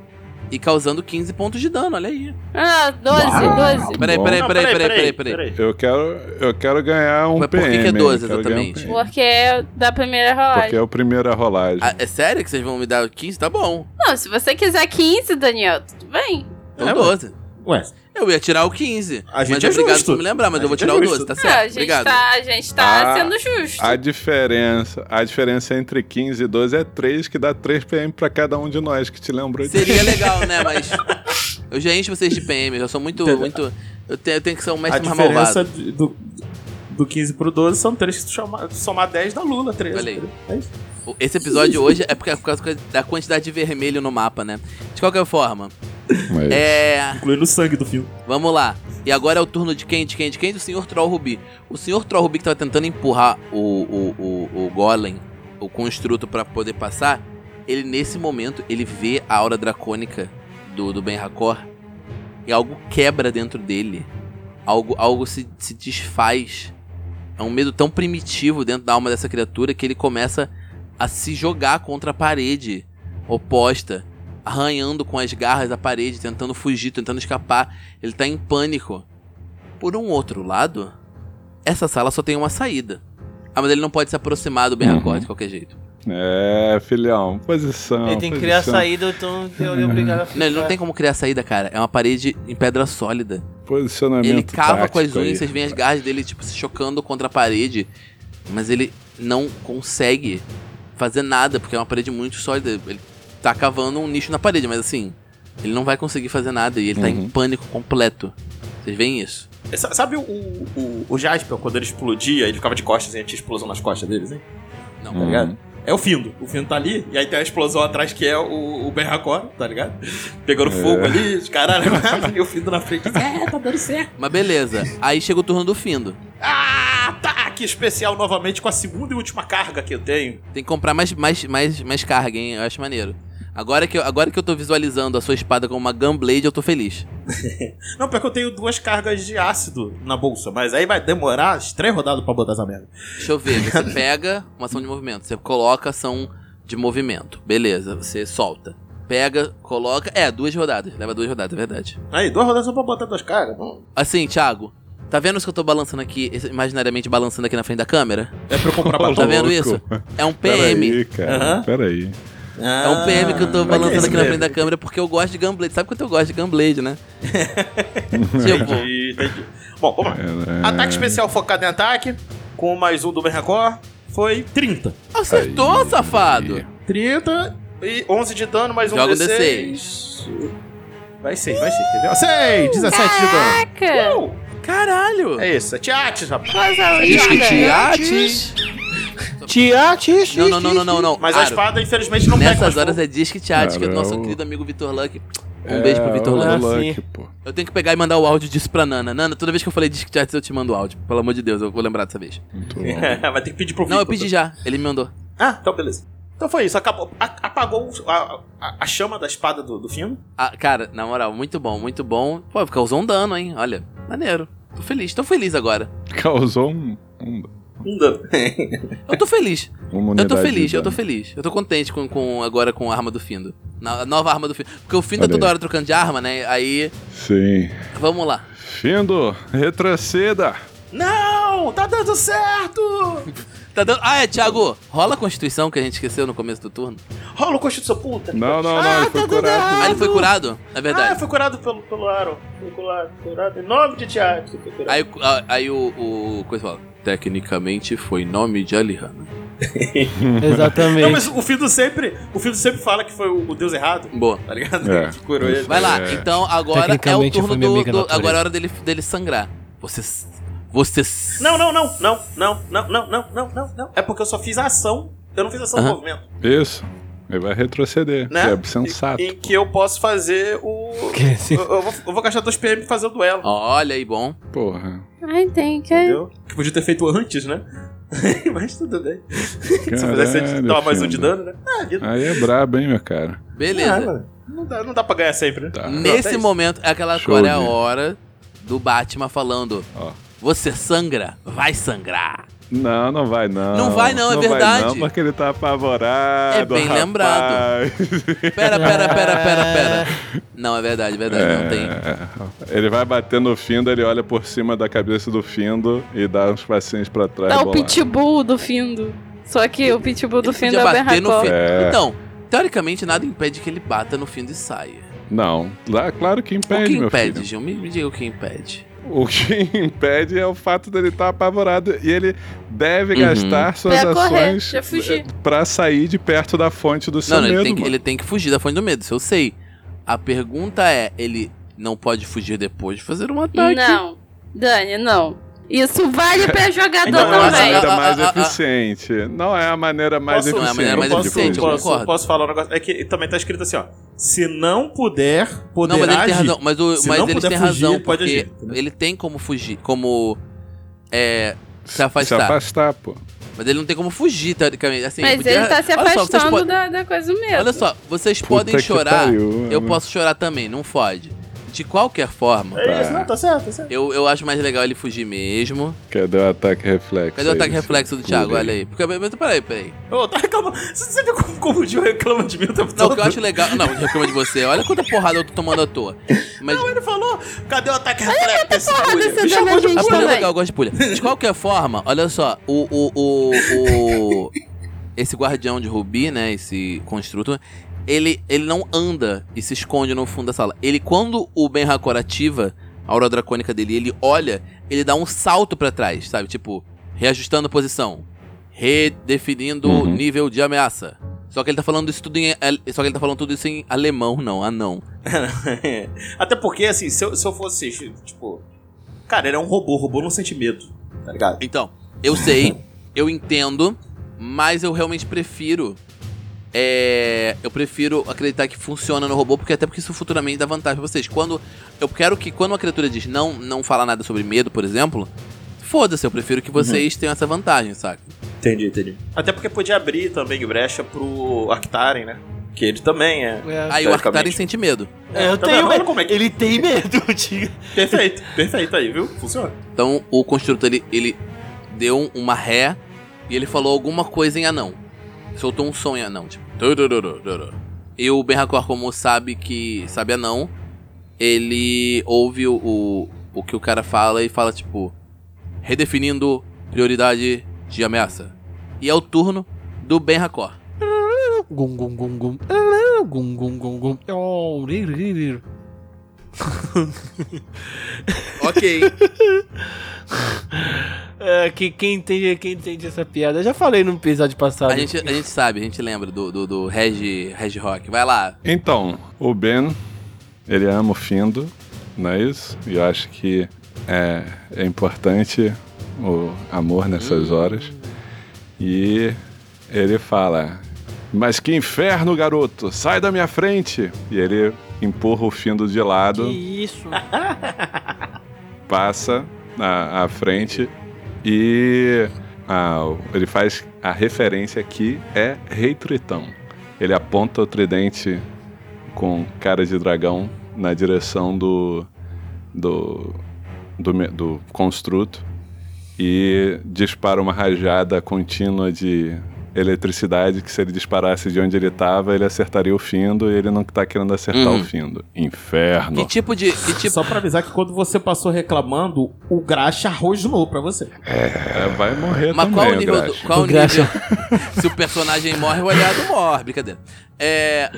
[SPEAKER 1] e causando 15 pontos de dano, olha aí.
[SPEAKER 4] Ah, 12, 12.
[SPEAKER 1] Peraí,
[SPEAKER 2] Bom.
[SPEAKER 1] peraí,
[SPEAKER 5] Não,
[SPEAKER 1] peraí, peraí, peraí, peraí.
[SPEAKER 2] Eu quero, eu quero ganhar um
[SPEAKER 1] Mas por que
[SPEAKER 2] PM.
[SPEAKER 1] que é 12
[SPEAKER 2] eu quero ganhar
[SPEAKER 1] exatamente?
[SPEAKER 2] PM.
[SPEAKER 4] Porque é da primeira rolagem.
[SPEAKER 2] Porque é a primeira rolagem.
[SPEAKER 1] Ah, é sério que vocês vão me dar 15? Tá bom.
[SPEAKER 4] Não, se você quiser 15, Daniel, tudo bem.
[SPEAKER 1] Então
[SPEAKER 5] É,
[SPEAKER 1] 12.
[SPEAKER 5] Ué,
[SPEAKER 1] Eu ia tirar o 15.
[SPEAKER 5] A gente
[SPEAKER 1] mas
[SPEAKER 5] é
[SPEAKER 1] obrigado
[SPEAKER 5] justo.
[SPEAKER 1] por me lembrar, mas
[SPEAKER 5] A
[SPEAKER 1] eu vou
[SPEAKER 5] gente é
[SPEAKER 1] tirar o
[SPEAKER 5] justo.
[SPEAKER 1] 12, tá
[SPEAKER 4] Ah,
[SPEAKER 1] certo?
[SPEAKER 4] a, gente
[SPEAKER 1] Obrigado.
[SPEAKER 4] tá, a gente tá
[SPEAKER 2] Ah,
[SPEAKER 4] sendo justo.
[SPEAKER 2] A diferença, a diferença entre 15 e 12 é 3, que dá 3 PM pra cada um de nós, que te lembrou disso.
[SPEAKER 1] Seria legal, né? Mas. Eu já encho vocês de PM, eu já sou muito.
[SPEAKER 5] Entendeu?
[SPEAKER 1] muito eu, tenho, eu tenho que ser um
[SPEAKER 5] a
[SPEAKER 1] mestre mais
[SPEAKER 5] diferença
[SPEAKER 1] malvado.
[SPEAKER 5] de- do, do 15 pro 12 são 3 que tu chama, somar 10 da Lula, 13.
[SPEAKER 1] Olha aí.
[SPEAKER 5] É isso.
[SPEAKER 1] O- Esse episódio hoje é porque- é por causa da quantidade de vermelho no mapa, né? De qualquer forma,
[SPEAKER 2] Mas-
[SPEAKER 1] é.
[SPEAKER 5] Incluindo o sangue do filme.
[SPEAKER 1] Vamos lá. E agora é o turno de quem? De quem? De quem? Do senhor Troll Rubi. O senhor Troll Rubi que tava tentando empurrar o, o, o, o Golem, o construto, pra poder passar. Ele, nesse momento, ele vê a aura dracônica do, do Ben Hakor. E algo quebra dentro dele. Algo, algo se, se desfaz. É um medo tão primitivo dentro da alma dessa criatura que ele começa a se jogar contra a parede oposta, arranhando com as garras a parede, tentando fugir, tentando escapar. Ele tá em pânico. Por um outro lado, essa sala só tem uma saída. Ah, mas ele não pode se aproximar do Ben
[SPEAKER 2] Uhum.
[SPEAKER 1] Hakor de qualquer jeito.
[SPEAKER 2] É, filhão, posição.
[SPEAKER 6] Ele tem que criar
[SPEAKER 2] posição.
[SPEAKER 6] saída, então eu é obrigado a
[SPEAKER 1] Não, ele não
[SPEAKER 6] ficar.
[SPEAKER 1] tem como criar saída, cara. É uma parede em pedra sólida.
[SPEAKER 2] Posicionamento
[SPEAKER 1] Ele cava com as
[SPEAKER 2] tático aí,
[SPEAKER 1] unhas, vocês veem as
[SPEAKER 2] rapaz.
[SPEAKER 1] garras dele, tipo, se chocando contra a parede. Mas ele não consegue fazer nada, porque é uma parede muito sólida. Ele tá cavando um nicho na parede, mas assim, ele não vai conseguir fazer nada e ele tá em
[SPEAKER 2] Uhum.
[SPEAKER 1] pânico completo. Vocês veem isso?
[SPEAKER 5] Sa- Sabe o, o, o Jasper, quando ele explodia, ele ficava de costas e tinha explosão nas costas dele, assim?
[SPEAKER 1] Não.
[SPEAKER 2] Uhum.
[SPEAKER 5] Tá ligado? É o Findo. O Findo tá ali, e aí tem a explosão atrás que é o, o Berracor, tá ligado? Pegando
[SPEAKER 1] É.
[SPEAKER 5] fogo ali, os caralho, e o Findo na frente. É, tá dando certo.
[SPEAKER 1] Mas beleza. Aí chega o turno do Findo.
[SPEAKER 5] Ah, ataque especial novamente com a segunda e última carga que eu tenho.
[SPEAKER 1] Tem que comprar mais, mais, mais, mais carga, hein? Eu acho maneiro. Agora que, eu, agora que eu tô visualizando a sua espada como uma Gunblade, eu tô feliz.
[SPEAKER 5] Não, porque eu tenho duas cargas de ácido na bolsa, mas aí vai demorar as três rodadas pra botar essa merda.
[SPEAKER 1] Deixa eu ver. Você pega uma ação de movimento. Você coloca ação de movimento. Beleza, você solta. Pega, coloca. É, duas rodadas. Leva duas rodadas, é verdade.
[SPEAKER 5] Aí, duas rodadas só pra botar duas cargas. não-
[SPEAKER 1] Assim, Thiago, tá vendo isso que eu tô balançando aqui, esse- imaginariamente balançando aqui na frente da câmera?
[SPEAKER 5] É pra eu comprar
[SPEAKER 1] Tá
[SPEAKER 5] batom.
[SPEAKER 1] vendo
[SPEAKER 2] louco.
[SPEAKER 1] isso? É um PM.
[SPEAKER 2] Peraí, cara.
[SPEAKER 5] Aham.
[SPEAKER 2] Peraí.
[SPEAKER 1] É um PM que eu tô
[SPEAKER 5] Ah, mas
[SPEAKER 1] balançando
[SPEAKER 5] esse
[SPEAKER 1] aqui na frente da
[SPEAKER 5] PM?
[SPEAKER 1] câmera porque eu gosto de Gunblade. Sabe quanto eu gosto de Gunblade, né? tipo,
[SPEAKER 5] Entendi, entendi. Bom, vamos lá.
[SPEAKER 2] Caraca.
[SPEAKER 5] Ataque especial focado em ataque, com mais um do Berracor, foi 30.
[SPEAKER 1] acertou, safado!
[SPEAKER 5] 30 e 11 de dano, mais um
[SPEAKER 1] Joga um
[SPEAKER 5] D6. Vai ser, vai ser, entendeu? 6, 17 de dano.
[SPEAKER 4] Caraca!
[SPEAKER 1] Caralho!
[SPEAKER 5] É isso, é Tiates, rapaz.
[SPEAKER 4] Nossa,
[SPEAKER 1] Disquitiates!
[SPEAKER 6] Tiatis!
[SPEAKER 1] Não, não, não, não, não, não.
[SPEAKER 5] Mas a
[SPEAKER 1] Aro,
[SPEAKER 5] espada, infelizmente, não pega.
[SPEAKER 1] Nessas
[SPEAKER 5] mais
[SPEAKER 1] horas é disquitiates, que é do nosso
[SPEAKER 2] Caramba.
[SPEAKER 1] querido amigo Vitor Luck. Um beijo pro Vitor
[SPEAKER 2] é,
[SPEAKER 1] Luck.
[SPEAKER 2] o
[SPEAKER 6] Luck.
[SPEAKER 2] Luck, pô.
[SPEAKER 1] Eu tenho que pegar e mandar o áudio disso pra Nana. Nana, toda vez que eu falei disquitiates, eu te mando o áudio. Pelo amor de Deus, eu vou lembrar dessa vez.
[SPEAKER 2] Muito
[SPEAKER 5] fogo.
[SPEAKER 2] bom.
[SPEAKER 5] Vai ter que pedir pro
[SPEAKER 1] Não, eu
[SPEAKER 5] Victor.
[SPEAKER 1] pedi já. Ele me mandou.
[SPEAKER 5] Ah, então beleza. Então foi isso, acabou. a- apagou a, a- a chama da espada do, do filme.
[SPEAKER 1] Ah, cara, na moral, muito bom, muito bom. Pô, causou um dano, hein? Olha, maneiro. Tô feliz, tô feliz agora.
[SPEAKER 2] Causou um, um,
[SPEAKER 5] Um dano.
[SPEAKER 1] Eu tô feliz.
[SPEAKER 2] uma
[SPEAKER 1] Eu
[SPEAKER 2] unidade
[SPEAKER 1] tô feliz,
[SPEAKER 2] de
[SPEAKER 1] eu tô
[SPEAKER 2] dano.
[SPEAKER 1] feliz. Eu tô contente com, com agora com a arma do Findo. Na, a nova arma do Findo. Porque o Findo
[SPEAKER 2] Olha
[SPEAKER 1] tá toda
[SPEAKER 2] aí.
[SPEAKER 1] hora trocando de arma, né? Aí,
[SPEAKER 2] Sim.
[SPEAKER 1] vamos lá.
[SPEAKER 2] Findo, retroceda.
[SPEAKER 5] Não, tá dando certo!
[SPEAKER 1] Tá dando... Ah, é, Thiago, rola a Constituição que a gente esqueceu no começo do turno.
[SPEAKER 5] Rola o coxo de sua puta.
[SPEAKER 2] Não, não, não,
[SPEAKER 5] tá
[SPEAKER 2] ele foi curado.
[SPEAKER 1] Ah, ele foi curado? É verdade.
[SPEAKER 5] Ah, foi curado pelo, pelo Aaron.
[SPEAKER 10] Fui curado, curado. Em nome de Tiago, fui curado.
[SPEAKER 1] Aí, o- a- aí o, o coisa fala, tecnicamente foi nome de Alihanna.
[SPEAKER 5] Não,
[SPEAKER 6] Exatamente.
[SPEAKER 5] mas o Fido sempre, o Fido sempre fala que foi o, o deus errado,
[SPEAKER 1] Boa.
[SPEAKER 5] tá ligado?
[SPEAKER 2] É.
[SPEAKER 5] Que curou ele.
[SPEAKER 1] Vai lá,
[SPEAKER 2] É.
[SPEAKER 1] então agora é o
[SPEAKER 3] Tecnicamente
[SPEAKER 1] turno
[SPEAKER 3] foi minha
[SPEAKER 1] do,
[SPEAKER 3] amiga
[SPEAKER 1] do-
[SPEAKER 3] natureza.
[SPEAKER 1] Agora é a hora dele, dele sangrar. Você. Você.
[SPEAKER 5] Não, não, não, não, não, não, não, não, não, não, não. É porque eu só fiz a ação. Eu não fiz ação
[SPEAKER 1] Aham.
[SPEAKER 5] do movimento.
[SPEAKER 2] Isso. Ele vai retroceder,
[SPEAKER 5] Né?
[SPEAKER 2] que é sensato.
[SPEAKER 5] Em que eu posso fazer o.
[SPEAKER 3] Que assim-
[SPEAKER 5] Eu, eu vou, eu vou gastar 2 PM pra fazer o duelo.
[SPEAKER 1] Olha aí, bom.
[SPEAKER 2] Porra.
[SPEAKER 4] Ai, tem que.
[SPEAKER 5] Entendeu? Que podia ter feito antes, né? Mas tudo bem. Se eu pudesse
[SPEAKER 2] Caralho,
[SPEAKER 5] tomar mais um de
[SPEAKER 2] Findo.
[SPEAKER 5] dano, né? Ah, vida.
[SPEAKER 2] Aí é brabo, hein, meu cara.
[SPEAKER 5] Ah,
[SPEAKER 1] Beleza.
[SPEAKER 5] mano, não, dá, não dá pra ganhar sempre, né?
[SPEAKER 2] Tá.
[SPEAKER 1] Nesse
[SPEAKER 5] Até isso.
[SPEAKER 1] momento, é aquela
[SPEAKER 2] Show,
[SPEAKER 1] agora é a
[SPEAKER 2] gente.
[SPEAKER 1] hora do Batman falando.
[SPEAKER 2] Ó.
[SPEAKER 1] Você sangra? Vai sangrar.
[SPEAKER 2] Não, não vai não.
[SPEAKER 1] Não vai não, é
[SPEAKER 2] vai
[SPEAKER 1] verdade.
[SPEAKER 2] não, porque ele tá apavorado.
[SPEAKER 1] É bem
[SPEAKER 2] rapaz.
[SPEAKER 1] lembrado. Pera, pera, pera, pera, pera. Não, é verdade, é verdade. Não tem.
[SPEAKER 2] É, Ele vai bater no Findo, ele olha por cima da cabeça do Findo e dá uns passinhos pra trás.
[SPEAKER 4] Tá o
[SPEAKER 2] bolado.
[SPEAKER 4] pitbull do Findo. Só que o pitbull
[SPEAKER 1] É
[SPEAKER 4] do
[SPEAKER 1] Ele
[SPEAKER 4] Findo
[SPEAKER 1] podia
[SPEAKER 4] é o
[SPEAKER 1] bater no
[SPEAKER 4] Berracol.
[SPEAKER 1] fim.
[SPEAKER 2] É.
[SPEAKER 1] Então, teoricamente, nada impede que ele bata no fim e saia.
[SPEAKER 2] Não, lá, claro que impede,
[SPEAKER 1] o que
[SPEAKER 2] meu
[SPEAKER 1] impede,
[SPEAKER 2] filho.
[SPEAKER 1] Gil? Me, me diga o que impede.
[SPEAKER 2] O que impede é o fato dele estar apavorado e ele deve
[SPEAKER 1] Uhum.
[SPEAKER 2] gastar suas
[SPEAKER 4] Pra correr,
[SPEAKER 2] ações
[SPEAKER 1] É.
[SPEAKER 4] pra fugir.
[SPEAKER 2] pra sair de perto da fonte do seu
[SPEAKER 1] Não, não, ele
[SPEAKER 2] é medo,
[SPEAKER 1] tem, que,
[SPEAKER 2] mano.
[SPEAKER 1] ele tem que fugir da fonte do medo, isso eu sei. A pergunta é, ele não pode fugir depois de fazer um ataque.
[SPEAKER 4] Não, Dani, não. Isso vale pra jogador
[SPEAKER 5] Então,
[SPEAKER 2] Não é a
[SPEAKER 5] mas-
[SPEAKER 4] também.
[SPEAKER 2] maneira mais
[SPEAKER 1] Ah, ah, ah, ah.
[SPEAKER 2] eficiente. Não é a maneira mais
[SPEAKER 5] Posso-
[SPEAKER 1] Não é a
[SPEAKER 2] eficiente.
[SPEAKER 1] maneira mais
[SPEAKER 2] de
[SPEAKER 5] posso,
[SPEAKER 1] eficiente, eu
[SPEAKER 2] fugir.
[SPEAKER 5] posso,
[SPEAKER 1] concordo.
[SPEAKER 5] posso falar um negócio? É que também tá escrito assim, ó. Se não puder, poderá
[SPEAKER 1] não, mas ele tem
[SPEAKER 5] agir.
[SPEAKER 1] razão. Mas, o,
[SPEAKER 5] Se
[SPEAKER 1] mas
[SPEAKER 5] não
[SPEAKER 1] ele
[SPEAKER 5] puder
[SPEAKER 1] tem
[SPEAKER 5] fugir,
[SPEAKER 1] razão,
[SPEAKER 5] ele pode
[SPEAKER 1] porque
[SPEAKER 2] né?
[SPEAKER 5] agir.
[SPEAKER 1] ele tem como fugir, como é, se
[SPEAKER 2] Se
[SPEAKER 1] afastar.
[SPEAKER 2] afastar, pô.
[SPEAKER 1] Mas ele não tem como fugir, teoricamente. Assim,
[SPEAKER 4] Mas
[SPEAKER 1] podia-
[SPEAKER 4] ele tá se
[SPEAKER 1] Olha só, vocês
[SPEAKER 4] afastando
[SPEAKER 1] po-
[SPEAKER 4] da, da coisa do medo.
[SPEAKER 1] Olha só, vocês
[SPEAKER 2] Puta
[SPEAKER 1] podem
[SPEAKER 2] que
[SPEAKER 1] chorar,
[SPEAKER 2] pariu,
[SPEAKER 1] eu
[SPEAKER 2] mano.
[SPEAKER 1] posso chorar também, não fode. De qualquer forma,
[SPEAKER 5] É isso, não, tá certo, tá certo.
[SPEAKER 1] eu, eu acho mais legal ele fugir mesmo.
[SPEAKER 2] Cadê o ataque reflexo?
[SPEAKER 1] Cadê o
[SPEAKER 2] aí?
[SPEAKER 1] ataque reflexo do Thiago?
[SPEAKER 2] Cura.
[SPEAKER 1] Olha aí. Porque, mas peraí, peraí.
[SPEAKER 5] Ô, tá reclamando. Você você viu como, como o Gil reclama de mim o tempo
[SPEAKER 1] Não, o
[SPEAKER 5] todo?
[SPEAKER 1] que eu acho legal. Não, reclama de você. Olha quanta porrada eu tô tomando à toa. Mas
[SPEAKER 5] Ele falou, cadê o ataque reflexo desse
[SPEAKER 4] porrada
[SPEAKER 5] pulha?
[SPEAKER 4] você
[SPEAKER 5] Me
[SPEAKER 4] dá
[SPEAKER 5] chamou
[SPEAKER 4] na
[SPEAKER 5] de
[SPEAKER 4] gente
[SPEAKER 1] a
[SPEAKER 5] pulha.
[SPEAKER 1] pulha é
[SPEAKER 4] também.
[SPEAKER 1] legal, eu gosto de pulha. De qualquer forma, olha só, o. o, o, o- esse guardião de Rubi, né? Esse construto, ele, ele não anda e se esconde no fundo da sala. Ele, quando o Ben Hakor ativa, a aura dracônica dele, ele olha, ele dá um salto pra trás, sabe? Tipo, reajustando a posição, redefinindo o
[SPEAKER 2] Uhum.
[SPEAKER 1] nível de ameaça. Só que ele tá falando isso tudo em só que ele tá falando tudo isso em alemão, não, anão.
[SPEAKER 5] Até porque, assim, se eu, se eu fosse, tipo. Cara, ele é um robô, robô não sente medo, tá ligado?
[SPEAKER 1] Então, eu sei, eu entendo, mas eu realmente prefiro. É, eu prefiro acreditar que funciona no robô, porque até porque isso futuramente dá vantagem pra vocês. Quando. Eu quero que quando uma criatura diz não, não fala nada sobre medo, por exemplo, foda-se, eu prefiro que vocês tenham essa vantagem, saca?
[SPEAKER 5] Entendi, entendi. Até porque podia abrir também brecha pro Arctaren, né? Que ele também é.
[SPEAKER 1] Aí o
[SPEAKER 5] Teoricamente.
[SPEAKER 1] Arctaren sente medo.
[SPEAKER 5] É, eu
[SPEAKER 7] tenho medo.
[SPEAKER 5] Como é que...
[SPEAKER 7] Ele tem medo, diga.
[SPEAKER 5] Perfeito, perfeito aí, viu? Funciona.
[SPEAKER 1] Então o construtor ele, ele deu um- uma ré e ele falou alguma coisa em anão. Soltou um som em anão, tipo. "Turururururu". E o Benhakor, como sabe que. sabe anão, ele ouve o, o, o que o cara fala e fala, tipo. Redefinindo prioridade de ameaça. E é o turno do Benhakor.
[SPEAKER 6] Gum, gum, gum, gum. ah, Gum, gum, gum, gum. Oh, rir, rir, rir.
[SPEAKER 1] Ok.
[SPEAKER 6] É, que, quem, entende, quem entende essa piada? Eu já falei no episódio passado.
[SPEAKER 1] a, gente, a gente sabe, a gente lembra do, do, do Regi, Regi Rock. Vai lá.
[SPEAKER 2] Então, o Ben, ele ama o Findo, não é isso? E eu acho que é, é importante o amor
[SPEAKER 1] Hum.
[SPEAKER 2] nessas horas. E ele fala: Mas que inferno, garoto! Sai da minha frente! E ele empurra o Findo de lado.
[SPEAKER 6] Que isso?
[SPEAKER 2] passa à, à frente e ah, o- ele faz a referência aqui é Rei Tritão. Ele aponta o tridente com cara de dragão na direção do do do, me- do construto e dispara uma rajada contínua de eletricidade que se ele disparasse de onde ele estava ele acertaria o findo e ele não tá querendo acertar
[SPEAKER 1] Uhum.
[SPEAKER 2] o findo. Inferno.
[SPEAKER 1] Que tipo de. Que tipo...
[SPEAKER 7] Só pra avisar que quando você passou reclamando, o Graxa arrojou pra você.
[SPEAKER 2] É, vai morrer
[SPEAKER 1] Mas
[SPEAKER 2] também,
[SPEAKER 1] qual o
[SPEAKER 2] o
[SPEAKER 1] nível do,
[SPEAKER 2] Graxa.
[SPEAKER 1] qual o
[SPEAKER 6] O Graxa.
[SPEAKER 1] nível- Se o personagem morre, o aliado morre, brincadeira. É.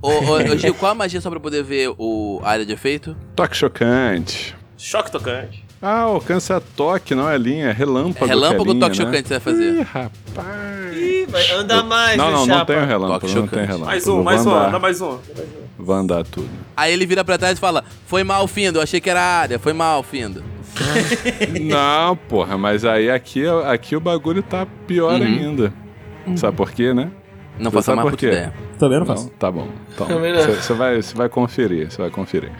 [SPEAKER 1] Ô, ô, ô, Gil, qual a magia só pra poder ver o a área de efeito?
[SPEAKER 2] Toque chocante.
[SPEAKER 5] Choque tocante.
[SPEAKER 2] Ah, alcance a toque, não é linha, é relâmpago.
[SPEAKER 1] É relâmpago
[SPEAKER 2] que
[SPEAKER 1] ou
[SPEAKER 2] é
[SPEAKER 1] toque
[SPEAKER 2] linha,
[SPEAKER 1] chocante você vai fazer?
[SPEAKER 2] Ih, rapaz.
[SPEAKER 6] Ih, vai, anda mais,
[SPEAKER 2] não,
[SPEAKER 6] né,
[SPEAKER 2] não, não
[SPEAKER 6] chapa.
[SPEAKER 2] tenho relâmpago,
[SPEAKER 1] Toque
[SPEAKER 2] não
[SPEAKER 1] chocante.
[SPEAKER 2] tem relâmpago.
[SPEAKER 5] Mais um, mais um, dá mais um.
[SPEAKER 2] Vai andar tudo.
[SPEAKER 1] Aí ele vira pra trás e fala: Foi mal, Findo, achei que era a área, foi mal, Findo.
[SPEAKER 2] não, porra, mas aí aqui, aqui o bagulho tá pior
[SPEAKER 1] Uhum.
[SPEAKER 2] ainda. Sabe por quê, né?
[SPEAKER 1] Não
[SPEAKER 2] Você
[SPEAKER 1] faço a
[SPEAKER 2] sabe
[SPEAKER 1] mais
[SPEAKER 2] por
[SPEAKER 1] puta
[SPEAKER 2] quê?
[SPEAKER 1] ideia.
[SPEAKER 7] Também
[SPEAKER 2] tá bom. Então,
[SPEAKER 6] Também não.
[SPEAKER 2] você vai, cê vai conferir, você vai conferir.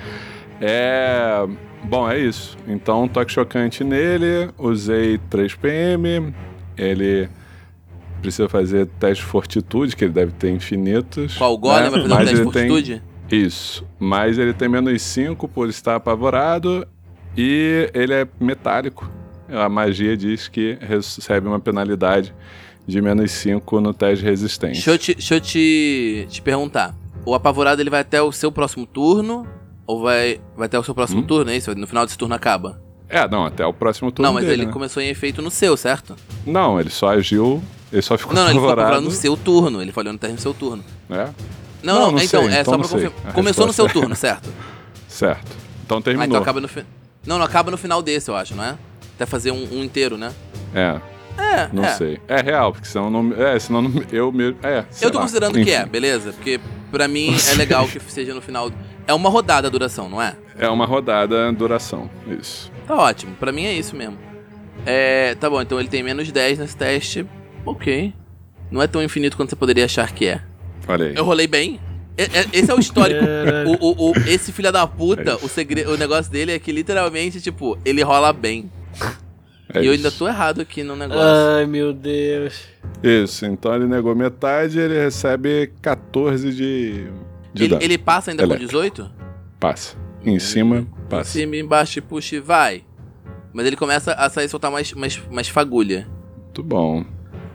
[SPEAKER 2] É. Bom, é isso. Então, toque chocante nele, usei 3PM, ele precisa fazer teste de fortitude, que ele deve ter infinitos.
[SPEAKER 1] Qual o Golem
[SPEAKER 2] né?
[SPEAKER 1] vai fazer um
[SPEAKER 2] Mas
[SPEAKER 1] teste de
[SPEAKER 2] ele tem-
[SPEAKER 1] fortitude?
[SPEAKER 2] Isso. Mas ele tem menos 5 por estar apavorado e ele é metálico. A magia diz que recebe uma penalidade de menos 5 no teste de resistência.
[SPEAKER 1] Deixa eu, te, deixa eu te, te perguntar. O apavorado ele vai até o seu próximo turno? Ou vai, vai até o seu próximo
[SPEAKER 2] Hum?
[SPEAKER 1] turno, é isso? No final desse turno acaba?
[SPEAKER 2] É, não, até o próximo turno
[SPEAKER 1] não, mas
[SPEAKER 2] dele,
[SPEAKER 1] ele
[SPEAKER 2] né?
[SPEAKER 1] começou em efeito no seu, certo?
[SPEAKER 2] Não, ele só agiu, ele só ficou
[SPEAKER 1] Não, não, ele foi
[SPEAKER 2] apavorado.
[SPEAKER 1] apavorado no seu turno. Ele falhou no teste no seu turno.
[SPEAKER 2] né?
[SPEAKER 1] Não,
[SPEAKER 2] Não,
[SPEAKER 1] não,
[SPEAKER 2] não
[SPEAKER 1] então,
[SPEAKER 2] sei,
[SPEAKER 1] é
[SPEAKER 2] então
[SPEAKER 1] só
[SPEAKER 2] não
[SPEAKER 1] pra
[SPEAKER 2] sei.
[SPEAKER 1] confirmar.
[SPEAKER 2] A
[SPEAKER 1] Começou no
[SPEAKER 2] resposta
[SPEAKER 1] seu turno, certo?
[SPEAKER 2] Certo. Então
[SPEAKER 1] Ah,
[SPEAKER 2] terminou.
[SPEAKER 1] então acaba no final. Não, não acaba no final desse, eu acho, não é? Até fazer um, um inteiro, né?
[SPEAKER 2] É,
[SPEAKER 1] É,
[SPEAKER 2] não
[SPEAKER 1] é.
[SPEAKER 2] sei. É real, porque senão não. É, senão não, eu mesmo. É, sei
[SPEAKER 1] Eu tô
[SPEAKER 2] lá.
[SPEAKER 1] considerando que é,
[SPEAKER 2] Enfim,
[SPEAKER 1] beleza? Porque pra mim é legal que seja no final. É uma rodada a duração, não é?
[SPEAKER 2] É uma rodada, duração. Isso.
[SPEAKER 1] Tá ótimo, pra mim é isso mesmo. É, tá bom, então ele tem menos 10 nesse teste. Ok. Não é tão infinito quanto você poderia achar que é.
[SPEAKER 2] Olha aí.
[SPEAKER 1] Eu rolei bem? E- e- Esse é o histórico. O- o- o- esse filho da puta,
[SPEAKER 2] É
[SPEAKER 1] o, segre... o negócio dele é que literalmente, tipo, ele rola bem.
[SPEAKER 2] É
[SPEAKER 1] e eu
[SPEAKER 2] isso.
[SPEAKER 1] ainda tô errado aqui no negócio.
[SPEAKER 6] Ai, meu Deus.
[SPEAKER 2] Isso, então ele negou metade ele recebe 14 de. de
[SPEAKER 1] ele,
[SPEAKER 2] dano.
[SPEAKER 1] ele passa ainda
[SPEAKER 2] Elétrico.
[SPEAKER 1] com 18?
[SPEAKER 2] Passa. Em cima, é. passa.
[SPEAKER 1] Cima, embaixo, puxa e vai. Mas ele começa a sair e soltar mais, mais, mais fagulha.
[SPEAKER 2] Muito bom.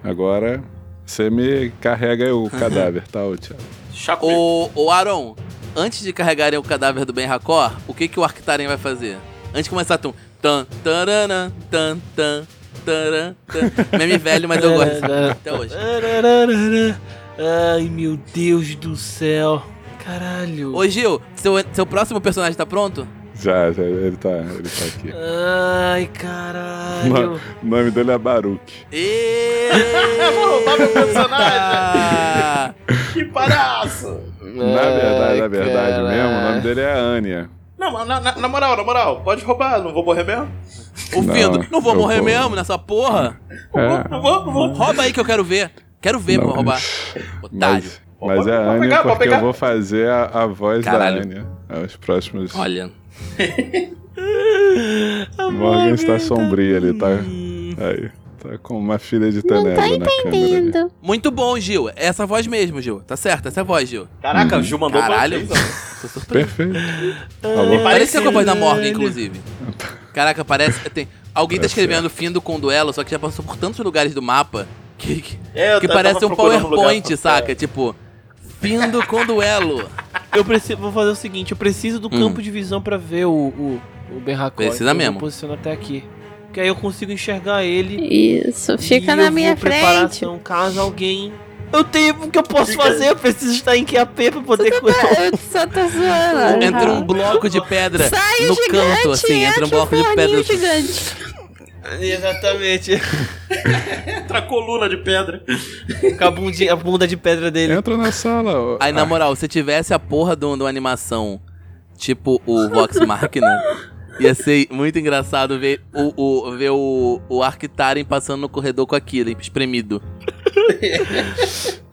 [SPEAKER 2] Agora você me carrega o cadáver, tá, ô Thiago?
[SPEAKER 5] Chaco.
[SPEAKER 1] Ô, ô Aaron, antes de carregarem o cadáver do Ben Hakor, o que, que o Arctaren vai fazer? Antes de começar, tum. Tan, taranã, tan, tan, taran, tan. Meme velho, mas eu gosto. Até hoje.
[SPEAKER 6] Arararara. Ai, meu Deus do céu. Caralho.
[SPEAKER 1] Ô Gil, seu, seu próximo personagem tá pronto?
[SPEAKER 2] Já, já, ele tá, ele tá aqui.
[SPEAKER 6] Ai, caralho.
[SPEAKER 2] O nome dele é Baruch.
[SPEAKER 1] E...
[SPEAKER 5] roubar meu personagem. Que palhaço!
[SPEAKER 2] Na
[SPEAKER 1] É,
[SPEAKER 2] verdade, na verdade
[SPEAKER 6] cara.
[SPEAKER 2] mesmo, o nome dele é Ania.
[SPEAKER 5] Não, mas na, na- na moral, na moral, pode roubar, não vou morrer mesmo?
[SPEAKER 1] O
[SPEAKER 2] Não,
[SPEAKER 1] Findo, não vou
[SPEAKER 2] eu
[SPEAKER 1] morrer
[SPEAKER 2] vou.
[SPEAKER 1] mesmo nessa porra.
[SPEAKER 2] É,
[SPEAKER 5] Não vou, não vou.
[SPEAKER 1] Rouba aí que eu quero ver. Quero ver
[SPEAKER 2] Não,
[SPEAKER 1] pra roubar. Otário.
[SPEAKER 2] mas, mas é
[SPEAKER 5] Vou
[SPEAKER 2] Ania
[SPEAKER 5] pegar, vou
[SPEAKER 2] porque eu
[SPEAKER 5] pegar.
[SPEAKER 2] vou fazer a, a voz
[SPEAKER 1] Caralho.
[SPEAKER 2] da Ania. Os próximos.
[SPEAKER 1] Olha.
[SPEAKER 2] Morgan está sombrio ali, tá? Aí. Tá com uma filha de tenebra na câmera. ali.
[SPEAKER 4] Entendo.
[SPEAKER 1] Muito bom, Gil. É Essa voz mesmo, Gil. Tá certo, essa é a voz, Gil.
[SPEAKER 5] Caraca, o Gil mandou pra
[SPEAKER 1] Caralho.
[SPEAKER 5] vocês, ó.
[SPEAKER 1] Tô surpreso.
[SPEAKER 2] Perfeito. Alô?
[SPEAKER 1] Parece que é a voz da Morgan, inclusive. Caraca, parece. Tem... Alguém tá
[SPEAKER 2] é.
[SPEAKER 1] escrevendo Findo com duelo, só que já passou por tantos lugares do mapa que, que,
[SPEAKER 5] É, eu
[SPEAKER 1] que
[SPEAKER 5] tava
[SPEAKER 1] parece um
[SPEAKER 5] procurando
[SPEAKER 1] PowerPoint,
[SPEAKER 5] lugar pra-
[SPEAKER 1] saca? Tipo, Findo com duelo.
[SPEAKER 6] Eu preciso, vou fazer o seguinte, eu preciso do
[SPEAKER 1] Hum.
[SPEAKER 6] campo de visão pra ver o, o, o Ben Hakor.
[SPEAKER 1] Precisa
[SPEAKER 6] Então eu
[SPEAKER 1] mesmo.
[SPEAKER 6] Me posiciono até aqui. Porque aí eu consigo enxergar ele.
[SPEAKER 4] Isso, fica
[SPEAKER 6] e
[SPEAKER 4] na
[SPEAKER 6] eu
[SPEAKER 4] minha
[SPEAKER 6] vou preparar
[SPEAKER 4] frente.
[SPEAKER 6] ação caso alguém. Eu tenho o que eu posso fazer, eu preciso estar em QAP pra poder cuidar.
[SPEAKER 4] Eu só tô zoando.
[SPEAKER 1] Entra um bloco de pedra
[SPEAKER 4] Sai
[SPEAKER 1] no
[SPEAKER 4] o gigante,
[SPEAKER 1] canto, assim, entra um bloco de pedra.
[SPEAKER 4] forninho gigante.
[SPEAKER 6] Exatamente.
[SPEAKER 5] Entra a coluna de pedra.
[SPEAKER 6] Com a, bundinha- a bunda de pedra dele.
[SPEAKER 2] Entra na sala. ó.
[SPEAKER 1] Aí, na moral, se tivesse a porra de um- de uma animação tipo o Vox Machina, ia ser muito engraçado ver o, o, ver o, o Arctaren passando no corredor com aquilo, hein, espremido.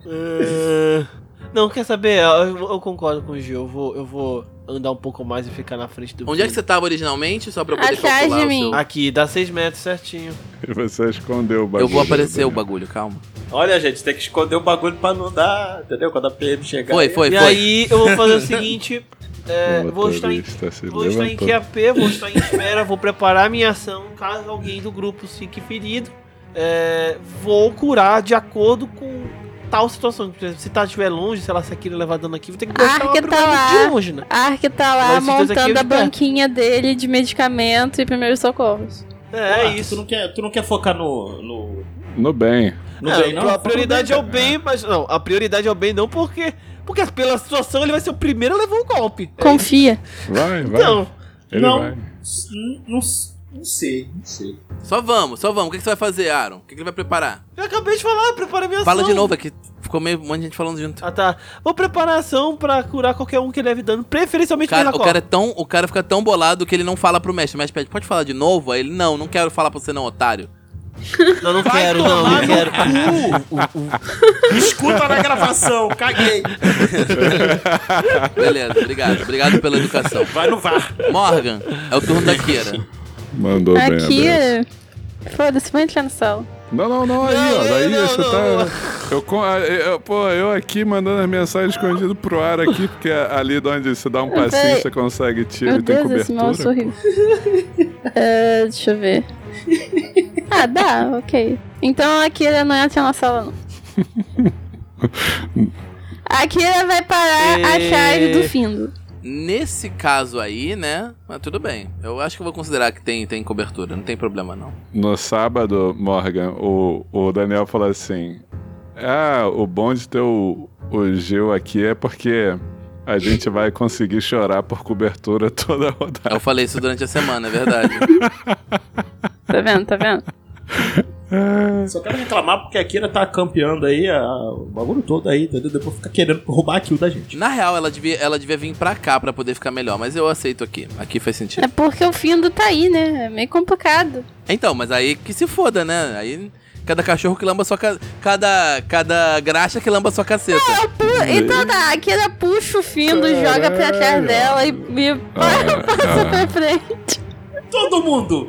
[SPEAKER 6] Ah, não, quer saber? Eu, eu concordo com o Gil. Eu vou, eu vou andar um pouco mais e ficar na frente do.
[SPEAKER 1] Onde é que tá?
[SPEAKER 6] Vini.
[SPEAKER 1] você tava originalmente, só pra eu poder
[SPEAKER 4] Atrás
[SPEAKER 1] calcular
[SPEAKER 4] de
[SPEAKER 1] o
[SPEAKER 4] mim.
[SPEAKER 1] seu-
[SPEAKER 6] Aqui, dá 6 metros certinho.
[SPEAKER 2] E Você escondeu o bagulho.
[SPEAKER 1] Eu vou aparecer
[SPEAKER 2] Daniel.
[SPEAKER 1] o bagulho, calma.
[SPEAKER 5] Olha, gente, tem que esconder o bagulho pra não dar, entendeu? Quando a PM chegar.
[SPEAKER 1] Foi, foi,
[SPEAKER 6] e
[SPEAKER 1] foi.
[SPEAKER 6] aí eu vou fazer o seguinte: é,
[SPEAKER 2] O
[SPEAKER 6] vou estar em.
[SPEAKER 2] motorista se
[SPEAKER 6] Vou estar em
[SPEAKER 2] levantou.
[SPEAKER 6] QAP, vou estar em espera, vou preparar minha ação caso alguém do grupo fique ferido. É, vou curar de acordo com tal situação. Por exemplo, se tá estiver longe, sei lá, se aquilo levar dano é aqui, vou ter que
[SPEAKER 4] Ah,
[SPEAKER 6] cortar
[SPEAKER 4] que
[SPEAKER 6] uma
[SPEAKER 4] tá lá.
[SPEAKER 6] tá de longe, né?
[SPEAKER 4] Ark tá
[SPEAKER 6] Mas
[SPEAKER 4] lá
[SPEAKER 6] esses dois aqui
[SPEAKER 4] montando
[SPEAKER 6] eu é.
[SPEAKER 4] a
[SPEAKER 6] liberto.
[SPEAKER 4] banquinha dele de medicamento e primeiros socorros.
[SPEAKER 6] É,
[SPEAKER 5] Ah,
[SPEAKER 6] isso.
[SPEAKER 5] Tu não quer, tu não quer focar no. no,
[SPEAKER 2] No bem.
[SPEAKER 5] no
[SPEAKER 6] É,
[SPEAKER 5] bem, não?
[SPEAKER 6] A prioridade é o bem, mas não, a prioridade é o bem não porque porque pela situação ele vai ser o primeiro a levar o golpe. É isso.
[SPEAKER 4] Confia.
[SPEAKER 2] Vai, vai.
[SPEAKER 6] Então,
[SPEAKER 2] Ele
[SPEAKER 5] não.
[SPEAKER 2] vai.
[SPEAKER 5] Não, não, não sei, não sei.
[SPEAKER 1] Só vamos, só vamos. O que que você vai fazer, Aaron? O que que ele vai preparar?
[SPEAKER 6] eu acabei de falar, prepara minha
[SPEAKER 1] Fala
[SPEAKER 6] ação.
[SPEAKER 1] de novo, é que ficou meio um monte de gente falando junto.
[SPEAKER 6] Ah tá. Vou preparar a ação pra curar qualquer um que leve dano, preferencialmente
[SPEAKER 1] Cara,
[SPEAKER 6] pela
[SPEAKER 1] o cara é tão, o cara fica tão bolado que ele não fala pro mestre, mas pede, pode falar de novo? Aí ele, não, não quero falar pra você não, otário.
[SPEAKER 6] Não, não
[SPEAKER 12] Vai
[SPEAKER 6] quero, não,
[SPEAKER 12] tomar
[SPEAKER 6] não quero.
[SPEAKER 12] Escuta na gravação, caguei.
[SPEAKER 1] Beleza, obrigado. Obrigado pela educação.
[SPEAKER 12] Vai no VAR.
[SPEAKER 1] Morgan, é o turno da Kira.
[SPEAKER 2] Mandou bem.
[SPEAKER 4] Aqui. é-
[SPEAKER 2] abraço.
[SPEAKER 4] Foda-se, vai entrar no sal.
[SPEAKER 2] Não, não, não, aí,
[SPEAKER 6] Não,
[SPEAKER 2] ó.
[SPEAKER 6] eu-
[SPEAKER 2] Daí
[SPEAKER 6] não,
[SPEAKER 2] você
[SPEAKER 6] não,
[SPEAKER 2] tá.
[SPEAKER 6] não.
[SPEAKER 2] Eu, com- eu, pô, eu aqui mandando as mensagens escondido pro ar aqui, porque é ali de onde você dá um passinho,
[SPEAKER 6] é,
[SPEAKER 4] Peraí.
[SPEAKER 2] você consegue tiro
[SPEAKER 4] Meu
[SPEAKER 2] e tem
[SPEAKER 4] Deus, esse mouse é
[SPEAKER 2] cobertura.
[SPEAKER 4] horrível. É, deixa eu ver. Ah, dá, ok. Então a Kira não entra na sala, não. A Kira vai parar a
[SPEAKER 6] É.
[SPEAKER 4] chave do Findo.
[SPEAKER 1] Nesse caso aí, né? Mas tudo bem. Eu acho que eu vou considerar que tem, tem cobertura, não tem problema não.
[SPEAKER 2] No sábado, Morgan, o, o Daniel falou assim: Ah, o bom de ter o, o Gil aqui é porque a gente vai conseguir chorar por cobertura toda a rodada.
[SPEAKER 1] Eu falei isso durante a semana, é verdade.
[SPEAKER 4] Tá vendo, tá vendo?
[SPEAKER 5] Só quero reclamar porque a Kira tá campeando aí a- o bagulho todo aí, entendeu? Depois fica querendo roubar aquilo da gente.
[SPEAKER 1] Na real, ela devia, ela devia vir pra cá pra poder ficar melhor, mas eu aceito aqui. Aqui faz
[SPEAKER 4] É
[SPEAKER 1] sentido.
[SPEAKER 4] porque o Findo tá aí, né? É meio complicado.
[SPEAKER 1] Então, mas aí que se foda, né? Aí cada cachorro que lamba sua ca... cada cada graxa que lamba sua caceta.
[SPEAKER 4] Pu- Então tá, a Kira puxa o Findo, joga pra trás dela e, e
[SPEAKER 2] Ah,
[SPEAKER 4] passa pra frente.
[SPEAKER 5] Todo mundo!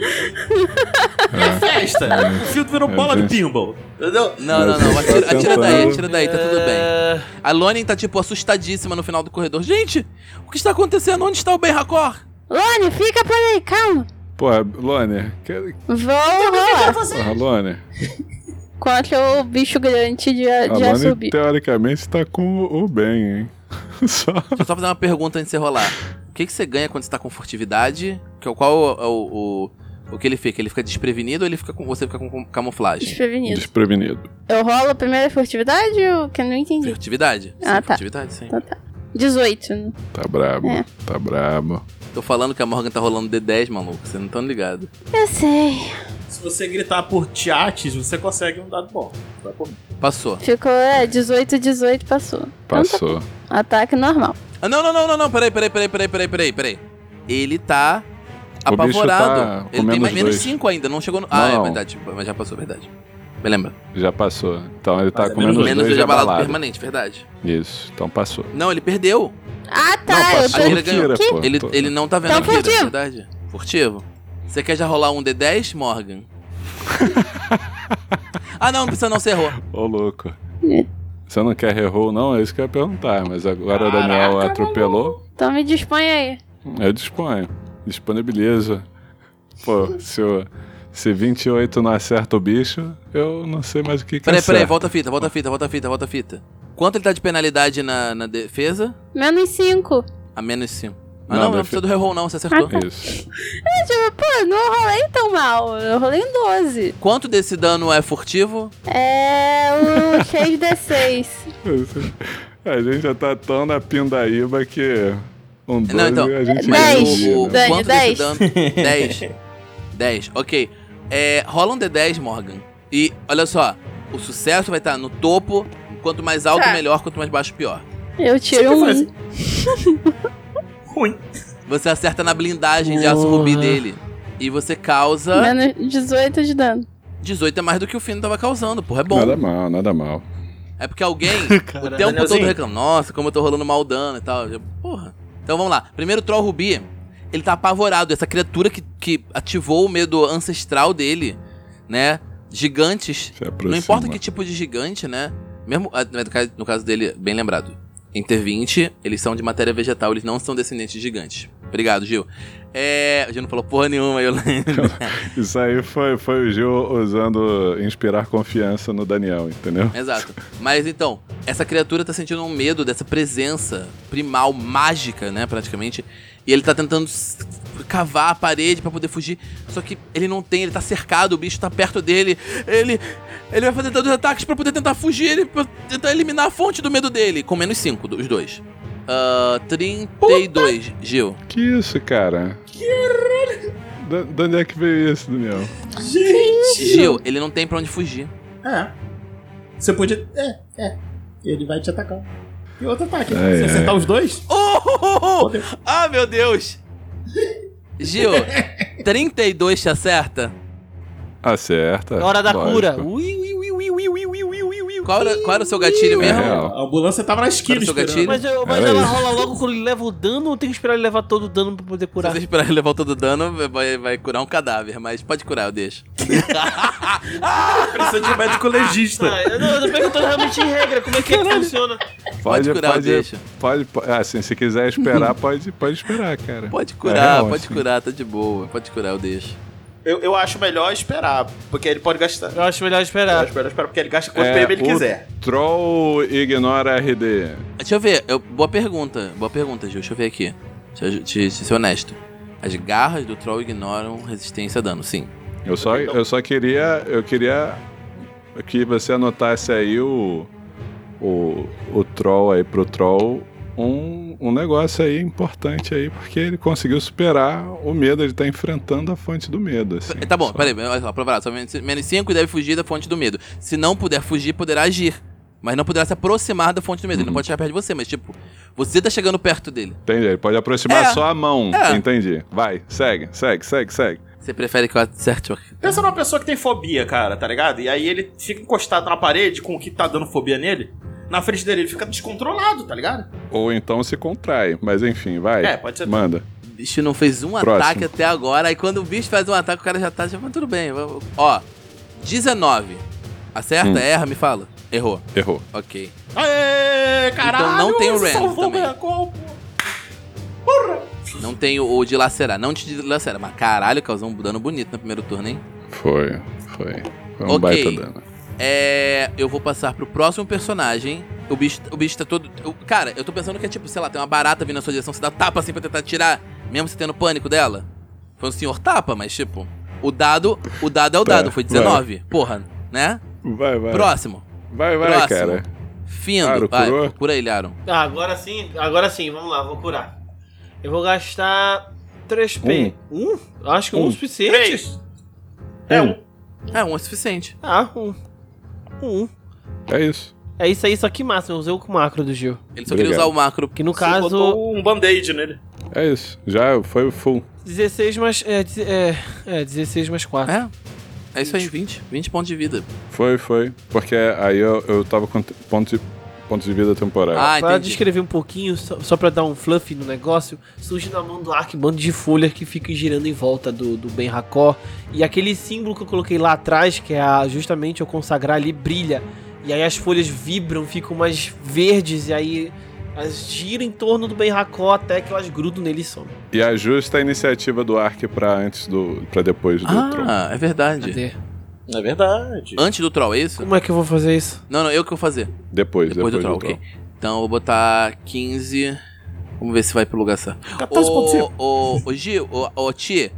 [SPEAKER 5] É festa! O filtro virou
[SPEAKER 2] Meu
[SPEAKER 5] bola de
[SPEAKER 2] Deus.
[SPEAKER 5] pinball, entendeu?
[SPEAKER 1] Não, não, não. Atira, atira daí, atira daí, tá tudo bem.
[SPEAKER 6] É,
[SPEAKER 1] A Lonin tá, tipo, assustadíssima no final do corredor. Gente, o que está acontecendo? Onde está o Ben Hakor?
[SPEAKER 4] Lone, fica por aí, calma.
[SPEAKER 2] Porra, Lone, que-
[SPEAKER 4] Vou rolar
[SPEAKER 2] porra, Lone.
[SPEAKER 4] contra o bicho grande de,
[SPEAKER 2] A
[SPEAKER 4] de
[SPEAKER 2] Lone,
[SPEAKER 4] Assubi.
[SPEAKER 2] teoricamente, tá com o bem, hein? Só.
[SPEAKER 1] Deixa eu só fazer uma pergunta antes de você rolar. O que, que você ganha quando você tá com furtividade? Que, é o- qual é o, o, o que ele fica? Ele fica desprevenido ou ele fica com, você fica com, com camuflagem?
[SPEAKER 4] Desprevenido.
[SPEAKER 2] Desprevenido.
[SPEAKER 4] Eu rolo a primeira furtividade ou que eu não entendi?
[SPEAKER 1] Furtividade. Sim,
[SPEAKER 4] Ah, tá.
[SPEAKER 1] Furtividade, sim.
[SPEAKER 4] Então tá.
[SPEAKER 11] 18. né?
[SPEAKER 2] Tá brabo,
[SPEAKER 11] É.
[SPEAKER 2] tá brabo.
[SPEAKER 1] Tô falando que a Morgan tá rolando D10, maluco. Vocês não estão ligados.
[SPEAKER 11] Eu sei.
[SPEAKER 5] Se você gritar por tiates, você consegue um dado bom.
[SPEAKER 1] Passou.
[SPEAKER 11] Ficou, é, 18, 18, passou.
[SPEAKER 2] Passou.
[SPEAKER 11] Ataque normal.
[SPEAKER 1] Ah, não, não, não, não, não. Peraí, peraí, peraí, peraí, peraí, peraí, peraí. Ele tá
[SPEAKER 2] O bicho
[SPEAKER 1] apavorado.
[SPEAKER 2] tá
[SPEAKER 1] ele tem
[SPEAKER 2] comendo
[SPEAKER 1] mais
[SPEAKER 2] os
[SPEAKER 1] menos
[SPEAKER 2] dois.
[SPEAKER 1] 5 ainda, não chegou no. Ah, é
[SPEAKER 2] Não.
[SPEAKER 1] verdade. Mas já passou, verdade. Me lembra.
[SPEAKER 2] Já passou. Então ele tá
[SPEAKER 5] Mas é
[SPEAKER 2] com menos
[SPEAKER 5] menos-
[SPEAKER 2] dois
[SPEAKER 1] menos dois
[SPEAKER 2] de
[SPEAKER 1] abalado
[SPEAKER 2] abalado.
[SPEAKER 1] permanente, verdade.
[SPEAKER 2] Isso, então passou.
[SPEAKER 1] Não, ele perdeu.
[SPEAKER 11] Ah, tá.
[SPEAKER 2] não,
[SPEAKER 11] eu
[SPEAKER 2] passou
[SPEAKER 11] tô...
[SPEAKER 1] ele
[SPEAKER 2] o
[SPEAKER 1] ganhou.
[SPEAKER 2] Kira,
[SPEAKER 11] Que?
[SPEAKER 2] pô.
[SPEAKER 1] Ele,
[SPEAKER 2] Tô-
[SPEAKER 1] ele não tá vendo a
[SPEAKER 11] Então,
[SPEAKER 1] Kira,
[SPEAKER 11] furtivo.
[SPEAKER 1] verdade. Furtivo. Você quer já rolar um D10, Morgan? ah, não, não precisa não, você errou.
[SPEAKER 2] Ô, louco.
[SPEAKER 11] É.
[SPEAKER 2] Você não quer reroll, não? É isso que eu ia perguntar. Mas agora o Daniel atropelou.
[SPEAKER 11] Então me dispõe aí.
[SPEAKER 2] Eu disponho. Disponibilizo. Pô, se, eu, se 28 não acerta o bicho, eu não sei mais o que que
[SPEAKER 1] Peraí,
[SPEAKER 2] acerta.
[SPEAKER 1] peraí, volta a fita, volta a fita, volta a fita, volta a fita. Quanto ele tá de penalidade na, na defesa?
[SPEAKER 11] Menos 5.
[SPEAKER 1] A menos 5. Ah,
[SPEAKER 2] Não,
[SPEAKER 1] não, não,
[SPEAKER 2] defe-
[SPEAKER 1] precisa do reroll não, você acertou.
[SPEAKER 2] Ah, tá. Isso.
[SPEAKER 11] Tipo, pô, não rolei tão mal. Eu rolei um 12.
[SPEAKER 1] Quanto desse dano é furtivo?
[SPEAKER 11] É o 6d6.
[SPEAKER 2] A gente já tá tão na pindaíba que um dois
[SPEAKER 1] Não, então.
[SPEAKER 2] a gente
[SPEAKER 11] dez.
[SPEAKER 2] entendia, né?
[SPEAKER 11] Dani,
[SPEAKER 1] quanto tá desse
[SPEAKER 11] dez.
[SPEAKER 1] dano? 10. 10, ok. É, rola um D10, Morgan. E olha só, o sucesso vai estar no topo. Quanto mais alto,
[SPEAKER 4] Tá.
[SPEAKER 1] melhor. Quanto mais baixo, pior.
[SPEAKER 11] Eu tiro um.
[SPEAKER 5] Você Ruim.
[SPEAKER 1] Você acerta na blindagem de aço rubi dele. E você causa
[SPEAKER 11] Menos 18 de dano.
[SPEAKER 1] 18 é mais do que o Fino tava causando, porra. É bom.
[SPEAKER 2] Nada mal, nada mal.
[SPEAKER 1] É porque alguém o tempo todo
[SPEAKER 5] Danielzinho.
[SPEAKER 1] reclama, nossa, como eu tô rolando mal dano e tal. Eu, Porra. Então vamos lá. Primeiro o Troll Rubi, ele tá apavorado. Essa criatura que, que ativou o medo ancestral dele, né? Gigantes.
[SPEAKER 2] Se aproxima.
[SPEAKER 1] Não importa que tipo de gigante, né? Mesmo. ah, No caso- no caso dele, bem lembrado. Inter 20, eles são de matéria vegetal, eles não são descendentes de gigantes. Obrigado, Gil. É. O Gil não falou porra nenhuma, eu lembro.
[SPEAKER 2] Isso aí foi, foi o Gil usando inspirar confiança no Daniel, entendeu?
[SPEAKER 1] Exato. Mas então, essa criatura tá sentindo um medo dessa presença primal, mágica, né, praticamente. E ele tá tentando s- cavar a parede pra poder fugir. Só que ele não tem, ele tá cercado, o bicho tá perto dele. Ele. Ele vai fazer todos os ataques pra poder tentar fugir, ele pra tentar eliminar a fonte do medo dele. Com menos 5, os dois. Ah, 32, Gil.
[SPEAKER 2] Que isso, cara? Da- De onde é que veio isso, Daniel?
[SPEAKER 1] Gil, ele não tem pra onde fugir.
[SPEAKER 7] É.
[SPEAKER 5] Você podia.
[SPEAKER 7] É, é. Ele vai te atacar. E outro ataque.
[SPEAKER 2] É,
[SPEAKER 7] Se
[SPEAKER 2] é.
[SPEAKER 7] acertar os dois,
[SPEAKER 1] Oh, oh, oh, oh.
[SPEAKER 7] Meu Deus.
[SPEAKER 1] Ah, meu Deus! Gil, 32 te acerta?
[SPEAKER 2] Acerta.
[SPEAKER 6] é Hora da
[SPEAKER 2] lógico.
[SPEAKER 6] cura. Ui, ui, ui, ui, ui, ui, ui, ui, ui, ui.
[SPEAKER 1] Qual era, qual era o seu gatilho
[SPEAKER 2] É
[SPEAKER 1] mesmo?
[SPEAKER 2] real.
[SPEAKER 5] A ambulância tava na esquina
[SPEAKER 1] Para o seu gatilho.
[SPEAKER 5] esperando.
[SPEAKER 6] Mas, eu, mas
[SPEAKER 2] Era
[SPEAKER 6] ela
[SPEAKER 2] isso.
[SPEAKER 6] rola logo quando ele leva o dano ou tem que esperar ele levar todo o dano pra poder
[SPEAKER 1] Se
[SPEAKER 6] curar?
[SPEAKER 1] você esperar ele levar todo o dano, vai, vai curar um cadáver, mas pode curar, eu deixo.
[SPEAKER 5] Precisa de médico legista.
[SPEAKER 6] Ah, eu, não, eu tô perguntando realmente em regra, como é que, é que funciona.
[SPEAKER 1] Pode curar,
[SPEAKER 2] pode,
[SPEAKER 1] deixa.
[SPEAKER 2] Pode, po- ah, assim, se quiser esperar, pode, pode esperar, cara.
[SPEAKER 1] Pode
[SPEAKER 2] É
[SPEAKER 1] curar,
[SPEAKER 2] real,
[SPEAKER 1] pode
[SPEAKER 2] assim.
[SPEAKER 1] curar, tá de boa. Pode curar, eu deixo.
[SPEAKER 13] Eu, eu acho melhor esperar, porque ele pode gastar.
[SPEAKER 6] Eu acho melhor
[SPEAKER 13] Eu
[SPEAKER 5] É.
[SPEAKER 6] esperar.
[SPEAKER 13] acho melhor esperar, porque ele gasta quanto
[SPEAKER 2] É,
[SPEAKER 13] PM ele
[SPEAKER 2] o
[SPEAKER 13] quiser.
[SPEAKER 2] Troll ignora RD.
[SPEAKER 1] Deixa eu ver, eu- boa pergunta, boa pergunta, Gil, deixa eu ver aqui. Deixa eu te, te ser honesto. As garras do troll ignoram resistência a dano, sim.
[SPEAKER 2] Eu só, eu só queria. Eu queria que você anotasse aí o. O, o troll aí pro troll. Um, um negócio aí importante aí, porque ele conseguiu superar o medo, ele tá enfrentando a fonte do medo. Assim,
[SPEAKER 1] Tá bom,
[SPEAKER 2] Só-
[SPEAKER 1] peraí, olha só, aprovado. Só menos- menos 5 deve fugir da fonte do medo. Se não puder fugir, poderá agir. Mas não poderá se aproximar da fonte do medo. Ele
[SPEAKER 2] Uhum.
[SPEAKER 1] não pode chegar perto de você, mas tipo, você tá chegando perto dele.
[SPEAKER 2] Entendi, ele pode aproximar
[SPEAKER 1] É.
[SPEAKER 2] só a mão.
[SPEAKER 1] É.
[SPEAKER 2] Entendi. Vai, segue, segue, segue, segue.
[SPEAKER 1] Você prefere que eu acerte o
[SPEAKER 13] Pensa numa pessoa que tem fobia, cara, tá ligado? E aí ele fica encostado na parede com o que tá dando fobia nele. Na frente dele ele fica descontrolado, tá ligado?
[SPEAKER 2] Ou então se contrai, mas enfim, vai.
[SPEAKER 13] É, pode ser.
[SPEAKER 2] Manda.
[SPEAKER 1] O bicho não fez um
[SPEAKER 2] Próximo.
[SPEAKER 1] ataque até agora. Aí quando o bicho faz um ataque, o cara já tá. Já, mas tudo bem. vamos- Ó, 19. Acerta?
[SPEAKER 2] Hum.
[SPEAKER 1] Erra? Me fala. Errou.
[SPEAKER 2] Errou.
[SPEAKER 1] Ok.
[SPEAKER 7] Aê, caralho!
[SPEAKER 1] então não tem o random
[SPEAKER 7] salvou
[SPEAKER 1] também.
[SPEAKER 7] minha compo.
[SPEAKER 1] Não tem o, o dilacerar. Não te dilacera. Mas caralho, causou um dano bonito no primeiro turno, hein?
[SPEAKER 2] Foi, foi. Foi um
[SPEAKER 1] Ok.
[SPEAKER 2] baita dano.
[SPEAKER 1] É. Eu vou passar pro próximo personagem. O bicho, o bicho tá todo. eu- cara, eu tô pensando que é tipo, sei lá, tem uma barata vindo na sua direção, você dá tapa assim pra tentar tirar, mesmo você tendo pânico dela. Foi um senhor tapa, mas tipo. O dado. O dado é o
[SPEAKER 2] Tá,
[SPEAKER 1] dado, foi
[SPEAKER 2] vai.
[SPEAKER 1] 19. Porra, né?
[SPEAKER 2] Vai, vai.
[SPEAKER 1] Próximo.
[SPEAKER 2] Vai, vai,
[SPEAKER 1] Próximo.
[SPEAKER 2] cara.
[SPEAKER 1] Findo.
[SPEAKER 2] Aro,
[SPEAKER 1] vai,
[SPEAKER 2] curou?
[SPEAKER 1] procura ele, Aaron.
[SPEAKER 6] Tá, agora sim, agora sim, vamos lá, vou curar. Eu vou gastar 3P. Um? Acho que um,
[SPEAKER 2] Um.
[SPEAKER 6] é suficiente.
[SPEAKER 5] Hum.
[SPEAKER 14] É
[SPEAKER 2] um.
[SPEAKER 1] É, um é suficiente.
[SPEAKER 6] Ah, um. Um.
[SPEAKER 2] É isso.
[SPEAKER 6] É isso aí, só que máximo. Eu usei o macro do Gil.
[SPEAKER 1] Ele só queria
[SPEAKER 2] Obrigado.
[SPEAKER 1] usar o macro.
[SPEAKER 6] Que no
[SPEAKER 5] Você
[SPEAKER 6] caso,
[SPEAKER 5] botou um band-aid nele.
[SPEAKER 2] É isso. Já foi full.
[SPEAKER 6] 16 mais. É, deze- é, é, 16 mais 4.
[SPEAKER 1] É. É isso aí, 20. 20 pontos de vida.
[SPEAKER 2] Foi, foi. Porque aí eu, eu tava com te- ponto de, ponto de vida
[SPEAKER 5] É.
[SPEAKER 2] temporário.
[SPEAKER 1] Ah,
[SPEAKER 6] Pra
[SPEAKER 1] entendi.
[SPEAKER 6] descrever um pouquinho, só, só pra dar um fluff no negócio, surge na mão do Ark um bando de folhas que ficam girando em volta do, do Ben Hakor. E aquele símbolo que eu coloquei lá atrás, que é a- justamente o consagrar ali, brilha. E aí as folhas vibram, ficam mais verdes, e aí elas giram em torno do Ben Hakor até que elas grudam nele e somem.
[SPEAKER 2] E ajusta a iniciativa do Ark pra antes do. pra depois do Tron.
[SPEAKER 1] Ah, é verdade.
[SPEAKER 6] Cadê?
[SPEAKER 5] É verdade.
[SPEAKER 1] Antes do troll, é isso?
[SPEAKER 6] Como é que eu vou fazer isso?
[SPEAKER 1] Não, não, eu que vou fazer.
[SPEAKER 2] Depois,
[SPEAKER 1] Depois,
[SPEAKER 2] depois,
[SPEAKER 1] do troll,
[SPEAKER 2] do Tron.
[SPEAKER 1] ok. Então eu vou botar 15. Vamos ver se vai pro lugar certo.
[SPEAKER 5] Tá,
[SPEAKER 15] 14.5.
[SPEAKER 1] Ô, ô, ô, Gil, ô, ô, Ti,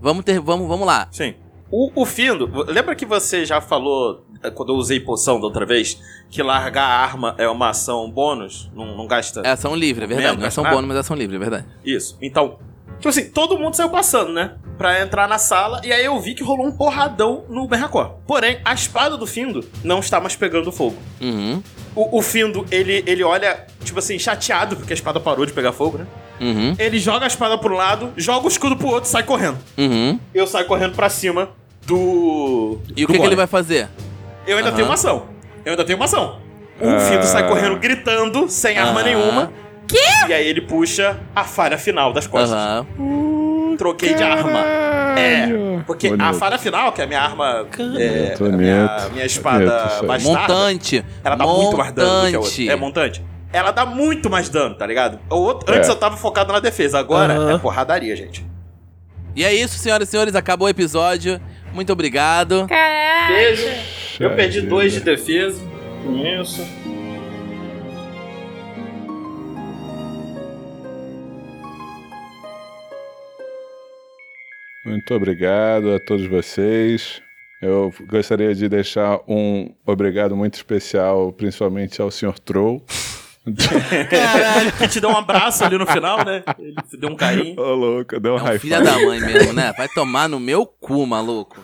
[SPEAKER 1] vamos ter. Vamos, vamos lá.
[SPEAKER 5] Sim. O, o Findo, vo- lembra que você já falou, eh, quando eu usei poção da outra vez, que largar a arma é uma ação bônus? Não, não gasta.
[SPEAKER 1] É ação livre, é verdade.
[SPEAKER 5] Mesmo,
[SPEAKER 1] Não é ação
[SPEAKER 5] gastar?
[SPEAKER 1] bônus, mas é ação livre, é verdade.
[SPEAKER 5] Isso. Então, tipo assim, todo mundo saiu passando, né? Pra entrar na sala, e aí eu vi que rolou um porradão no Berracó. Porém, a espada do Findo não está mais pegando fogo.
[SPEAKER 1] Uhum.
[SPEAKER 5] O, o Findo, ele, ele olha, tipo assim, chateado, porque a espada parou de pegar fogo, né?
[SPEAKER 1] Uhum.
[SPEAKER 5] Ele joga a espada pro lado, joga o escudo pro outro e sai correndo.
[SPEAKER 1] Uhum.
[SPEAKER 5] Eu saio correndo pra cima do.
[SPEAKER 1] E o que,
[SPEAKER 5] do
[SPEAKER 1] que ele
[SPEAKER 5] golem.
[SPEAKER 1] vai fazer?
[SPEAKER 5] Eu ainda
[SPEAKER 1] Aham.
[SPEAKER 5] tenho uma ação. Eu ainda tenho uma ação. O
[SPEAKER 2] Ah.
[SPEAKER 5] Findo sai correndo gritando, sem arma
[SPEAKER 1] Aham.
[SPEAKER 5] nenhuma. E aí ele puxa a falha final das costas.
[SPEAKER 1] Aham.
[SPEAKER 5] Troquei de arma. É, porque a
[SPEAKER 2] Bonito.
[SPEAKER 5] falha final, que é a minha arma. É,
[SPEAKER 2] Bonito,
[SPEAKER 5] a minha,
[SPEAKER 2] bonito.
[SPEAKER 5] minha espada
[SPEAKER 2] Bonito isso aí.
[SPEAKER 5] bastarda.
[SPEAKER 1] Montante.
[SPEAKER 5] Ela dá
[SPEAKER 1] montante.
[SPEAKER 5] muito mais dano do que a outra. É montante. Ela dá muito mais dano, tá ligado? O outro-
[SPEAKER 2] É.
[SPEAKER 5] Antes eu tava focado na defesa, agora
[SPEAKER 6] Aham.
[SPEAKER 5] é porradaria, gente.
[SPEAKER 1] E é isso, senhoras e senhores. Acabou o episódio. Muito obrigado.
[SPEAKER 4] Caraca.
[SPEAKER 14] Beijo. Eu perdi dois de defesa. Com isso.
[SPEAKER 2] Muito obrigado a todos vocês. Eu gostaria de deixar um obrigado muito especial, principalmente ao Sr. Troll.
[SPEAKER 5] Caralho. Que te deu um abraço ali no final, né? Ele te deu um carinho.
[SPEAKER 2] Ô, louco, deu um
[SPEAKER 1] É um
[SPEAKER 2] high
[SPEAKER 1] filho
[SPEAKER 2] five.
[SPEAKER 1] da mãe mesmo, né? Vai tomar no meu cu, maluco.